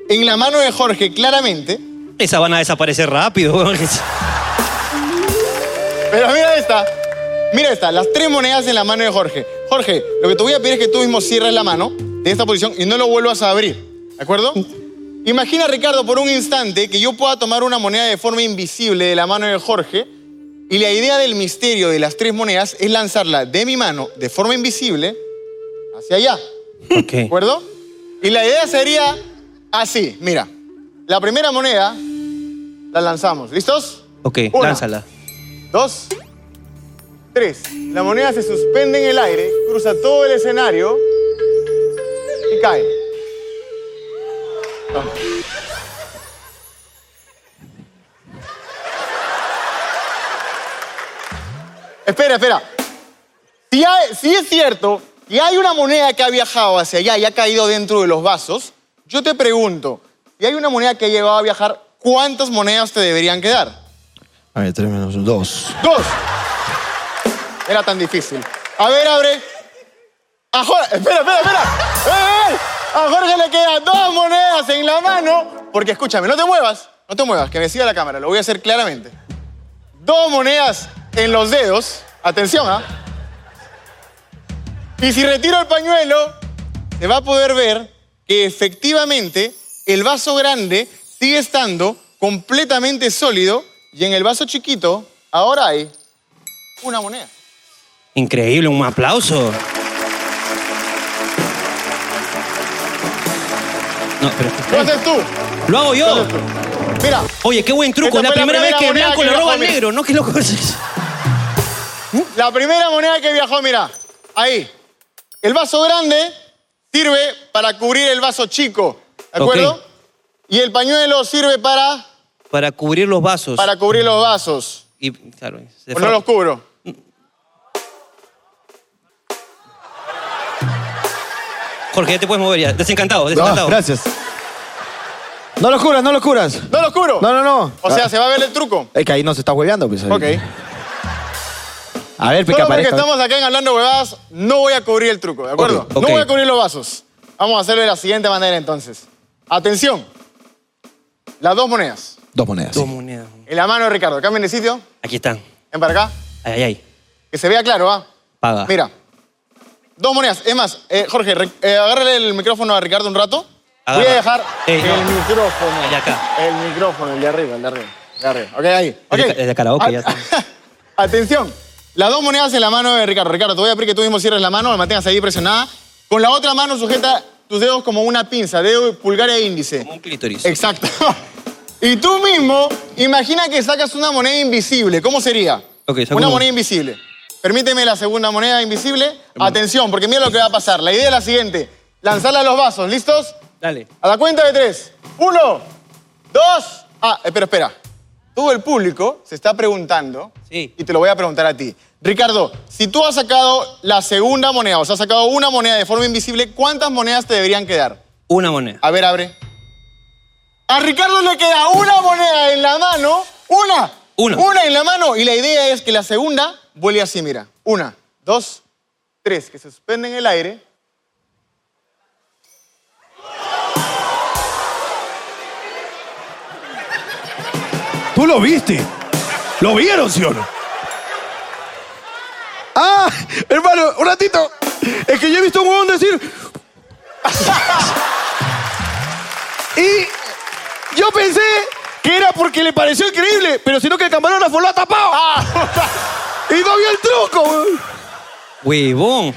[SPEAKER 21] en la mano de Jorge, claramente.
[SPEAKER 1] Esas van a desaparecer rápido, weón.
[SPEAKER 21] Pero mira esta. Mira esta, las tres monedas en la mano de Jorge. Jorge, lo que te voy a pedir es que tú mismo cierres la mano de esta posición y no lo vuelvas a abrir. ¿De acuerdo? Imagina, Ricardo, por un instante que yo pueda tomar una moneda de forma invisible de la mano de Jorge y la idea del misterio de las tres monedas es lanzarla de mi mano de forma invisible hacia allá. ¿De
[SPEAKER 1] Ok.
[SPEAKER 21] acuerdo? Y la idea sería así, mira. La primera moneda la lanzamos. ¿Listos?
[SPEAKER 1] Ok,
[SPEAKER 21] Una.
[SPEAKER 1] lánzala.
[SPEAKER 21] Dos, tres. La moneda se suspende en el aire, cruza todo el escenario y cae. Toma. Espera, espera. Si, hay- si es cierto que hay una moneda que ha viajado hacia allá y ha caído dentro de los vasos, yo te pregunto, si hay una moneda que ha llegado a viajar, ¿cuántas monedas te deberían quedar?
[SPEAKER 2] A ver, tres menos dos.
[SPEAKER 21] Dos. Era tan difícil. A ver, abre. A Jorge, espera, espera, espera. ¡Eh, eh! A Jorge le quedan dos monedas en la mano. Porque escúchame, no te muevas. No te muevas, que me siga la cámara. Lo voy a hacer claramente. Dos monedas en los dedos. Atención, ¿ah? Y si retiro el pañuelo, se va a poder ver que efectivamente el vaso grande sigue estando completamente sólido y en el vaso chiquito Ahora hay una moneda.
[SPEAKER 1] Increíble, un aplauso. No, pero.
[SPEAKER 21] ¿Lo haces tú?
[SPEAKER 1] ¡Lo hago yo!
[SPEAKER 21] Mira.
[SPEAKER 1] Oye, qué buen truco.
[SPEAKER 21] Esta
[SPEAKER 1] La
[SPEAKER 21] fue la
[SPEAKER 1] primera vez que
[SPEAKER 21] primera moneda
[SPEAKER 1] blanco
[SPEAKER 21] que
[SPEAKER 1] le roba al
[SPEAKER 21] viajó,
[SPEAKER 1] negro, ¿no? Qué loco es eso.
[SPEAKER 21] La primera moneda que viajó, mira, ahí. El vaso grande sirve para cubrir el vaso chico, ¿de acuerdo? Y el pañuelo sirve para,
[SPEAKER 1] Para cubrir los vasos.
[SPEAKER 21] para cubrir los vasos.
[SPEAKER 1] Y, claro, se
[SPEAKER 21] ¿O no
[SPEAKER 1] fa-
[SPEAKER 21] los cubro?
[SPEAKER 1] Jorge, ya te puedes mover ya. Desencantado, desencantado.
[SPEAKER 2] gracias. No lo curas, no lo curas.
[SPEAKER 21] No los cubro.
[SPEAKER 2] No, no, no.
[SPEAKER 21] O sea, se va a ver el truco.
[SPEAKER 2] Es que ahí nos está hueveando, pues. ahí.
[SPEAKER 21] Ok.
[SPEAKER 2] A ver,
[SPEAKER 21] Solo
[SPEAKER 2] peca,
[SPEAKER 21] porque
[SPEAKER 2] aparezca.
[SPEAKER 21] estamos acá en Hablando Huevadas, no voy a cubrir el truco, ¿de acuerdo?
[SPEAKER 2] Ok, ok.
[SPEAKER 21] No voy a cubrir los vasos. Vamos a hacerlo de la siguiente manera entonces. Atención. Las dos monedas.
[SPEAKER 2] Dos monedas.
[SPEAKER 1] Dos monedas.
[SPEAKER 21] En la mano de Ricardo. Cambien de sitio.
[SPEAKER 1] Aquí están.
[SPEAKER 21] Ven para acá.
[SPEAKER 1] Ay, ay, ay.
[SPEAKER 21] Que se vea claro, ¿ah?
[SPEAKER 1] Paga.
[SPEAKER 21] Mira. Dos monedas. Es más, eh, Jorge, re- eh, agárrale el micrófono a Ricardo un rato. Voy
[SPEAKER 1] Agarra.
[SPEAKER 21] a dejar
[SPEAKER 1] Ey, no.
[SPEAKER 21] el micrófono.
[SPEAKER 1] El de acá.
[SPEAKER 21] El micrófono, el de arriba, el de arriba. El de arriba. Ok, ahí. Ok. Ah,
[SPEAKER 1] El de- el de karaoke, ya está.
[SPEAKER 21] Atención. Las dos monedas en la mano de Ricardo. Ricardo, te voy a pedir que tú mismo cierres la mano, la mantengas ahí presionada. Con la otra mano sujeta tus dedos como una pinza, dedo pulgar e índice. Como un
[SPEAKER 1] clítoris.
[SPEAKER 21] Exacto. y tú mismo, imagina que sacas una moneda invisible. ¿Cómo sería?
[SPEAKER 1] Ok, saco
[SPEAKER 21] Una
[SPEAKER 1] uno.
[SPEAKER 21] moneda invisible. Permíteme la segunda moneda invisible. Atención, porque mira lo que va a pasar. La idea es la siguiente. Lanzarla a los vasos. ¿Listos?
[SPEAKER 1] Dale.
[SPEAKER 21] A la cuenta de tres. Uno, dos... Ah, eh, pero espera. Todo el público se está preguntando y te lo voy a preguntar a ti. Ricardo, si tú has sacado la segunda moneda, o sea, has sacado una moneda de forma invisible, ¿cuántas monedas te deberían quedar?
[SPEAKER 1] Una moneda.
[SPEAKER 21] A ver, abre. A Ricardo le queda una moneda en la mano. Una.
[SPEAKER 1] Una.
[SPEAKER 21] Una en la mano. Y la idea es que la segunda vuele así, mira. Una, dos, tres, que se suspenden en el aire.
[SPEAKER 2] Tú lo viste. ¿Lo vieron, sí o no? Ah, hermano, un ratito. Es que yo he visto un huevón decir. y yo pensé que era porque le pareció increíble, pero sino que el camarógrafo lo ha tapado. y no vio el truco, huevón.
[SPEAKER 1] Huevón.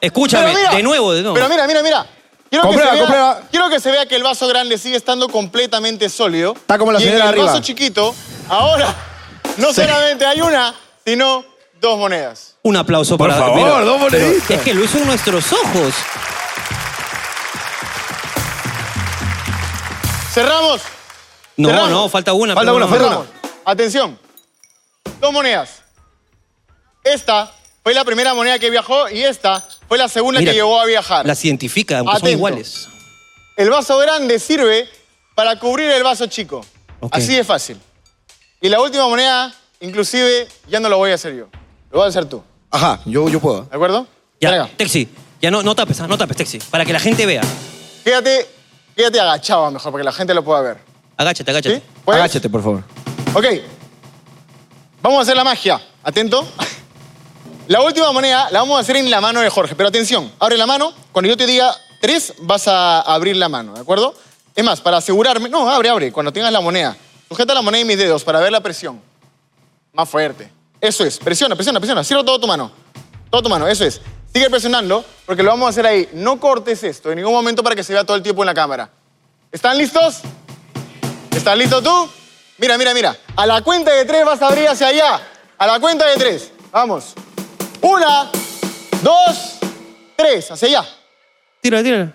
[SPEAKER 1] Escúchame,
[SPEAKER 21] Pero mira,
[SPEAKER 1] de nuevo, de nuevo.
[SPEAKER 21] Pero mira, mira, mira. Quiero que,
[SPEAKER 1] Comprueba,
[SPEAKER 21] se vea,
[SPEAKER 1] comprueba.
[SPEAKER 21] quiero que se vea que el vaso grande sigue estando completamente sólido. Está
[SPEAKER 2] como la señora
[SPEAKER 21] y en el
[SPEAKER 2] arriba.
[SPEAKER 21] vaso chiquito, ahora, no solamente hay una, sino dos monedas.
[SPEAKER 1] Un aplauso
[SPEAKER 2] Por
[SPEAKER 1] para
[SPEAKER 2] favor, dos
[SPEAKER 1] pero
[SPEAKER 2] moneditas.
[SPEAKER 1] Es que lo hizo en nuestros ojos.
[SPEAKER 21] Cerramos.
[SPEAKER 1] No,
[SPEAKER 21] Cerramos.
[SPEAKER 1] no, falta una. pero no, no.
[SPEAKER 21] Cerramos. Atención. Dos monedas. Esta fue la primera moneda que viajó y esta fue la segunda
[SPEAKER 1] Mira,
[SPEAKER 21] que llegó a viajar.
[SPEAKER 1] Las identifica, aunque
[SPEAKER 21] Atento.
[SPEAKER 1] son iguales.
[SPEAKER 21] El vaso grande sirve para cubrir el vaso chico. Así de fácil. Y la última moneda, inclusive, ya no lo voy a hacer yo. Lo vas a hacer tú.
[SPEAKER 2] Ajá, yo, yo puedo.
[SPEAKER 21] ¿De acuerdo?
[SPEAKER 1] Ya, Texi. Ya no, no tapes, ah, no tapes, Texi. Para que la gente vea.
[SPEAKER 21] Quédate, quédate agachado mejor, para que la gente lo pueda ver.
[SPEAKER 1] Agáchate, agáchate.
[SPEAKER 21] ¿Puedes?
[SPEAKER 2] Agáchate, por favor.
[SPEAKER 21] Ok. Vamos a hacer la magia. Atento. La última moneda la vamos a hacer en la mano de Jorge. Pero atención, abre la mano. Cuando yo te diga tres, vas a abrir la mano, ¿de acuerdo? Es más, para asegurarme. No, abre, abre. Cuando tengas la moneda. Sujeta la moneda en mis dedos para ver la presión. Más fuerte. Eso es. Presiona, presiona, presiona. Cierra todo tu mano. Todo tu mano, eso es. Sigue presionando porque lo vamos a hacer ahí. No cortes esto en ningún momento para que se vea todo el tiempo en la cámara. ¿Están listos? ¿Estás listo tú? Mira, mira, mira. A la cuenta de tres vas a abrir hacia allá. A la cuenta de tres. Vamos. Una, dos, tres. Hacia allá.
[SPEAKER 1] Tira, tira.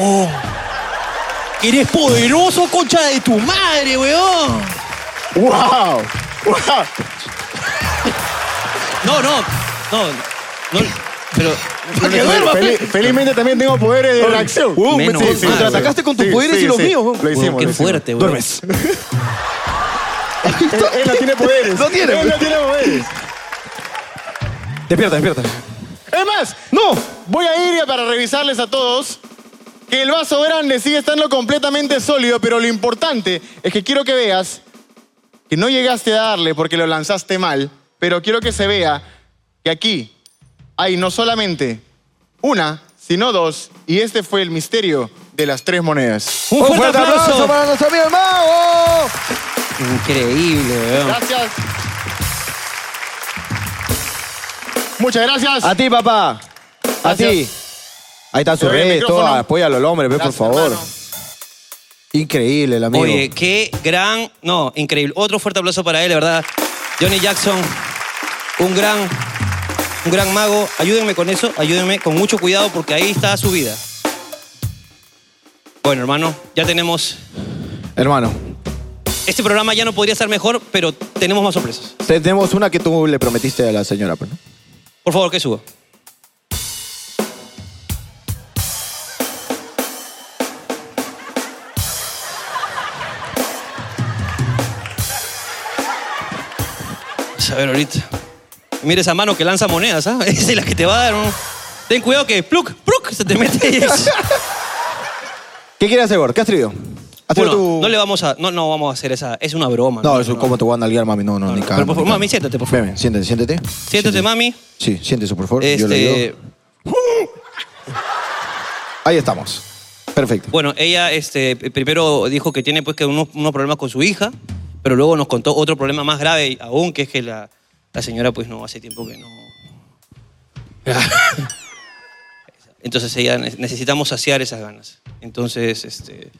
[SPEAKER 2] Oh.
[SPEAKER 1] Eres poderoso, concha de tu madre, weón.
[SPEAKER 21] ¡Wow!
[SPEAKER 1] No, no, no, no, pero...
[SPEAKER 21] Para que duerma, fe- felizmente también tengo poderes de reacción.
[SPEAKER 1] Menos
[SPEAKER 21] sí, sí,
[SPEAKER 1] mal,
[SPEAKER 21] te
[SPEAKER 1] weón.
[SPEAKER 21] atacaste con tus Sí, poderes sí, y los sí. míos, weón. Lo hicimos,
[SPEAKER 1] Weón, Qué
[SPEAKER 21] lo hicimos.
[SPEAKER 1] fuerte, weón.
[SPEAKER 21] Duermes. él, él no tiene poderes.
[SPEAKER 2] No tiene,
[SPEAKER 21] Él no
[SPEAKER 2] pues.
[SPEAKER 21] tiene poderes.
[SPEAKER 2] Despierta, despierta.
[SPEAKER 21] Es más, no. Voy a ir para revisarles a todos que el vaso grande sigue estando completamente sólido, pero lo importante es que quiero que veas que no llegaste a darle porque lo lanzaste mal, pero quiero que se vea que aquí hay no solamente una, sino dos, y este fue el misterio de las tres monedas.
[SPEAKER 2] Un fuerte, aplauso. para nuestro amigo el mago.
[SPEAKER 21] Increíble, Gracias. Muchas gracias.
[SPEAKER 2] A ti, papá. A
[SPEAKER 21] Gracias.
[SPEAKER 2] ti. Ahí está
[SPEAKER 21] Te
[SPEAKER 2] su
[SPEAKER 21] doy el
[SPEAKER 2] red, todo.
[SPEAKER 21] micrófono.
[SPEAKER 2] Apóyalo al hombre, ve, por
[SPEAKER 1] Gracias,
[SPEAKER 2] favor. Increíble el amigo.
[SPEAKER 1] Oye, qué gran. No, increíble. Otro fuerte aplauso para él, de verdad. Johnny Jackson, un gran, un gran mago. Ayúdenme con eso, ayúdenme con mucho cuidado porque ahí está su vida. Bueno, hermano, ya tenemos.
[SPEAKER 2] Hermano,
[SPEAKER 1] Este programa ya no podría estar mejor, pero tenemos más sorpresas.
[SPEAKER 2] tenemos una que tú le prometiste a la señora, pues, ¿no?
[SPEAKER 1] Por favor, que suba. Vamos A ver ahorita. Mira esa mano que lanza monedas, ¿ah? Esa es la que te va a dar. ¿no? Ten cuidado que pluk, pluk, se te mete.
[SPEAKER 2] ¿Qué quieres hacer, Gor? ¿Qué has traído? ¿Has traído
[SPEAKER 1] Bueno, no le vamos a. No, no vamos a hacer esa. Es una broma.
[SPEAKER 2] tu- No, eso, ¿cómo te voy a nalguear, mami? No, no, ni cagando.
[SPEAKER 1] Pero por favor, mami, siéntate, por favor.
[SPEAKER 2] Ven, siéntate, siéntate.
[SPEAKER 1] Siéntate, mami.
[SPEAKER 2] Sí, siéntese, por favor. Yo le ayudo.
[SPEAKER 1] Este.
[SPEAKER 2] Ahí estamos. Perfecto.
[SPEAKER 1] Bueno, ella este, primero dijo que tiene pues, que unos, unos problemas con su hija, pero luego nos contó otro problema más grave aún, que es que la, la señora pues no hace tiempo que no... Entonces ella ne- necesitamos saciar esas ganas. Entonces este,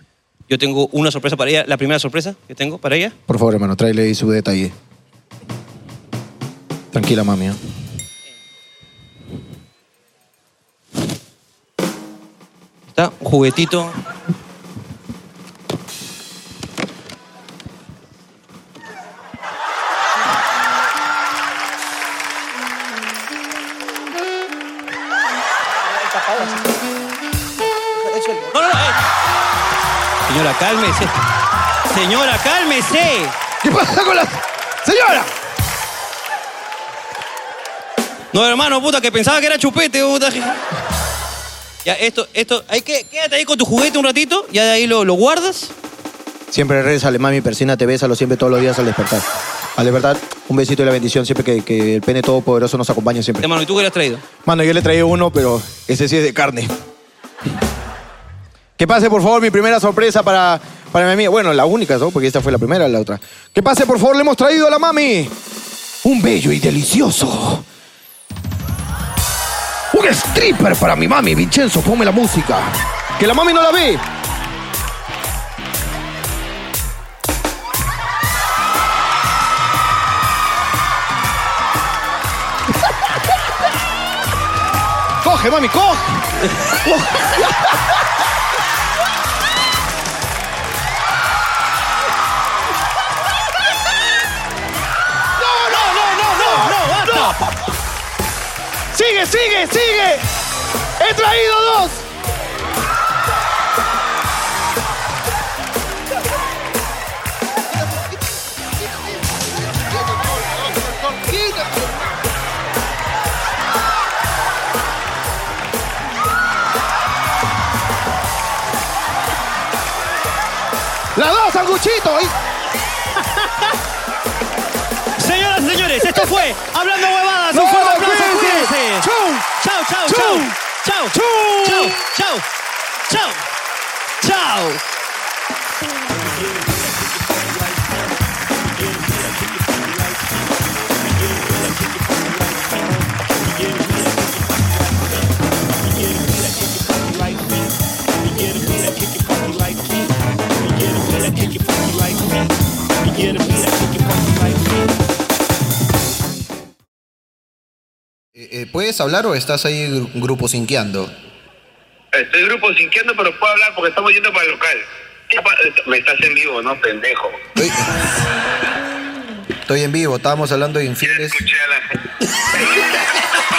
[SPEAKER 1] yo tengo una sorpresa para ella, la primera sorpresa que tengo para ella.
[SPEAKER 2] Por favor, hermano, tráele ahí su detalle. Tranquila, mami. ¿eh?
[SPEAKER 1] Está un juguetito. No, no, no. eh. Señora, cálmese. Señora, cálmese.
[SPEAKER 2] ¿Qué pasa con la señora?
[SPEAKER 1] No, hermano, puta, que pensaba que era chupete, puta. Ya, esto, esto, hay que, quédate ahí con tu juguete un ratito, ya de ahí lo, lo guardas.
[SPEAKER 2] Siempre rezale, mami, persínate, bésalo siempre todos los días al despertar. Al despertar, un besito y la bendición siempre que, que el pene todopoderoso nos acompañe siempre.
[SPEAKER 1] Hermano, ¿y tú qué le has traído?
[SPEAKER 2] Mano, yo le traí uno, pero ese sí es de carne. Que pase, por favor, mi primera sorpresa para, para mi amiga. Bueno, la única, ¿no? Porque esta fue la primera, la otra. Que pase, por favor, le hemos traído a la mami un bello y delicioso. Un stripper para mi mami. Vincenzo, ponme la música. Que la mami no la ve. Coge, mami, coge.
[SPEAKER 4] No, no, no, no, no, no, basta.
[SPEAKER 2] Sigue, sigue, sigue. He traído dos. Las dos, sanguchito.
[SPEAKER 1] Señoras y señores, esto fue Hablando Huevadas.
[SPEAKER 4] No,
[SPEAKER 1] Un fuerte aplauso,
[SPEAKER 4] cuídense.
[SPEAKER 1] cuídense. Chau, chau,
[SPEAKER 4] Chau.
[SPEAKER 1] chau. Chau, chau, chau, chau, chau.
[SPEAKER 2] Eh, ¿Puedes hablar o estás ahí grupo sinqueando?
[SPEAKER 22] Estoy grupo sinqueando, pero puedo hablar porque estamos yendo para el local. ¿Qué pa- Me estás en vivo, ¿no, pendejo?
[SPEAKER 2] Estoy en vivo, estábamos hablando de infieles.
[SPEAKER 22] Escuché a la gente.